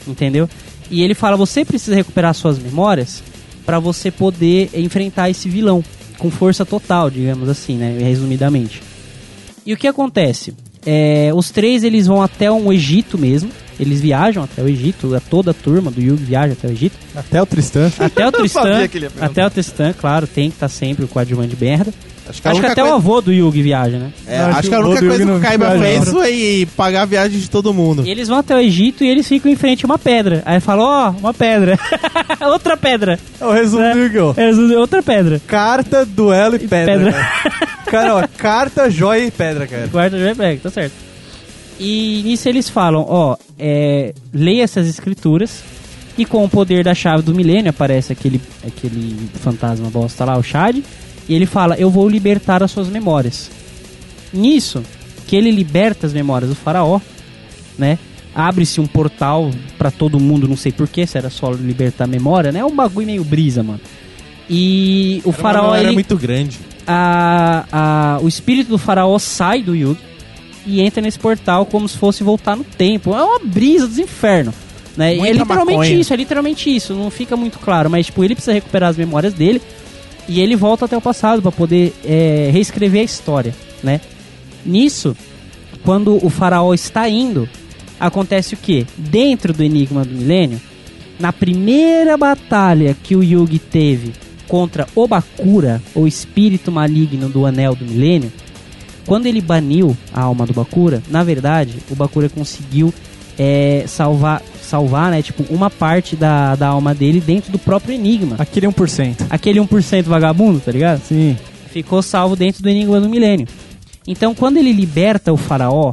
Entendeu? E ele fala: "Você precisa recuperar suas memórias pra você poder enfrentar esse vilão com força total, digamos assim, né, resumidamente". E o que acontece? É, os três eles vão até um Egito mesmo. Eles viajam até o Egito, a toda a turma do Yugi viaja até o Egito.
Até o Tristan.
Até o Tristan.
sabia que ele ia perguntar.
até o Tristan, claro, tem que estar sempre o coadjuvante de merda.
Acho
Acho que até o avô do Yugi viaja, né?
É,
Acho
acho, que a
que o
única
Rodrigo
coisa
não
que cai pra
viaja, né?
frente é
não.
isso aí, pagar a viagem de todo mundo.
E eles vão até o Egito e eles ficam em frente a uma pedra. Aí fala, ó, uma pedra. Outra pedra.
É o resumo
É.
do Yu-Gi-Oh!
Eles usam Outra pedra.
Carta, duelo e pedra.
pedra.
Cara. cara, ó, carta, joia e pedra, cara.
Guarda já pega, tá certo. E nisso eles falam, ó, é, leia essas escrituras e com o poder da chave do milênio aparece aquele, aquele fantasma bosta lá, o Shad, e ele fala, eu vou libertar as suas memórias. Nisso, que ele liberta as memórias do faraó, né? Abre-se um portal pra todo mundo, não sei porquê, se era só libertar a memória, né? É um bagulho meio brisa, mano. E o faraó
era
ele
muito grande.
a, a- o espírito do faraó sai do Yugi e entra nesse portal como se fosse voltar no tempo. É uma brisa dos infernos. Né? E É
Muita
literalmente
maconha.
isso, é literalmente isso. Não fica muito claro, mas tipo, ele precisa recuperar as memórias dele e ele volta até o passado pra poder é, reescrever a história. Né? Nisso, quando o faraó está indo, acontece o que? Dentro do Enigma do Milênio, na primeira batalha que o Yugi teve contra o Bakura, o espírito maligno do Anel do Milênio, quando ele baniu a alma do Bakura, na verdade, o Bakura conseguiu é, salvar, salvar, né, tipo, uma parte da, da alma dele dentro do próprio Enigma.
Aquele 1%.
Aquele 1% vagabundo, tá ligado?
Sim.
ficou salvo dentro do Enigma do Milênio. Então, quando ele liberta o faraó,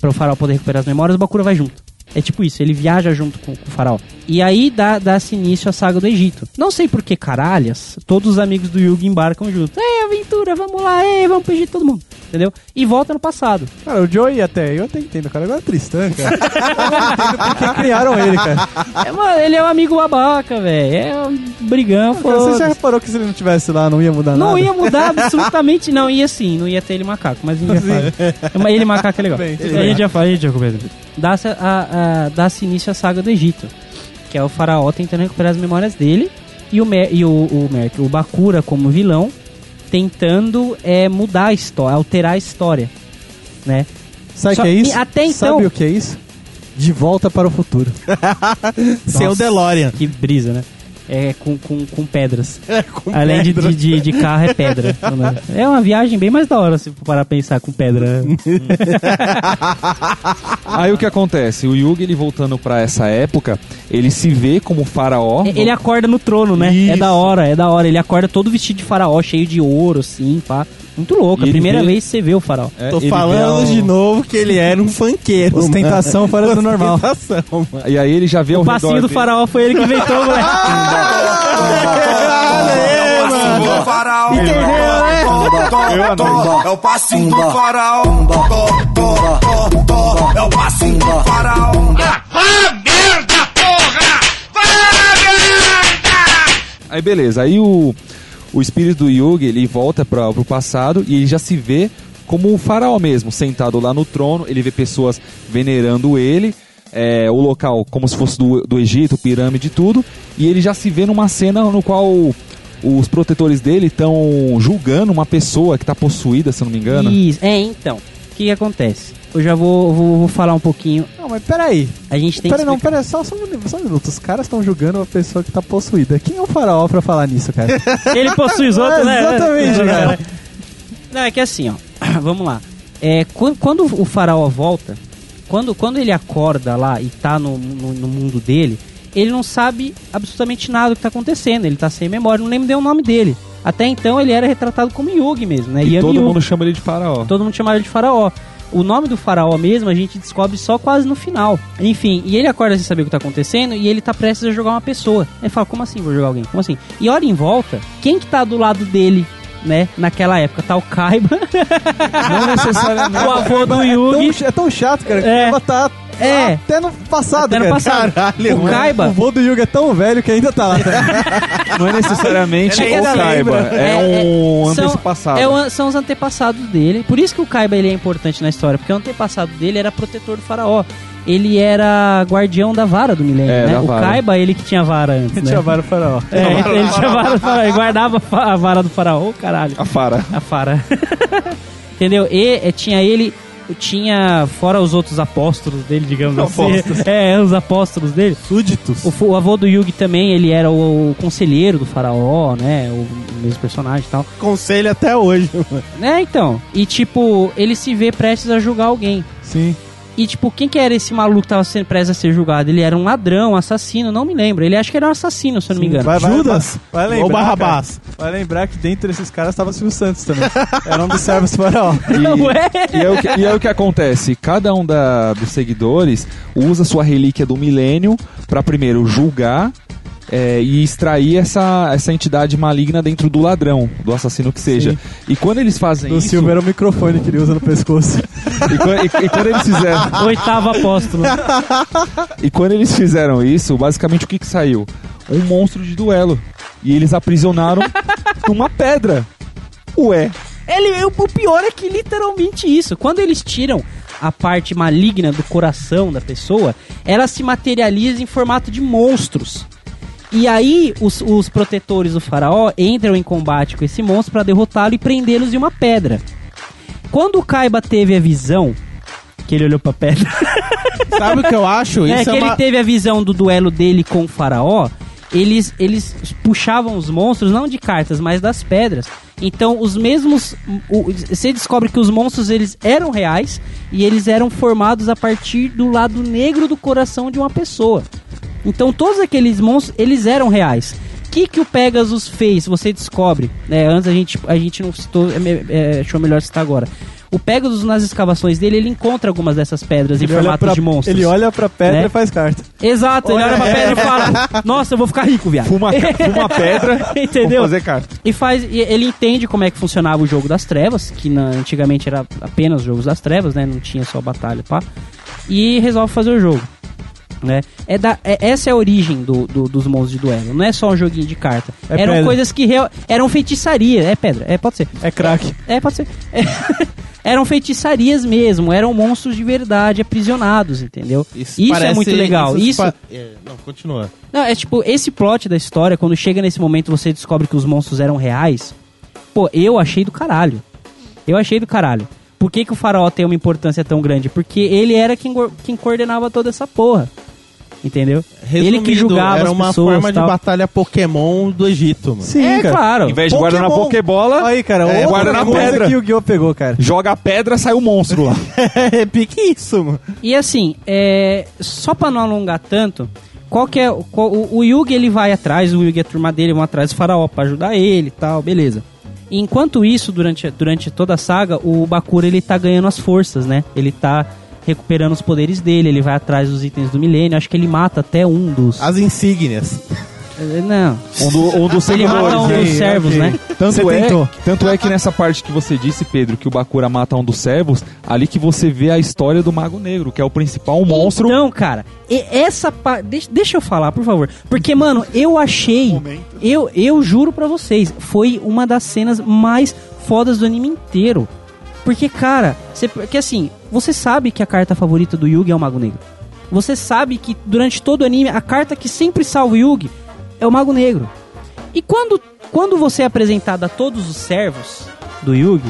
para o faraó poder recuperar as memórias, o Bakura vai junto. É tipo isso, ele viaja junto com, com o faraó. E aí dá- dá-se início à saga do Egito. Não sei por que caralhas, todos os amigos do Yugi embarcam juntos. É, aventura, vamos lá, é, vamos pro Egito todo mundo. Entendeu? E volta no passado.
Cara, o Joey até, eu até entendo, cara. Agora o Tristan, cara. eu não entendo por que criaram ele, cara.
É, mano, ele é um amigo babaca, velho. É um brigão,
Cara, Você já
foda
reparou que se ele não tivesse lá, não ia mudar
Não
nada?
ia mudar absolutamente, não. Ia sim, não ia ter ele macaco, mas ninguém fala. Mas ele macaco é legal.
Bem, tudo
a
bem.
gente já fala, a gente já comenta. Dá-se, a- a- dá-se início à saga do Egito, que é o faraó tentando recuperar as memórias dele e o, Mer, e o, o Merk, o Bakura como vilão, tentando é, mudar a história, alterar a história, né?
Sabe o
Só-
que é isso?
e até então-
Sabe o que é isso? De volta para o futuro.
Sem o DeLorean.
Que brisa, né? É com, com, com pedras.
Com
É Além de,
pedra.
de, de- de carro, é pedra. É uma viagem bem mais da hora se for parar a pensar com pedra. né?
Aí o que acontece? O Yugi, ele voltando pra essa época, ele se vê como faraó.
É, Ele acorda no trono, né? É da hora, é da hora. Ele acorda todo vestido de faraó, cheio de ouro, assim, pá. Muito louco.
E
a
ele
primeira
vê-
vez que você vê o faraó.
É,
Tô
ele
falando
vê
de novo que ele era um funkeiro.
Ostentação fora do normal.
Ostentação, mano.
ao- E aí ele já vê
é. O
ao
passinho
redor
do
dele-
faraó foi ele que inventou, moleque.
Caralho, mano.
do faraó.
Eu não.
É o passinho do faraó. É o passinho do faraó.
Aí beleza, aí o, o espírito do Yugi, ele volta pra, pro passado e ele já se vê como o faraó mesmo, sentado lá no trono, ele vê pessoas venerando ele, é, o local como se fosse do, do Egito, pirâmide e tudo, e ele já se vê numa cena no qual os protetores dele estão julgando uma pessoa que tá possuída, se eu não me engano.
Isso. É, então. O que, que acontece? Eu já vou, vou, vou falar um pouquinho.
Não, mas peraí.
A gente tem
Pera,
que.
não,
explicar-
pera, só, só, um, só um minuto. Os caras estão julgando uma pessoa que tá possuída. Quem é o faraó pra falar nisso, cara?
Ele possui os outros,
É,
né?
exatamente,
É,
cara.
Não, é que assim, ó. Vamos lá. É, quan- quando, o faraó volta, quando, quando ele acorda lá e tá no, no, no mundo dele, ele não sabe absolutamente nada do que tá acontecendo. Ele tá sem memória, não lembro nem o nome dele. Até então ele era retratado como Yugi mesmo, né?
E
Yami
todo
Yugi.
mundo chama ele de faraó.
Todo mundo chamava ele de faraó. O nome do faraó mesmo a gente descobre só quase no final. Enfim, e ele acorda sem saber o que tá acontecendo e ele tá prestes a jogar uma pessoa. Ele fala, como assim vou jogar alguém? Como assim? E olha em volta, quem que tá do lado dele né, naquela época. Tal Kaiba,
Não necessariamente.
o avô do
É tão-
Yugi.
É tão chato, cara, que
É.
ela tá
É.
até no passado,
Até no
cara.
passado.
Caralho,
o
O
Kaiba
vô do Yuga é tão velho que ainda tá lá.
Não é necessariamente
Ele
o
ainda
Kaiba.
lembra.
É,
É,
um
são-
antepassado.
é o- são os antepassados dele. Por isso que o Kaiba ele é importante na história, porque o antepassado dele era protetor do faraó. Ele era guardião da vara do milênio,
É, da
né? O
vara.
Kaiba, ele que tinha vara antes, né?
Tinha vários faraó.
É, ele, ele tinha vara do faraó, ele guardava a fa- a vara do faraó, caralho.
A Fara.
A Fara. Entendeu? E é, tinha ele, tinha, fora os outros apóstolos dele, digamos assim. É, os apóstolos dele.
Súditos.
O, fo- o avô do Yugi também, ele era o, o conselheiro do faraó, né? O, o mesmo personagem e tal.
Conselho até hoje. mano.
Né, então. E tipo, ele se vê prestes a julgar alguém.
Sim.
E tipo, quem que era esse maluco que tava sendo prestes a ser julgado? Ele era um ladrão, um assassino, não me lembro. Ele acha que ele era um assassino, se eu não me engano.
Vai, vai,
Judas?
Vai, vai lembrar,
Ou Barrabás?
cara. vai lembrar que dentro desses caras tava o Silvio Santos também. Era um dos servos do faraó.
E-
Ué?
E é, o que, e é o que acontece, cada um da- dos seguidores usa sua relíquia do milênio pra primeiro julgar é, e extrair essa, essa entidade maligna dentro do ladrão, do assassino que seja.
Sim.
E quando eles fazem
Do
isso,
Silvio era o microfone que ele usa no pescoço.
e, quan- e- e quando eles fizeram,
Oitavo apóstolo.
e quando eles fizeram isso, basicamente o que, que saiu? Um monstro de duelo. E eles aprisionaram uma pedra. Ué,
Ele, o, o pior é que literalmente isso. Quando eles tiram a parte maligna do coração da pessoa, ela se materializa em formato de monstros. E aí os, os protetores do faraó entram em combate com esse monstro para derrotá-lo e prendê-los em uma pedra. Quando o Kaiba teve a visão, que ele olhou pra pedra,
Sabe o que eu acho?
é, que
Isso é,
ele
uma...
teve a visão do duelo dele com o faraó, eles, eles puxavam os monstros, não de cartas, mas das pedras. Então, os mesmos. o- você descobre que os monstros eles eram reais e eles eram formados a partir do lado negro do coração de uma pessoa. Então, todos aqueles monstros eles eram reais. O que, que o Pegasus fez? Você descobre. né? Antes a gente, a gente não citou, é, me- é, achou melhor citar agora. O Pegasus, nas escavações dele, ele encontra algumas dessas pedras em
olha
formatos
pra,
de monstros.
ele olha pra pedra
Né?
e faz carta.
Exato, ele olha pra pedra e fala: Nossa, eu vou ficar rico, viado.
fuma, fuma a pedra.
Entendeu?
Vamos fazer carta.
E faz, e ele entende como é que funcionava o jogo das trevas, que na- antigamente era apenas jogos das trevas, né? Não tinha só batalha, pá. E resolve fazer o jogo. Né? É da, é- essa é a origem do, do- dos monstros de duelo. Não é só um joguinho de carta.
É
eram
pedra.
coisas que real- eram feitiçaria. É pedra, é, pode ser.
É craque.
É, pode ser. É. eram feitiçarias mesmo, eram monstros de verdade aprisionados, entendeu? Isso, é
parece-
muito legal. Isso,
pa- É, Não, continua.
não, é tipo, esse plot da história, quando chega nesse momento você descobre que os monstros eram reais. Pô, eu achei do caralho. Eu achei do caralho. Por que, que o faraó tem uma importância tão grande? Porque ele era quem, go- quem coordenava toda essa porra. Entendeu? ele que
Resumindo,
julgava
Era
as
uma
pessoas.
forma de
tal.
batalha Pokémon do Egito, mano.
Sim,
é,
cara.
Ao
claro.
invés de guardar na
Pokémon.
Pokébola,
Olha aí, cara.
É,
outra
guarda na
coisa
pedra.
que o Guiô pegou, cara.
joga a pedra, sai o monstro lá.
É pique isso, mano.
E assim, é, só pra não alongar tanto, qual que é. qual- o, o Yugi ele vai atrás, o Yugi e a turma dele vão atrás do faraó pra ajudar ele e tal, beleza. Enquanto isso, durante, durante toda a saga, o Bakura ele tá ganhando as forças, né? Ele tá recuperando os poderes dele, ele vai atrás dos itens do milênio, acho que ele mata até um dos.
As insígnias.
Eh, Não.
Um, do, um dos
Ele
seguidores,
mata um
né?
dos
ok,
servos,
ok.
né?
Tanto
Você
é,
tentou.
tanto é que nessa parte que você disse, Pedro, que o Bakura mata um dos servos, ali que você vê a história do Mago Negro, que é o principal monstro.
Então, cara, e- essa pa... deixa, deixa eu falar, por favor. Porque, mano, eu achei. Eu, eu juro pra vocês, foi uma das cenas mais fodas do anime inteiro. Porque, cara, você, porque assim, você sabe que a carta favorita do Yugi é o Mago Negro. Você sabe que durante todo o anime, a carta que sempre salva o Yugi é o Mago Negro. E quando, quando você é apresentado a todos os servos do Yugi,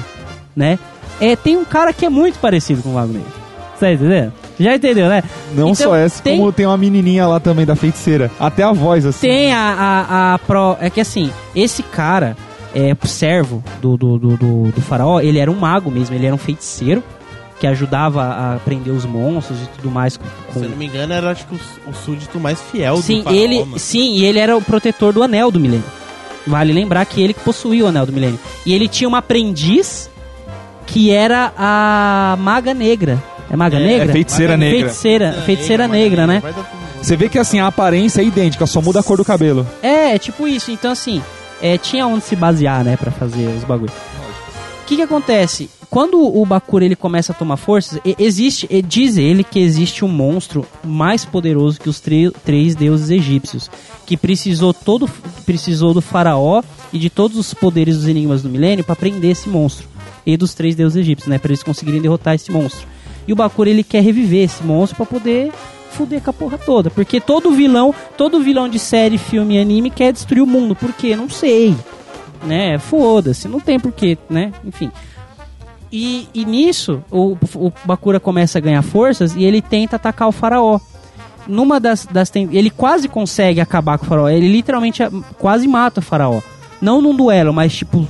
né? É, tem um cara que é muito parecido com o Mago Negro. Você tá entendendo? Já entendeu, né?
Não
Então,
só essa,
tem-
como tem uma menininha lá também da feiticeira. Até a voz, assim.
Tem a, a, a pro... É que assim, esse cara, é servo do, do, do, do, do faraó, ele era um mago mesmo, ele era um feiticeiro que ajudava a prender os monstros e tudo mais. com- com-
Se eu não me engano, era acho que o, o súdito mais fiel
Sim,
do faraó,
ele,
mano.
sim, e ele era o protetor do anel do milênio. Vale lembrar que ele que possuía o anel do milênio. E ele tinha uma aprendiz que era a maga negra. É maga
É, é
negra?
feiticeira negra.
Feiticeira, feiticeira negra, né?
Vai dar tudo.
Você vê que assim, a aparência é idêntica, só muda a cor do cabelo.
É, é tipo isso. Então, assim, é, tinha onde se basear, né, pra fazer os bagulhos. O que que acontece? Quando o Bakura ele começa a tomar forças, e- existe, e diz ele que existe um monstro mais poderoso que os tre- três deuses egípcios, que precisou todo precisou do faraó e de todos os poderes dos enigmas do milênio para prender esse monstro e dos três deuses egípcios, né, para eles conseguirem derrotar esse monstro. E o Bakura ele quer reviver esse monstro para poder fuder com a porra toda, porque todo vilão, todo vilão de série, filme e anime quer destruir o mundo, por quê? Não sei né? Foda-se, não tem porquê, né? Enfim. E, e nisso, o, o Bakura começa a ganhar forças e ele tenta atacar o faraó. Numa das, das ten- ele quase consegue acabar com o faraó. Ele literalmente a- quase mata o faraó. Não num duelo, mas tipo,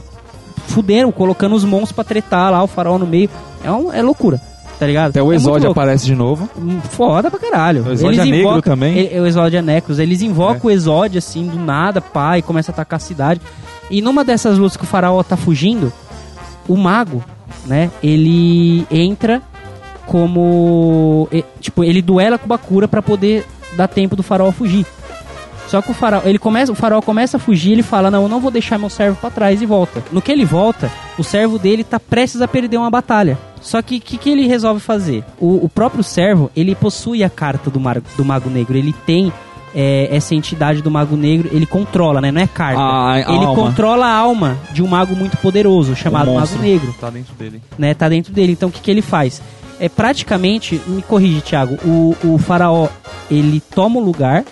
fuderam, colocando os monstros pra tretar lá, o faraó no meio. É, um- é loucura, tá ligado?
Até o
é muito
Exódio
louco.
aparece de novo.
Hum, Foda pra caralho.
O Exódio é negro também? É.
E- o Exódio é Necros. Eles invocam o Exódio, assim, do nada, pá, e começa a atacar a cidade. E numa dessas lutas que o faraó tá fugindo, o mago, né, ele entra como... e- tipo, ele duela com o Bakura pra poder dar tempo do faraó fugir. Só que o faraó, ele começa, o faraó começa a fugir, ele fala: "Não, eu não vou deixar meu servo pra trás" e volta. No que ele volta, o servo dele tá prestes a perder uma batalha. Só que o que, que ele resolve fazer? O, o próprio servo, ele possui a carta do, mar, do mago negro, ele tem é, essa entidade do mago negro, ele controla, né? Não é carta.
A- a
ele
alma.
controla a alma de um mago muito poderoso chamado mago
monstro.
negro
Tá dentro dele.
né? Tá dentro dele. Então o que, que ele faz? É praticamente, me corrige, Thiago, o, o faraó ele toma o lugar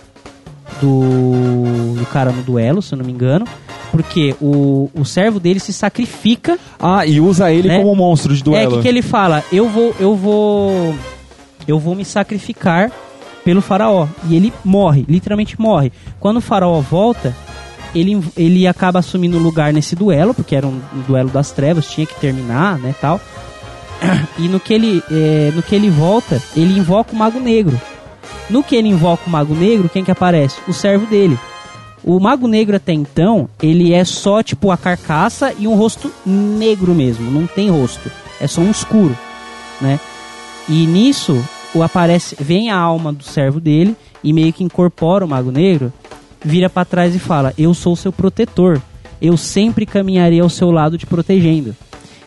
do, do cara no duelo, se eu não me engano, porque o, o servo dele se sacrifica.
Ah, e usa ele
Né?
como monstro de
É o
duelo.
que, que ele fala? Eu vou, eu vou, eu vou me sacrificar pelo faraó e ele morre, literalmente morre. Quando o faraó volta, ele, ele acaba assumindo o lugar nesse duelo, porque era um, um duelo das trevas, tinha que terminar, né, tal. E no que ele, é, no que ele volta, ele invoca o Mago Negro. No que ele invoca o Mago Negro, quem que aparece? O servo dele. O Mago Negro até então, ele é só tipo a carcaça e um rosto negro mesmo, não tem rosto, é só um escuro, né? E nisso, o aparece, vem a alma do servo dele e meio que incorpora o Mago Negro, vira pra trás e fala: "Eu sou seu protetor. Eu sempre caminharei ao seu lado te protegendo."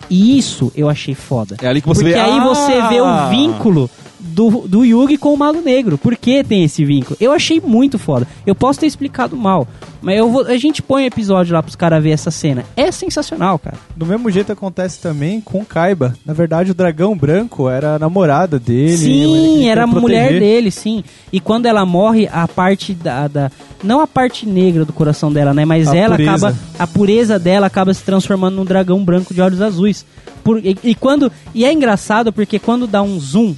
E isso eu achei foda.
É ali que você
Porque
vê.
aí
Ah!
você vê o vínculo do, do Yugi com o Mago Negro. Por que tem esse vínculo? Eu achei muito foda. Eu posso ter explicado mal, mas eu vou- a gente põe o episódio lá pros caras ver essa cena. É sensacional, cara.
Do mesmo jeito acontece também com Kaiba. Na verdade, o dragão branco era a namorada dele. ele
sim,
queria
era a mulher
proteger.
dele, sim. E quando ela morre, a parte da, da- Não a parte negra do coração dela, né? Mas
A
ela
pureza.
acaba. A pureza dela acaba se transformando num dragão branco de olhos azuis. Por- e, e quando. E é engraçado porque quando dá um zoom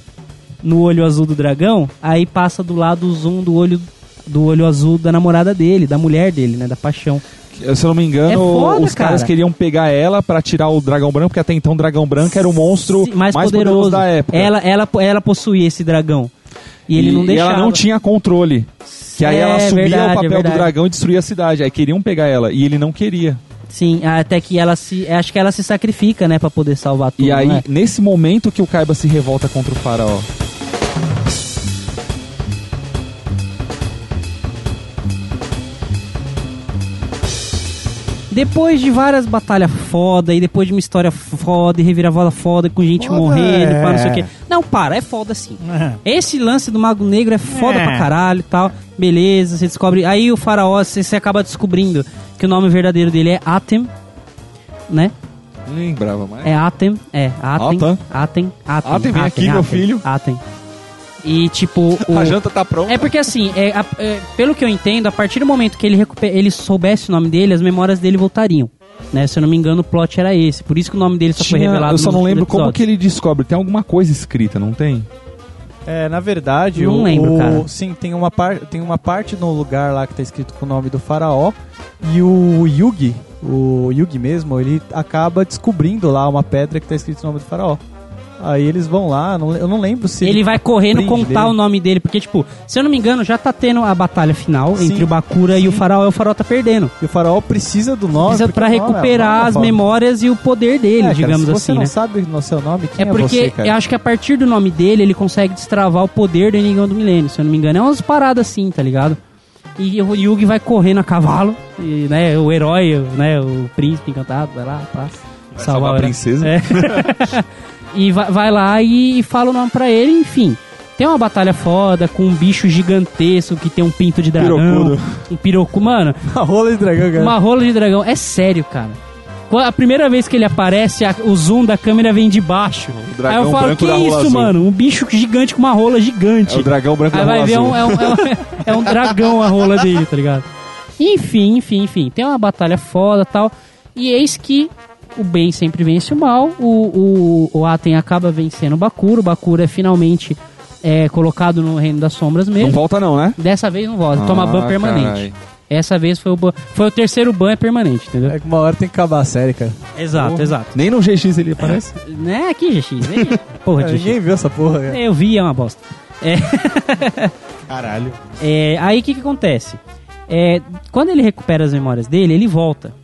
no olho azul do dragão, aí passa do lado o zoom do olho. Do olho azul da namorada dele, da mulher dele, né? Da paixão.
Se eu não me engano,
É foda,
os caras
cara.
queriam pegar ela pra tirar o dragão branco, porque até então o dragão branco era o monstro
Sim,
mais, poderoso. da época.
Ela, ela, ela possuía esse dragão. E ele não deixava.
ela não tinha controle. Que aí ela
É
assumia
verdade, é
o papel do
verdade.
dragão e destruía a cidade. Aí queriam pegar ela e ele não queria.
Sim, até que ela se. é, Acho que ela se sacrifica, né, pra poder salvar tudo.
E aí,
não é?
nesse momento que o Kaiba se revolta contra o faraó.
Depois de várias batalhas foda, e depois de uma história foda, e reviravolta foda, com gente
Foda
morrendo,
é.
pá, não sei o quê. Não, para, é foda sim. Esse lance do Mago Negro é foda
É.
pra caralho e tal. Beleza, você descobre. Aí o faraó, você, você acaba descobrindo que o nome verdadeiro dele é Atem, né?
Lembrava mais.
É Atem, é. Atem.
Atem.
Atem. Atem.
Atem, vem aqui, meu filho.
Atem. E tipo. o-
A janta tá pronta.
É porque assim, é, a- é, pelo que eu entendo, a partir do momento que ele, recupe- ele soubesse o nome dele, as memórias dele voltariam. Né? Se eu não me engano, o plot era esse. Por isso que o nome dele só foi
Tinha-
revelado
eu só
no
não
último
lembro como
episódio.
que ele descobre. Tem alguma coisa escrita, não tem?
É, na verdade,
Não
o,
lembro,
o-
cara.
Sim, tem uma, par, tem uma parte no lugar lá que tá escrito com o nome do faraó. E o Yugi, o Yugi mesmo, ele acaba descobrindo lá uma pedra que tá escrito o nome do faraó. Aí eles vão lá, não le- eu não lembro se.
Ele vai correndo
prende
contar
dele.
o nome dele, porque, tipo, se eu não me engano, já tá tendo a batalha final
Sim,
entre o Bakura e o
sim.
Faraó, e o Faraó tá perdendo.
E o faraó precisa do nome.
Precisa
porque
pra
o nome é-
recuperar
o nome é
as
foda.
memórias e o poder
É,
dele,
cara, se
digamos
você
assim,
não
né?
sabe o seu nome, quem
É
é,
porque
você, cara?
eu acho que a partir do nome dele, ele consegue destravar o poder do Enigma do Milênio, se eu não me engano. É umas paradas assim, tá ligado? E o Yugi vai correndo a cavalo, e, né, o herói, né, o príncipe encantado, vai lá, passa.
Vai salvar a
o herói.
princesa.
É. e vai, vai lá e, fala o nome pra ele, enfim. Tem uma batalha foda com um bicho gigantesco que tem um pinto de dragão.
Pirocudo.
Um pirocu. Mano,
A rola de dragão, cara.
uma rola de dragão. É sério, cara. Quando- A primeira vez que ele aparece, a- o zoom da câmera vem de baixo.
O dragão
Aí eu falo,
branco
que
da rola
isso,
azul."
mano? Um bicho gigante com uma rola
É
gigante.
o dragão branco
Aí
da
vai
rola
ver,
azul.
um, é, um, é um- é um dragão a rola dele, tá ligado? Enfim, enfim, enfim. Tem uma batalha foda tal. E eis que o bem sempre vence o mal. O, o, o Aten acaba vencendo o Bakura. O Bakura é finalmente é, colocado no Reino das Sombras
Não
mesmo.
volta não, né?
Dessa vez não volta. Toma
Ah,
ban permanente.
carai.
Essa vez foi o, ban- foi o terceiro ban é permanente, entendeu?
É que uma hora tem que acabar a série, cara.
Exato, exato.
Nem no GX
É.
ele aparece.
Né? Aqui, GX. Né? Porra,
Cara,
de GX.
ninguém viu essa porra, cara.
Eu vi, é uma bosta.
Caralho.
É, aí o que, que acontece? É, quando ele recupera as memórias dele, ele volta.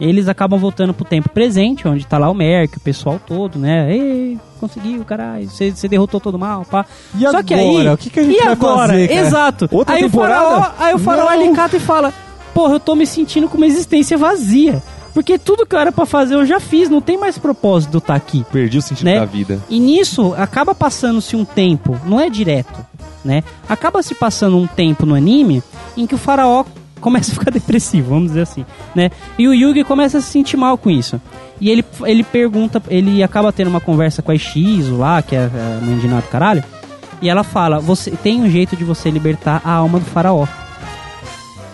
Eles acabam voltando pro tempo presente, onde tá lá o Merck, o pessoal todo, né? Ei, conseguiu, caralho, você você derrotou todo mal, pá.
E
Só
agora?
que aí,
O que que a gente
e
vai
agora?
fazer, cara?
Exato.
Outra
aí
temporada?
o faraó, aí o faraó
Não.
ele cata e fala: "Porra, eu tô me sentindo com uma existência vazia, porque tudo que eu era pra fazer eu já fiz, não tem mais propósito estar tá aqui".
Perdi o sentido
Né?
da vida.
E nisso acaba passando-se um tempo, não é direto, né? Acaba se passando um tempo no anime em que o faraó começa a ficar depressivo, vamos dizer assim, né? E o Yugi começa a se sentir mal com isso. E ele, ele pergunta, ele acaba tendo uma conversa com a Shizu lá, que é a mãe de nada do caralho, e ela fala: "Você tem um jeito de você libertar a alma do faraó",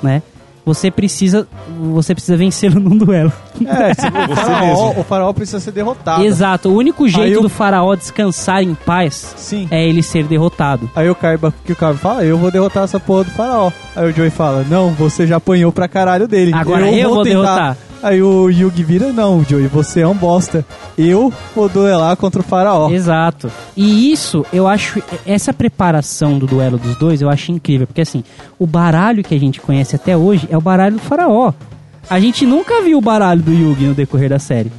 né? Você precisa, você precisa vencê-lo num duelo.
É, tipo, o, faraó, o faraó precisa ser derrotado.
Exato. O único jeito
eu-
do faraó descansar em paz
Sim.
é ele ser derrotado.
Aí o Kaiba, que o Kaiba fala, eu vou derrotar essa porra do faraó. Aí o Joey fala, não, você já apanhou pra caralho dele.
Agora eu vou derrotar.
Aí o Yugi vira, não, Joey, você é um bosta. Eu vou duelar contra o faraó.
Exato. E isso, eu acho, essa preparação do duelo dos dois, eu acho incrível, porque assim, o baralho que a gente conhece até hoje é o baralho do faraó. A gente nunca viu o baralho do Yugi no decorrer da série.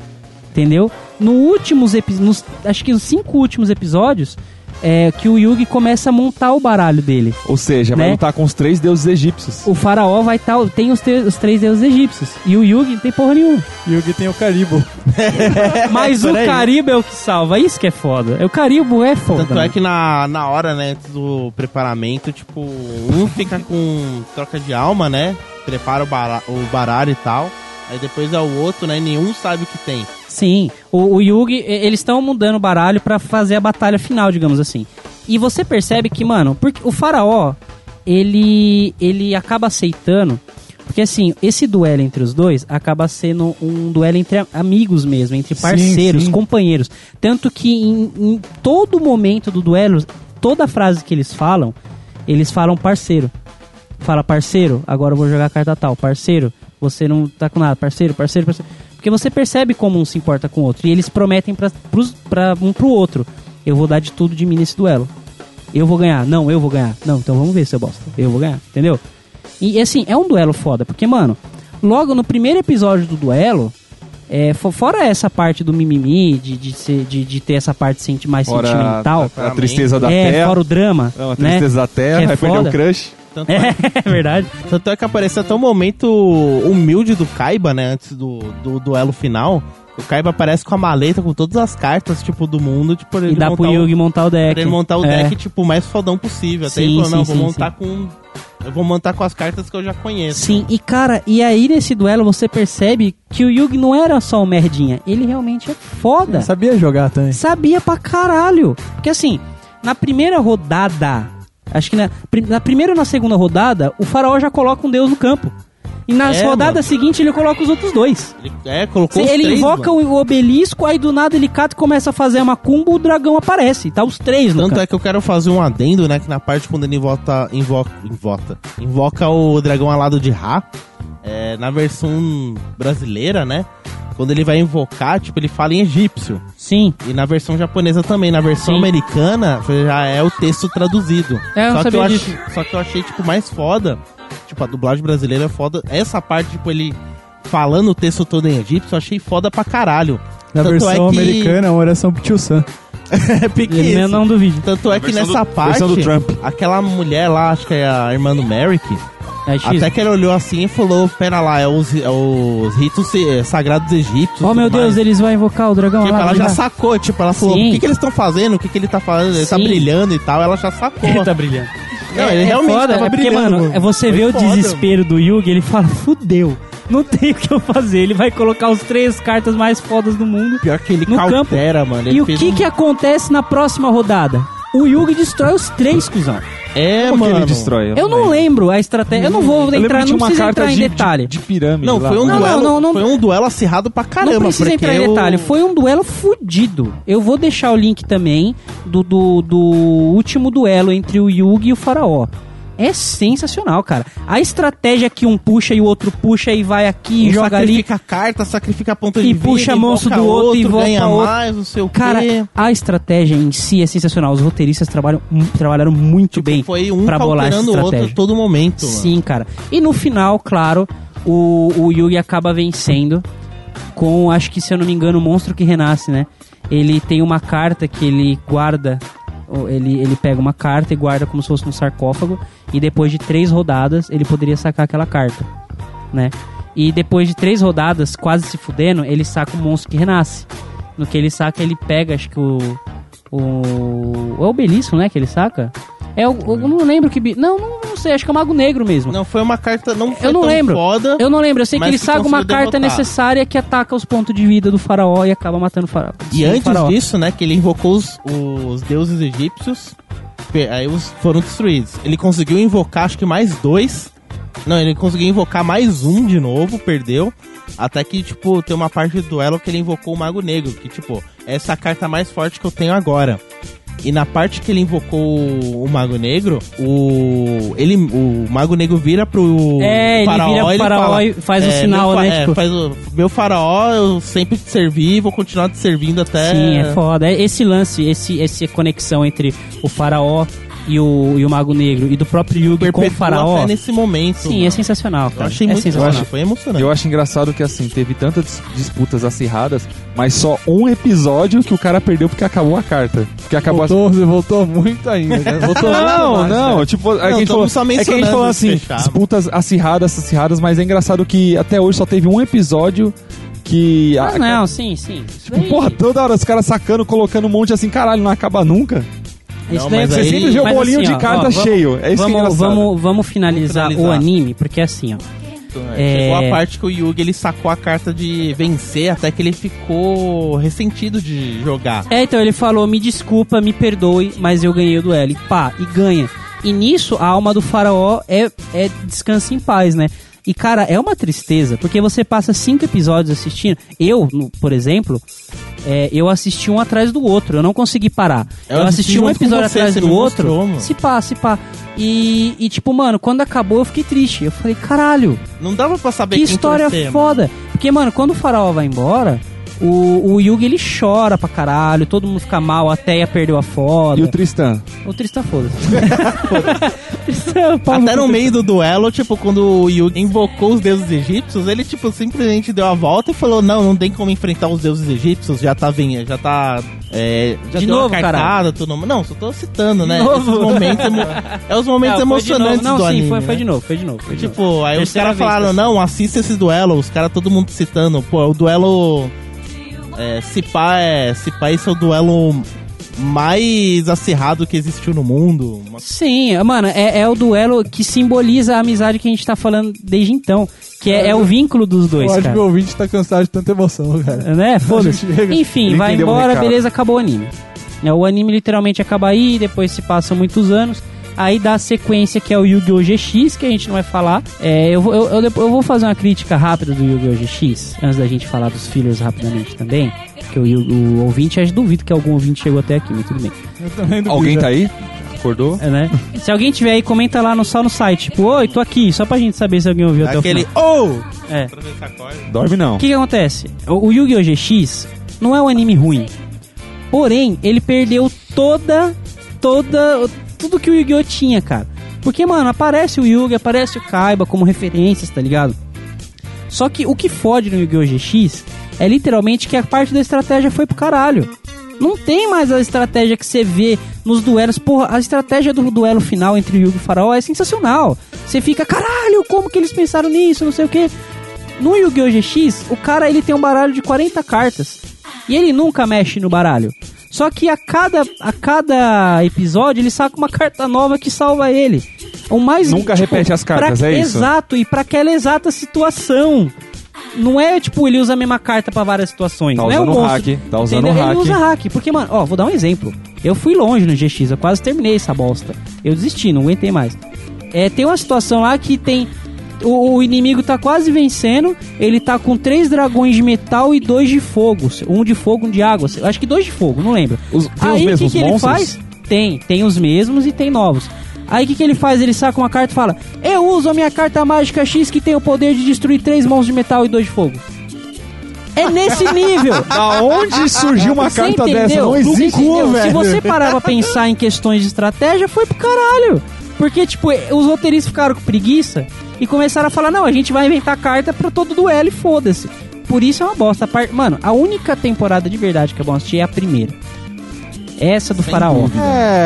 Entendeu? No últimos epi- nos, acho que nos cinco últimos episódios, é que o Yugi começa a montar o baralho dele.
Ou seja, vai
Né?
lutar com os três deuses egípcios.
O faraó vai tal, tem os, te- os três deuses egípcios e o Yugi não tem porra nenhuma.
Yugi tem o Caribo.
Mas o
É, por aí.
Caribo é o que salva, isso que é foda. O Caribo é foda.
Tanto
mano.
é que na, na hora, né, do preparamento, tipo, um fica com troca de alma, né? Prepara o, bara o baralho e tal. Aí depois é o outro, né? e Nenhum sabe o que tem.
Sim, o, o Yugi, e- eles estão mudando o baralho pra fazer a batalha final, digamos assim. E você percebe que, mano, porque o faraó, ele ele acaba aceitando, porque assim, esse duelo entre os dois acaba sendo um duelo entre a- amigos mesmo, entre parceiros,
sim.
companheiros. Tanto que em, em todo momento do duelo, toda frase que eles falam, eles falam parceiro. Fala, parceiro, agora eu vou jogar a carta tal. Parceiro, você não tá com nada. Parceiro, parceiro, parceiro. Porque você percebe como um se importa com o outro. E eles prometem pra, pros, pra um pro outro. Eu vou dar de tudo de mim nesse duelo. Eu vou ganhar. Não, eu vou ganhar. Não, então vamos ver, seu bosta. Eu vou ganhar, entendeu? E assim, é um duelo foda, porque, mano, logo no primeiro episódio do duelo, é, fo- fora essa parte do mimimi, de, de, ser- de, de ter essa parte senti- mais
Fora
sentimental.
a, a tristeza da
é,
terra.
fora o drama.
Não, a
né?
tristeza da terra,
Que é
vai perder
foda.
o crush.
Tanto é,
É, é verdade.
tanto é que aparece até um momento humilde do Kaiba, né? Antes do, do duelo final. O Kaiba aparece com a maleta, com todas as cartas, tipo, do mundo. Tipo, pra
E dá pro
montar o-
Yugi montar o deck.
Pra ele montar o
É.
deck, tipo, o mais fodão possível. Até
Sim,
ele falou,
sim,
não, vou
sim,
montar com... Eu vou montar com as cartas que eu já conheço.
Sim, e cara, e aí nesse duelo você percebe que o Yugi não era só um merdinha, ele realmente é foda.
Sabia jogar também.
Sabia pra caralho. Porque assim, na primeira rodada, acho que na, pri- na primeira ou na segunda rodada, o faraó já coloca um deus no campo. E nas
É,
rodadas
mano.
seguintes ele coloca os outros dois.
Ele, é, colocou
Cê-
os
ele
três,
invoca
mano.
o o obelisco, aí do nada ele cata e começa a fazer uma cumba, o dragão aparece. Tá os três no
Tanto
campo.
é que eu quero fazer um adendo, né? Que na parte quando ele invota, invoca, invota, invoca o dragão alado de Ra, é, na versão brasileira, né? Quando ele vai invocar, tipo, ele fala em egípcio.
Sim.
E na versão japonesa também. Na versão
Sim.
americana, já é o texto traduzido.
É, eu não
só, que
sabia
eu
disso.
ach- só que eu achei, tipo, mais foda. Tipo, a dublagem brasileira é foda. Essa parte, tipo, ele falando o texto todo em egípcio, eu achei foda pra caralho.
Na
Tanto
versão
é que-
americana, uma oração pro Tio Sam.
é pique
Ele
isso.
mesmo não duvide.
Tanto é que
versão
nessa
do-
parte,
versão do Trump.
aquela mulher lá, acho que é a irmã do Merrick,
É X.
Até que ele olhou assim e falou: Pera lá, é os, é os ritos eh, sagrados egípcios.
Oh,
tudo
meu
mais."
Deus, eles vão invocar o dragão.
Tipo,
lá,
ela
lá,
já
lá.
sacou, tipo, ela falou,
Sim.
o que, que eles estão fazendo, o que, que ele tá fazendo, ele tá
Sim.
brilhando e tal, ela já sacou.
Ele tá brilhando.
Não, ele
é
realmente
foda,
tava
é porque,
brilhando.
mano, é você
Foi
vê o
foda,
desespero do Yugi, ele fala, fudeu, não tem o que eu fazer. Ele vai colocar os três cartas mais fodas do mundo.
Pior que ele
No
cautera, mano. Ele
e o
fez
que
um-
que é acontece na próxima rodada? O Yugi destrói os três, cuzão.
É,
Como que
mano.
ele destrói?
Eu não lembro a estratégia, eu não vou
lembro
entrar,
que tinha
não
uma
preciso
carta
entrar em
de-
detalhe.
De pirâmide.
Não,
lá,
foi um
né?
Não,
duelo.
não, não.
Foi um duelo acirrado pra caramba,
não precisa
porque
entrar em
o-
detalhe, foi um duelo fudido. Eu vou deixar o link também do, do, do último duelo entre o Yugi e o Faraó. É sensacional, cara. A estratégia que um puxa e o outro puxa e vai aqui,
um
joga ali.
sacrifica carta, sacrifica ponto
E
de vida,
puxa monstro do
invoca
outro, invoca
ganha
outro.
mais, não sei o
Cara,
quê.
a estratégia em si é sensacional. Os roteiristas trabalham, mu- trabalharam muito bem.
foi um
tipo, pra bolar essa
cauterando o outro a
estratégia.
todo momento, mano.
Sim, cara. E no final, claro, o, o Yugi acaba vencendo com, acho que se eu não me engano, o monstro que renasce, né? Ele tem uma carta que ele guarda. ou Ele, ele pega uma carta e guarda como se fosse um sarcófago. E depois de três rodadas, ele poderia sacar aquela carta, né? E depois de três rodadas, quase se fudendo, ele saca o monstro que renasce. No que ele saca, ele pega, acho que o. O. É o obelisco, né? Que ele saca? É o. Eu não lembro que. bi- Não, não, não sei, acho que é o Mago Negro mesmo.
Não, foi uma carta, não foi
Eu não
tão
lembro.
foda.
Eu não lembro, eu sei que
Mas
ele
que
saca uma
conseguiu
carta
derrotar.
necessária que ataca os pontos de vida do faraó e acaba matando o faraó.
E
Sim, o
antes
faraó.
disso, né, que ele invocou os, os deuses egípcios, pe- aí os foram destruídos. Ele conseguiu invocar, acho que mais dois. Não, ele conseguiu invocar mais um de novo, perdeu. Até que, tipo, tem uma parte do duelo que ele invocou o Mago Negro, que, tipo, essa é a carta mais forte que eu tenho agora. E na parte que ele invocou o Mago Negro, o. ele O Mago Negro vira pro.
É, ele
faraó,
vira pro faraó
fala,
e faz o sinal,
meu fa-
né,
é,
tipo-
faz o, meu faraó, eu sempre te servi e vou continuar te servindo até.
Sim, é foda. É Esse lance, esse, essa conexão entre o faraó e o, e o Mago Negro e do próprio Yugi com
Perpetua
o
a
faraó.
fé nesse momento.
Sim,
mano.
é sensacional,
Eu
cara.
achei
é
muito
sensacional.
Foi emocionante.
Eu acho engraçado que assim, teve tantas dis- disputas acirradas, mas só um episódio que o cara perdeu porque acabou a carta. Porque acabou a-
Voltou, voltou muito ainda. né? Voltou muito
Não,
mais,
não,
né?
tipo, é que a gente
tamo
falou,
só
é que a gente
mencionando
falou
os
assim,
fechados.
disputas acirradas, acirradas, mas é engraçado que até hoje só teve um episódio que a- tipo,
Ah, não, sim, sim. Isso daí-
Porra, toda hora os caras sacando, colocando um monte assim, caralho, não acaba nunca.
isso
Não,
daí é
mas
Você
aí-
sempre vê o
mas
bolinho
assim,
de
ó,
carta
ó, vamos-
cheio. É isso que é
vamos,
engraçado.
vamos, vamos finalizar
Vamos
o
finalizar.
anime, porque assim, ó. É.
Chegou a parte que o Yugi ele sacou a carta de vencer, até que ele ficou ressentido de jogar.
É, então ele falou: me desculpa, me perdoe, mas eu ganhei o duelo. E pá, e ganha. E nisso a alma do faraó é, é descansa em paz, né? E cara, é uma tristeza, porque você passa cinco episódios assistindo. Eu, no- por exemplo, é, eu assisti um atrás do outro, eu não consegui parar.
Eu
Eu, assisti
assisti
um
junto com
episódio
você,
atrás
você
do
me
outro.
mostrou, mano.
se pá, se pá. E, e tipo, mano, quando acabou eu fiquei triste. Eu falei, caralho,
Não dava pra saber
que
quem
história
torcer, mano.
foda. Porque, mano, quando o faraó vai embora, o, o Yugi ele chora pra caralho, todo mundo fica mal, a Teia perdeu a foda.
E o Tristan?
o, Tristan foda-se. Tristan, pau
Até
cu.
no meio do duelo, tipo, quando o Yugi invocou os deuses egípcios, ele, tipo, simplesmente deu a volta e falou: Não, não tem como enfrentar os deuses egípcios, já tá vendo, já tá. É, já
De
deu
novo,
uma cartada, tudo. Não, só tô citando, né?
De novo.
Esses momentos, emo- é os
Não,
momentos
foi de novo.
emocionantes
Não,
do
sim,
anime.
foi,
né?
foi de novo, foi de novo. Foi de novo.
Tipo, aí os
Terceira
caras
vez,
falaram,
terceira.
não, assista esse duelo, os caras todo mundo citando, pô, é o duelo. É, se pá, é, se pá, esse é o duelo mais acirrado que existiu no mundo. Uma-
Sim, mano, é, é o duelo que simboliza a amizade que a gente tá falando desde então. Que é, é o vínculo dos dois,
Eu acho que
cara.
o ouvinte tá cansado de tanta emoção, cara.
Né? Foda-se.
Chega.
Enfim,
Ele
vai
entendeu o
embora,
recado.
beleza, acabou o anime. Né, O anime literalmente acaba aí, depois se passam muitos anos. Aí dá a sequência que é o Yu-Gi-Oh! GX, que a gente não vai falar. É, eu, vou, eu, eu depo- eu vou fazer uma crítica rápida do Yu-Gi-Oh! GX, antes da gente falar dos fillers rapidamente também. Porque o, Yu- o ouvinte, acho duvido que algum ouvinte chegou até aqui, mas tudo bem.
Eu também duvido.
Alguém tá aí? Acordou?
É, né? se alguém tiver aí, comenta lá no, só no site. Tipo, oi, tô aqui, só pra gente saber se alguém ouviu
Aquele.
até o
Oh!
final. É.
Dorme não.
O que, que acontece? O, o Yu-Gi-Oh! GX não é um anime ruim. Porém, ele perdeu toda. toda. tudo que o Yu-Gi-Oh! tinha, cara. Porque, mano, aparece o Yu-Gi, aparece o Kaiba como referências, tá ligado? Só que o que fode no Yu-Gi-Oh! GX é literalmente que a parte da estratégia foi pro caralho. Não tem mais a estratégia que você vê nos duelos. Porra, a estratégia do duelo final entre Yugi e Faraó é sensacional. Você fica, caralho, como que eles pensaram nisso, não sei o quê. No Yu-Gi-Oh! GX, o cara ele tem um baralho de 40 cartas. E ele nunca mexe no baralho. Só que a cada, a cada episódio ele saca uma carta nova que salva ele. O mais tipo,
Nunca repete as cartas,
pra-
é isso?
Exato, e para aquela exata situação. Não é tipo ele usa a mesma carta pra várias situações.
Tá
não é o
usando
monstro,
hack, tá usando
entendeu?
hack.
Ele usa ah, hack, porque mano, ó, vou dar um exemplo. Eu fui longe no GX, eu quase terminei essa bosta. Eu desisti, não aguentei mais. É, tem uma situação lá que tem o, o inimigo tá quase vencendo, ele tá com três dragões de metal e dois de fogo, um de fogo, um de água, eu acho que dois de fogo, não lembro.
Os- tem os
Aí o que,
mesmos
que ele
monstros?
faz? Tem, tem os mesmos e tem novos. Aí o que, que ele faz? Ele saca uma carta e fala: Eu uso a minha carta mágica X que tem o poder de destruir três mãos de metal e dois de fogo. É nesse nível!
Da onde surgiu uma
Você
carta
entendeu?
dessa? Não existe,
Entendeu? Se
velho.
você parar pra pensar em questões de estratégia, foi pro caralho. Porque, tipo, os roteiristas ficaram com preguiça e começaram a falar: não, a gente vai inventar carta pra todo duelo e foda-se. Por isso é uma bosta. A par- Mano, a única temporada de verdade que é bom assistir é a primeira. Essa do Faraó.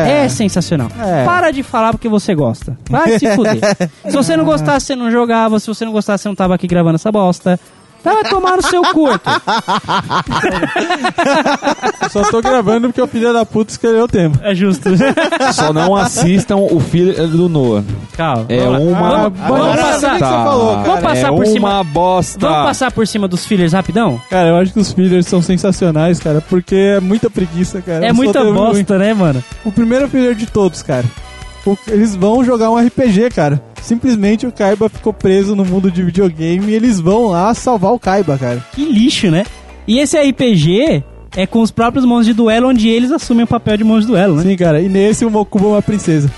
É. sensacional. Para de falar porque você gosta. Vai se fuder. se você não gostasse, você não jogava. Se você não gostasse, você não tava aqui gravando essa bosta. Então vai tomar no seu curto.
Só tô gravando porque o filho da puta escreveu o tema.
É justo.
Só não assistam o filho do Noah.
Calma.
É
vamos lá.
uma
Vamos- vamos
bosta.
passar.
Você falou,
Vamos passar
é
por cima.
uma bosta.
Vamos passar por cima dos fillers rapidão?
Cara, eu acho que os fillers são sensacionais, cara, porque é muita preguiça, cara.
É
Só
muita
teve um.
bosta, né, mano?
O primeiro filler de todos, cara. O- eles vão jogar um RPG, cara. Simplesmente o Kaiba ficou preso no mundo de videogame e eles vão lá salvar o Kaiba, cara.
Que lixo, né? E esse RPG é com os próprios mãos de duelo, onde eles assumem o papel de mãos de duelo, né?
Sim, cara. E nesse o Mokuba é uma princesa.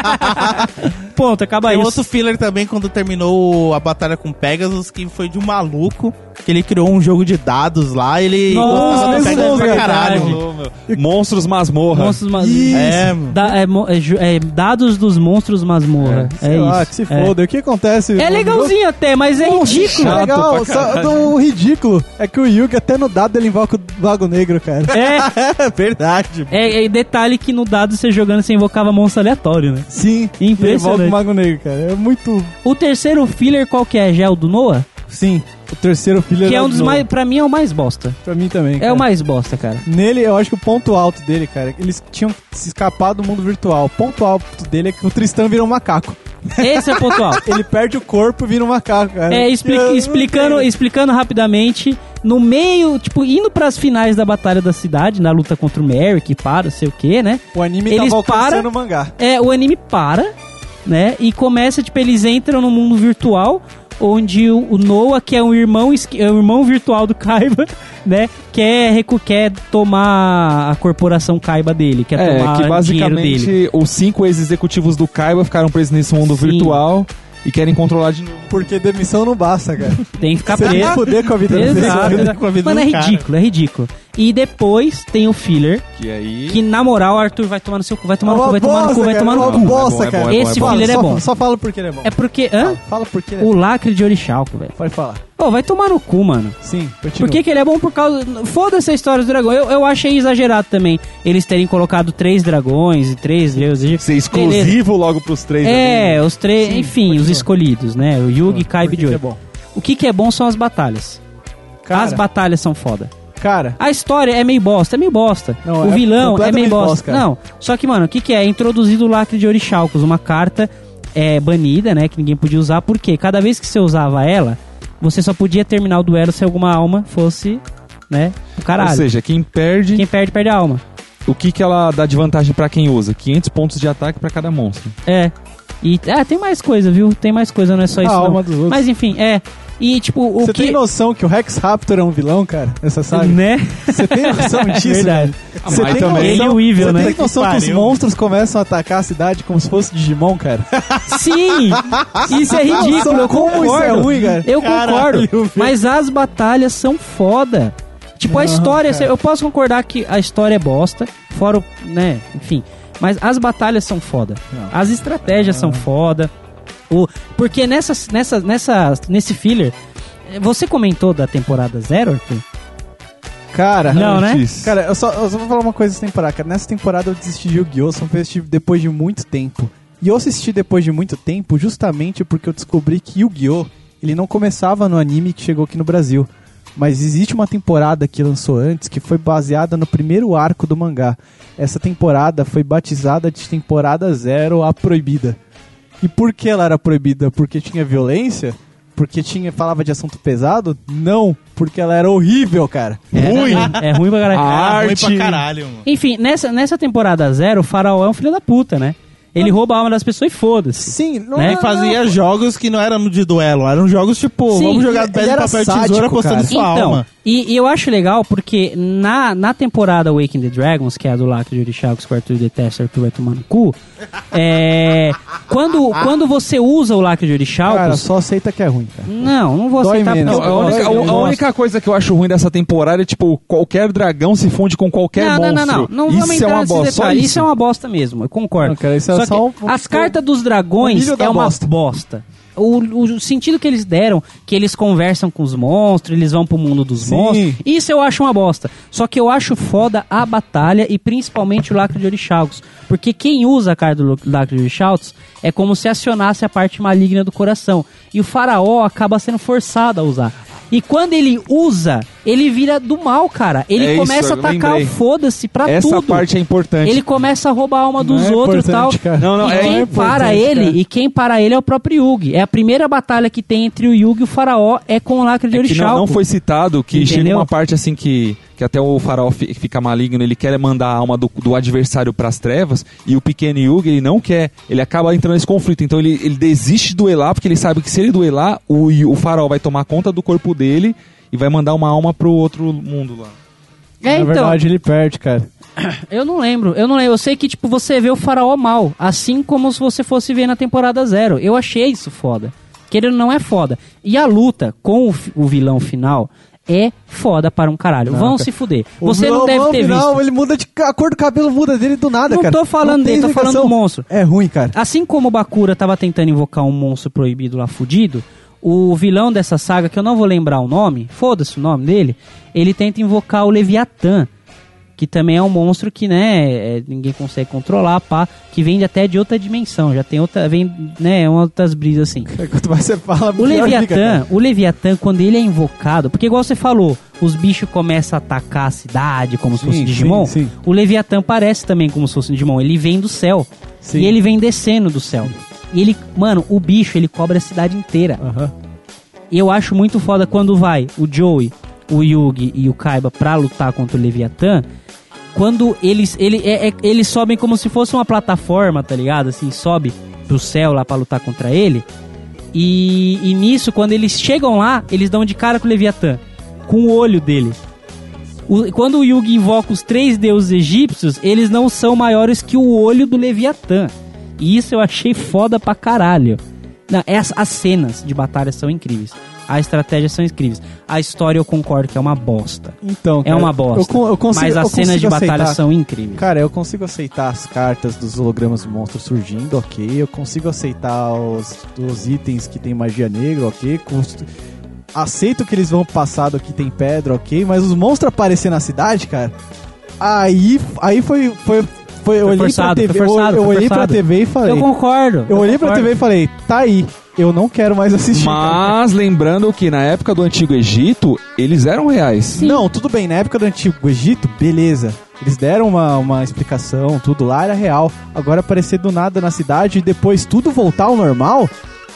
Ponto, acaba
Tem
isso.
outro filler também quando terminou a batalha com Pegasus, que foi de um maluco, que ele criou um jogo de dados lá, ele
Nossa, é
Nossa,
mesmo
Pegasus pra
lugar,
caralho.
Monstros masmorra.
Monstros mas...
Isso.
É, mano.
Da- é mo- é ju- é dados dos monstros masmorra. É,
Sei
isso.
lá, que se
É.
foda. O que acontece?
É.
no jogo?
legalzinho até, mas é ridículo.
É legal, só, o ridículo é que o Yugi até no dado ele invoca o Lago Negro, cara.
É,
É verdade.
é, é detalhe que no dado você jogando você invocava monstro aleatório, né?
Sim, ele
Impressionante.
invoca o Mago Negro, cara. É muito.
O terceiro filler qual que é? Já é o do Noah?
Sim, o terceiro filho
Que
era
é um
o
dos
Zou.
mais. Pra mim é o mais bosta.
Pra mim também.
É
cara.
o mais bosta, cara.
Nele, eu acho que o ponto alto dele, cara, eles tinham se escapado do mundo virtual. O ponto alto dele é que o Tristan vira um macaco.
Esse é o ponto alto.
Ele perde o corpo e vira um macaco, cara.
É, expli-
Eu- eu-
explicando, explicando rapidamente, no meio, tipo, indo pras finais da Batalha da Cidade, na luta contra o Merrick, para, não sei o que, né?
O anime tá
eles
tava alcançando
param-
o mangá.
É, o anime para, né? E começa, tipo, eles entram no mundo virtual, onde o, o Noah, que é um irmão, esqui- é um irmão virtual do Kaiba, né? Quer, recu- quer tomar a corporação Kaiba dele, quer
É,
tomar
que
o dinheiro dele.
basicamente os cinco ex-executivos do Kaiba ficaram presos nesse mundo
Sim.
virtual e querem controlar de novo.
Porque demissão não basta, cara.
Tem que ficar
Você tem que
Tá preso.
fuder com a vida da pessoa.
Exato.
Com a vida
Mano, é
do cara.
ridículo, é ridículo. E depois tem o filler,
Que aí.
Que na moral, Arthur vai tomar no seu cu, vai tomar no
É
cu,
uma
vai tomar no cu,
bosta,
vai
cara,
tomar
é
no
uma
cu.
bosta, cara.
Esse
Fala,
filler é
só-
bom.
Só fala porque ele é bom.
É porque. Hã?
Fala porque ele é
O
bom.
lacre de orixalco, velho.
Pode falar.
Ô, vai tomar no cu, mano.
Sim,
Por
continua.
que, que ele é bom por causa. Foda-se a história do dragão. Eu, eu achei exagerado também eles terem colocado três dragões e três deuses.
Ser exclusivo
Beleza.
logo pros três. ali.
É,
né?
os três. Enfim, os escolhidos, né? O Yugi, Kaiba
Por
e
que que é
Joy.
bom?
O que, que é bom são as batalhas.
Cara,
As batalhas são foda.
cara,
A história é meio bosta, é meio bosta.
Não,
o
é
vilão é meio
completamente
bosta.
bosta, cara.
não, só que, mano, o que, que é? É introduzido o lacre de Orixalcos, uma carta é, banida, né? Que ninguém podia usar, porque cada vez que você usava ela, você só podia terminar o duelo se alguma alma fosse, né? O caralho.
Ou seja, quem perde,
Quem perde, perde a alma.
o que, que ela dá de vantagem pra quem usa? 500 pontos de ataque pra cada monstro.
É. E ah, tem mais coisa, viu? Tem mais coisa, não é só
a
isso. não.
alma Ah, dos outros.
Mas enfim, é. E tipo, o
Você
que.
tem noção que o Rex Raptor é um vilão, cara? Nessa saga?
Né?
Você tem noção disso?
É Verdade.
Ah,
Você
mas
tem
também-
Ele e
noção,
o Evil,
você
né?
tem noção que os
Pariu.
monstros começam a atacar a cidade como se fosse Digimon, cara?
Sim! Isso é ridículo, eu
Como
concordo.
isso é ruim, cara?
Eu
Caralho,
concordo. Mas as batalhas são foda. Tipo, a história, eu posso concordar que a história é bosta, fora o, né, enfim, mas as batalhas são foda. As estratégias são foda. O, porque nessa, nessa, nessa, nesse filler, eh, você comentou da temporada zero, Arthur?
Cara,
Não, né?
Antes.
Cara, eu só, eu só vou falar uma coisa sem parar, cara. Nessa temporada eu desisti de Yu-Gi-Oh! Só fui assistir depois de muito tempo. E eu assisti depois de muito tempo justamente porque eu descobri que Yu-Gi-Oh! ele não começava no anime que chegou aqui no Brasil. Mas existe uma temporada que lançou antes que foi baseada no primeiro arco do mangá. Essa temporada foi batizada de temporada zero a proibida. E por que ela era proibida? Porque tinha violência? Porque tinha falava de assunto pesado? Não, porque ela era horrível, cara.
Ruim! É ruim pra caralho.
Ah,
Foi
Arte.
pra caralho, mano.
Enfim, nessa, nessa temporada zero, o faraó é um filho da puta, né? Ele rouba a alma das pessoas e foda-se.
Sim, não é
Né?
Ele fazia jogos que não eram de duelo, eram jogos tipo,
Sim,
vamos jogar
ele
pedra,
era
papel e
sádico,
tesoura apostando
cara.
sua
Então.
alma.
E, e eu acho legal porque na, na temporada Waking the Dragons, que é a do Lacto de Orixá, que o Arthur detesta, o Arthur vai tomar no cu, é, quando, quando você usa o Lacto de Orixá,
Cara, só aceita que é ruim, cara.
não, não vou
Dói
aceitar
menos.
porque
A
eu gosto,
única, a-
eu
a
gosto.
única coisa que eu acho ruim dessa temporada é, tipo, qualquer dragão se funde com qualquer
não,
monstro.
não, não, não, não. vamos
isso é
entrar
uma
nesse
bosta. Só
detalhe.
isso.
Isso. é uma bosta mesmo, eu concordo.
Não, cara, isso é
Só que
só um-
as cartas dos dragões
milho da
é uma bosta.
bosta.
O, o- o sentido que eles deram, que eles conversam com os monstros, eles vão pro mundo dos
Sim.
monstros, isso eu acho uma bosta. Só que eu acho foda a batalha e principalmente o Lacro de Orixalcos. Porque quem usa a carta do Lo- Lacro de Orixalcos é como se acionasse a parte maligna do coração. E o faraó acaba sendo forçado a usar. E quando ele usa, ele vira do mal, cara. Ele
É isso,
começa
eu
a atacar
lembrei.
o foda-se pra
Essa
tudo.
parte é importante.
Ele começa a roubar a alma
Não
dos
é
outros e tal.
importante, cara.
Não, não,
e
é-
quem
não é
para
importante,
ele,
cara.
e quem para ele é o próprio Yugi. É a primeira batalha que tem entre o Yugi e o faraó, é com o lacre de
É que
orixá.
não, não foi citado que chega
Entendeu?
uma parte assim que, que até o faraó fi- fica maligno, ele quer mandar a alma do, do adversário pras trevas e o pequeno Yugi ele não quer, ele acaba entrando nesse conflito, então ele, ele desiste de duelar porque ele sabe que se ele duelar, o, Yu- o faraó vai tomar conta do corpo dele e vai mandar uma alma pro outro mundo lá.
Na
É, então,
verdade, ele perde, cara.
eu não lembro. Eu não lembro. Eu sei que, tipo, você vê o faraó mal, assim como se você fosse ver na temporada zero. Eu achei isso foda. Querendo ou não é foda. E a luta com o, fi- o vilão final é foda para um caralho. Vão se fuder. você não deve ter
final,
visto.
ele muda de ca- a cor do cabelo muda dele do nada,
Não
cara.
tô falando
tem
dele, tô falando
explicação.
do monstro.
É ruim, cara.
Assim como o Bakura tava tentando invocar um monstro proibido lá fudido, o vilão dessa saga, que eu não vou lembrar o nome, foda-se o nome dele, ele tenta invocar o Leviatã, que também é um monstro que, né, é, ninguém consegue controlar, pá, que vem até de outra dimensão, já tem outra, vem, né, outras brisas assim.
É, Quanto mais você fala,
O
pior fica,
Leviatã,
cara.
o Leviatã, quando ele é invocado, porque igual você falou, os bichos começam a atacar a cidade como se
Sim,
fosse
sim,
Digimon.
sim.
O Leviatã parece também como se fosse um Digimon. Ele vem do céu.
Sim.
E ele vem descendo do céu. E ele, mano, o bicho, ele cobra a cidade inteira.
Aham.
E eu acho muito foda quando vai o Joey, o Yugi e o Kaiba pra lutar contra o Leviatã. Quando eles, ele, é- é- eles sobem como se fosse uma plataforma, tá ligado? Assim, sobe pro céu lá pra lutar contra ele. E, e nisso, quando eles chegam lá, eles dão de cara com o Leviatã. Com o olho dele. O- quando o Yugi invoca os três deuses egípcios, eles não são maiores que o olho do Leviatã. E isso eu achei foda pra caralho. Não, as, as cenas de batalha são incríveis. A estratégia são incríveis. A história eu concordo que é uma bosta.
Então,
É
cara,
uma bosta.
Eu, con- eu consigo,
mas
eu
as cenas de
consigo
batalha
aceitar.
são incríveis.
Cara, eu consigo aceitar as cartas dos hologramas do monstro surgindo, ok. Eu consigo aceitar os, os itens que tem magia negra, ok. Custo- Aceito que eles vão passado aqui tem pedra, ok. Mas os monstros aparecer na cidade, cara. Aí, aí foi, foi, foi, eu olhei pra
forçado,
TV,
foi forçado,
eu, eu
foi
olhei pra
forçado.
TV e falei.
eu concordo.
Eu olhei pra
concordo.
TV e falei, tá aí, eu não quero mais assistir.
Mas lembrando que na época do Antigo Egito, eles eram reais.
Não, tudo bem, na época do Antigo Egito, beleza. Eles deram uma, uma explicação, tudo lá era real. Agora aparecer do nada na cidade e depois tudo voltar ao normal,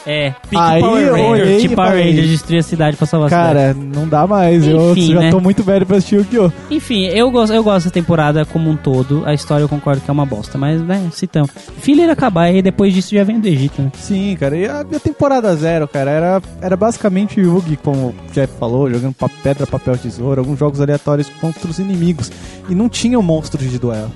É.
Aí eu olhei
tipo
e
Power
falei-
Rangers destruir a cidade pra salvar a cidade.
cara, não dá mais. eu
Enfim,
já
né?
tô muito velho pra assistir o Kyo.
Enfim, eu gosto, eu gosto da temporada como um todo. A história eu concordo que é uma bosta, mas, né, citamos. Filler acabar e depois disso já vem do Egito, né?
Sim, cara, e a minha temporada zero, cara, era, era basicamente Yugi, como o Jeff falou, jogando pa- pedra, papel, tesoura, alguns jogos aleatórios contra os inimigos. E não tinha monstros de duelo.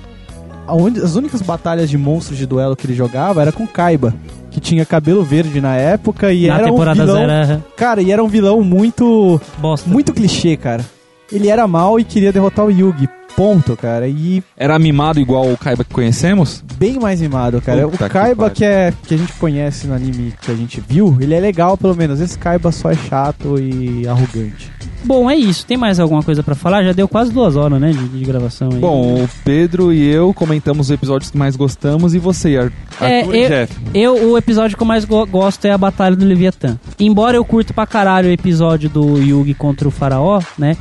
A un- As únicas batalhas de monstros de duelo que ele jogava era com Kaiba, que tinha cabelo verde na época e
Na
era um
temporada
vilão...
zero era
Cara, e era um vilão muito.
bosta.
muito clichê, cara. Ele era mal e queria derrotar o Yugi. Ponto, cara. E
Era mimado igual o Kaiba que conhecemos?
bem mais mimado, cara.
Puta
o
que
Kaiba
pariu.
que, é, que a gente conhece no anime que a gente viu, ele é legal, pelo menos. Esse Kaiba só é chato e arrogante.
Bom, é isso. Tem mais alguma coisa pra falar? Já deu quase duas horas, né, de, de gravação aí.
Bom, o Pedro e eu comentamos os episódios que mais gostamos e você, Ar
É,
Arthur e
eu-
Jeff.
Eu, o episódio que eu mais go- gosto é a Batalha do Leviatã. Embora eu curto pra caralho o episódio do Yugi contra o Faraó, né?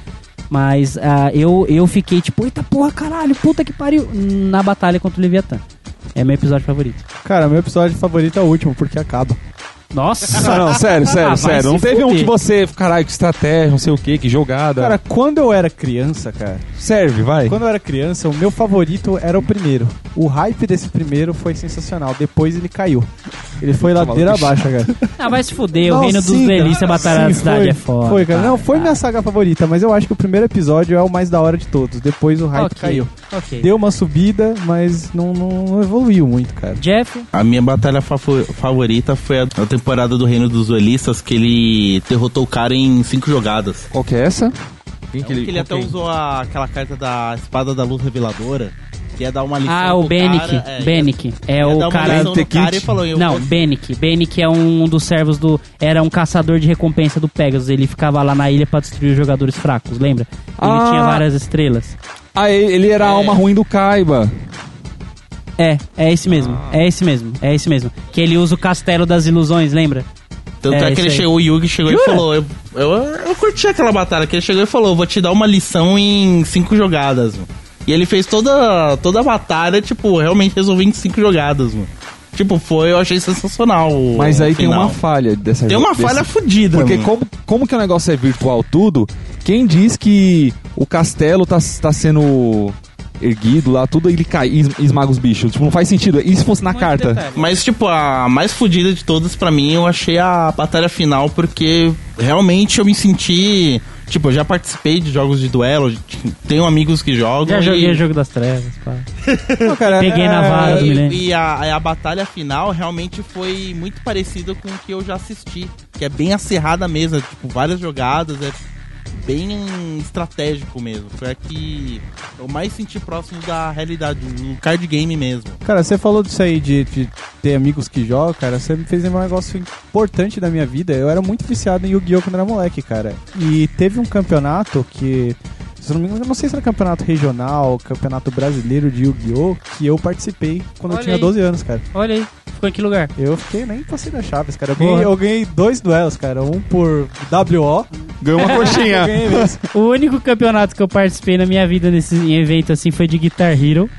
Mas ah, eu, eu fiquei tipo, eita porra, caralho, puta que pariu, na batalha contra o Leviatã. É meu episódio favorito.
Cara, meu episódio favorito é o último, porque acaba.
Não,
Nossa!
não, sério, sério,
Ah, vai se
sério. Não teve um
fuder.
que você, caralho, que estratégia, não sei o que, que jogada.
Cara, quando eu era criança, cara,
serve, vai.
quando eu era criança, o meu favorito era o primeiro. O hype desse primeiro foi sensacional. Depois ele caiu. Ele foi
Tá
ladeira abaixo, cara.
ah, vai se fuder, o
Não,
reino dos
sim,
delícias, a
cara.
batalha da
Sim,
cidade
foi,
é foda.
Foi, cara. Não, foi minha saga favorita, mas eu acho que o primeiro episódio é o mais da hora de todos. Depois o hype
Ok,
caiu.
Ah, ok.
Deu uma subida, mas não, não- não evoluiu muito, cara.
Jeff,
A minha batalha fafo- favorita foi a a temporada do Reino dos Duelistas, que ele derrotou o cara em cinco jogadas.
Qual que é essa? Quem
É um Que ele,
com
até
quem?
usou a- aquela carta da Espada da Luz Reveladora, que ia dar uma lição
ah,
pro
o Benick,
cara, é,
Benick, é
ia dar
o
uma
cara...
lição no cara e falou... eu
Não,
vou-
Benick. Benick é um dos servos do. Era um caçador de recompensa do Pegasus. Ele ficava lá na ilha pra destruir os jogadores fracos, lembra? Ele
Ah.
tinha várias estrelas.
Ah, ele ele era a alma ruim do Kaiba.
É, é esse mesmo. É esse mesmo. É esse mesmo. Que ele usa o castelo das ilusões, lembra?
Tanto
É,
é,
isso
que ele
aí.
chegou, o Yugi chegou e falou... Eu, eu, eu curti aquela batalha, que ele chegou e falou, vou te dar uma lição em cinco jogadas, mano. E ele fez toda, toda a batalha, tipo, realmente resolvi em cinco jogadas, mano. Tipo, foi, eu achei sensacional o
Mas aí tem
final.
uma falha dessa
Tem uma
desse-
falha fodida,
Porque
mano.
como, como que o negócio é virtual tudo, quem diz que o castelo tá, tá sendo erguido lá, tudo, ele cai e es- esmaga os bichos. Tipo, não faz sentido. E se fosse na carta?
Mas, tipo, a mais fodida de todas pra mim, eu achei a batalha final, porque realmente eu me senti. Tipo, eu já participei de jogos de duelo, t- tenho amigos que jogam.
Já joguei
e,
Jogo das Trevas, pá.
Não, cara, é,
Peguei na vara do milênio.
e, e a, a batalha final realmente foi muito parecida com o que eu já assisti. Que é bem acirrada mesmo, é, tipo, várias jogadas, é bem estratégico mesmo. Foi a que eu mais senti próximo da realidade, no card game mesmo.
Cara, você falou disso aí de, de ter amigos que jogam, cara. Você me fez lembrar um negócio importante da minha vida. Eu era muito viciado em Yu-Gi-Oh! quando era moleque, cara. E teve um campeonato que. Se eu não me engano, eu não sei se era campeonato regional, campeonato brasileiro de Yu-Gi-Oh! que eu participei quando
Olha
eu tinha
aí.
12 anos, cara.
Olha aí, ficou em que lugar?
Eu fiquei nem passei da Chaves, cara. Eu
Porra.
ganhei, eu ganhei dois duelos, cara. Um por WO.
Ganhou uma
Eu
coxinha.
ganhei mesmo.
O único campeonato que eu participei na minha vida nesse evento assim foi de Guitar Hero.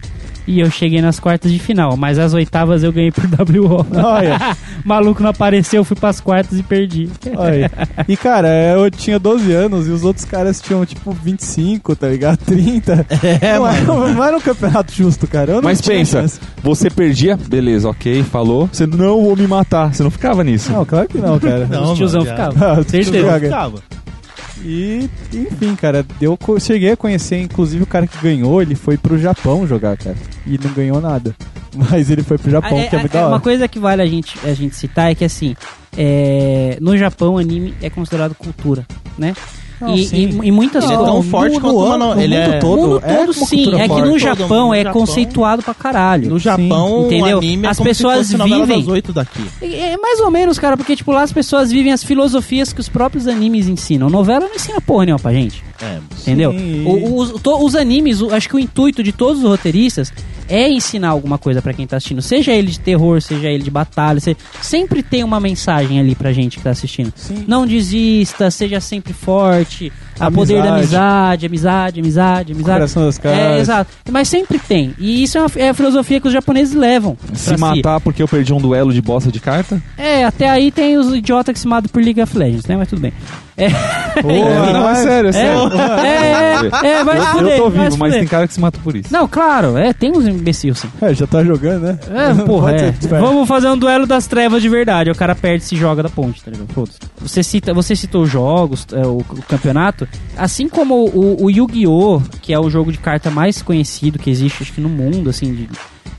E eu cheguei nas quartas de final, mas as oitavas eu ganhei por WO.
Olha.
Maluco não apareceu, fui pras quartas e perdi.
Olha aí. E cara, eu tinha 12 anos e os outros caras tinham tipo 25, tá ligado? 30. É, não, era, não era um campeonato justo, cara. Eu não
Mas
tinha
pensa,
chance.
você perdia, beleza, ok, falou. Você não vou me matar, você não ficava nisso.
Não, claro que não, cara.
Os tiozão ficavam. Certeza.
E, enfim, cara, eu co- cheguei a conhecer, inclusive, o cara que ganhou, ele foi pro Japão jogar, cara. E não ganhou nada. Mas ele foi pro Japão,
É,
que é
é,
muito
é
da hora.
uma coisa que vale a gente, a gente citar é que assim, é, no Japão anime é considerado cultura, né?
Não,
e,
sim.
e, e muitas
Ele é
coisas.
tão forte quanto uma no- ele é-
O mundo todo
é uma
sim,
cultura
é que
forte.
no
Todo
Japão
mundo
é
no Japão.
conceituado pra caralho.
No Japão,
entendeu?
o anime
As
é como
pessoas
se fosse novela
vivem-
das oito daqui.
É é mais ou menos, cara, porque, tipo, lá as pessoas vivem as filosofias que os próprios animes ensinam. Novela não ensina porra nenhuma pra gente,
É,
entendeu?
Sim.
O- os, to- os animes, o- acho que o intuito de todos os roteiristas é ensinar alguma coisa pra quem tá assistindo. Seja ele de terror, seja ele de batalha, se- sempre tem uma mensagem ali pra gente que tá assistindo.
Sim.
Não desista, seja sempre forte, a
Amizade.
poder da amizade, amizade, amizade, amizade.
Coração das
É,
cartas.
exato. Mas sempre tem. E isso é, uma, é a filosofia que os japoneses levam. pra
Se
si.
matar porque eu perdi um duelo de bosta de carta?
É, até aí tem os idiotas que se matam por League of Legends, né? Mas tudo bem. É,
não, é sério, é
é,
sério.
é, é, é, vai se
Eu,
fuder,
eu tô
vai
vivo,
se
mas
fuder.
tem cara que se mata por isso.
Não, claro, é, tem uns imbecil, sim.
É, já tá jogando, né?
É,
Não
porra,
pode
é.
ser tipo, desperto.
Vamos fazer um duelo das trevas de verdade. O cara perde e se joga da ponte, tá ligado? Foda-se. Você, cita, você citou os jogos, é, o, o campeonato. Assim como o, o Yu-Gi-Oh!, que é o jogo de carta mais conhecido que existe, acho que no mundo, assim, de-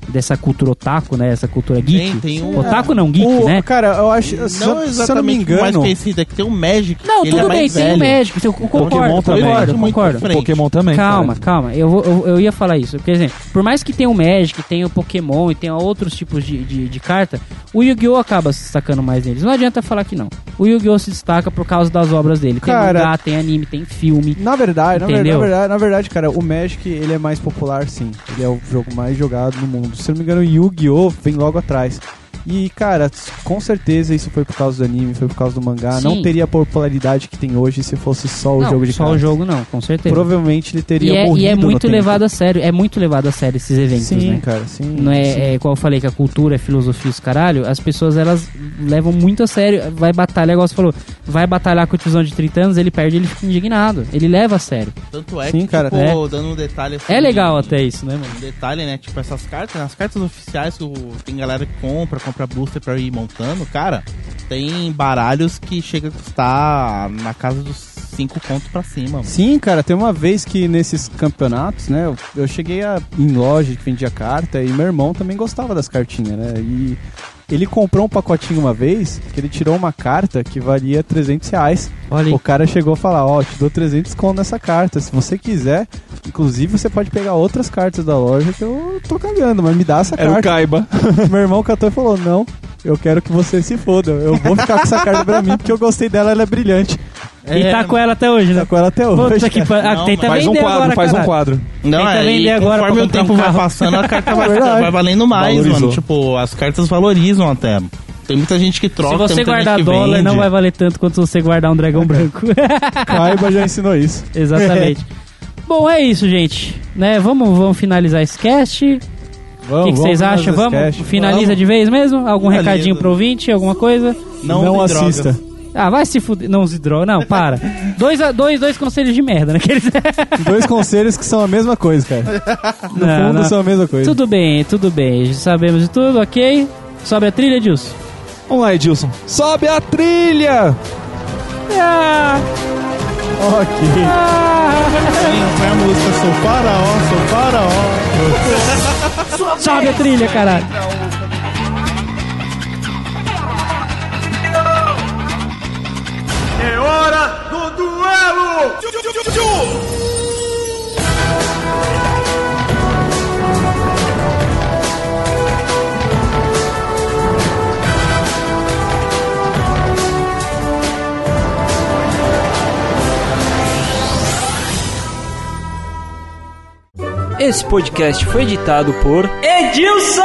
dessa cultura otaku, né? Essa cultura geek.
Tem- tem um-
Otaku não, geek,
O-
né?
Cara, eu acho. se, eu- se eu não me
mais
engano.
conhecido, é que tem o Magic.
Não,
que ele
tudo
é
bem,
mais
tem o
velho. Então,
médico, tem o concordo,
Pokémon também.
concordo,
Muito muito né?
concordo.
frente.
Pokémon também.
Calma,
cara.
calma, eu, vou- eu, eu ia falar isso. Por exemplo, por mais que tenha o Magic, tenha o Pokémon e tenha outros tipos de, de, de carta, o Yu-Gi-Oh! acaba se sacando mais neles. Não adianta falar que não. o Yu-Gi-Oh! se destaca por causa das obras dele.
Cara-
tem mangá, tem anime, tem filme.
Na verdade, na verdade,
Entendeu?
na verdade, na verdade, cara, o Magic ele é mais popular, sim. Ele é o jogo mais jogado no mundo. Se eu não me engano, o Yu-Gi-Oh! vem logo atrás. E, cara, com certeza isso foi por causa do anime, foi por causa do mangá.
Sim.
Não teria a popularidade que tem hoje se fosse só é o
não,
jogo de
só
cartas.
o jogo não, com certeza.
Provavelmente ele
E
teria
é,
morrido
e é
no
muito
tempo.
levado a sério, é muito levado a sério esses eventos,
Sim,
né?
cara, sim.
Não
sim.
é, é igual eu falei que a cultura, a filosofia, os caralho, as pessoas elas levam muito a sério, vai batalhar, igual você falou, vai batalhar com o tiozão de 30 anos, ele perde, ele fica indignado. Ele leva a sério.
Tanto é
Sim,
que,
cara,
tipo, dando um detalhe assim,
É legal
de-
até isso, né, mano?
Um detalhe, né? Tipo, essas cartas, né, as cartas oficiais que o- tem galera que compra, compra booster pra ir montando, cara, tem baralhos que chega a custar na casa dos 5 conto pra cima, mano.
Sim, cara, tem uma vez que nesses campeonatos, né, eu, eu cheguei a, em loja que vendia carta e meu irmão também gostava das cartinhas, né? E ele comprou um pacotinho uma vez que ele tirou uma carta que valia 300 reais.
Olha aí.
O cara chegou a falar: Ó, te dou 300 conto nessa carta. Se você quiser, inclusive você pode pegar outras cartas da loja que eu tô cagando, mas me dá essa
É
Era o
carta.
Caiba.
Meu irmão catou e falou: Não, eu quero que você se foda. Eu vou ficar com essa carta pra mim porque eu gostei dela, ela é brilhante.
e tá com ela até hoje,
Tá
né?
com ela até hoje.
Puta que par... Ah,
Não,
tem
mas-
também
Faz um
ideia
quadro,
agora,
faz um
caralho.
quadro.
Não,
Tenta
aí,
vender agora
conforme
pra
o
comprar
tempo
um
vai
carro. É
passando, a carta vai,
Verdade.
vai valendo mais,
Valorizou.
mano. Tipo, as cartas valorizam até. Tem muita gente que troca,
Se você
tem muita gente
guardar
que
dólar,
vende.
não vai valer tanto quanto se você guardar um dragão branco.
Caiba já ensinou isso.
Exatamente. Bom, é isso, gente. Né? Vamos, vamos finalizar esse cast. O
Vamos,
que que vocês
vamos
acham?
fazer
Vamos?
sketch.
Finaliza
Vamos.
de vez mesmo? Algum
Finaliza.
recadinho pro ouvinte? Alguma coisa?
Não,
usem drogas.
assista.
Ah, vai se fuder. Não, se droga. Não, para. dois, a- dois, dois conselhos de merda, né? Que eles-
Dois conselhos que são a mesma coisa, cara. No
Não,
fundo
não.
são a mesma coisa.
Ah, né? Tudo bem, tudo bem. Já Sabemos de tudo, ok? Sobe a trilha, Dilson.
Vamos lá, Edilson. Sobe a trilha!
Ah! Ok.
Foi a música, sou faraó, sou faraó.
Sobe a trilha, caralho.
É hora do duelo!
Esse podcast foi editado por Edilson!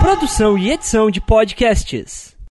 Produção e edição de podcasts.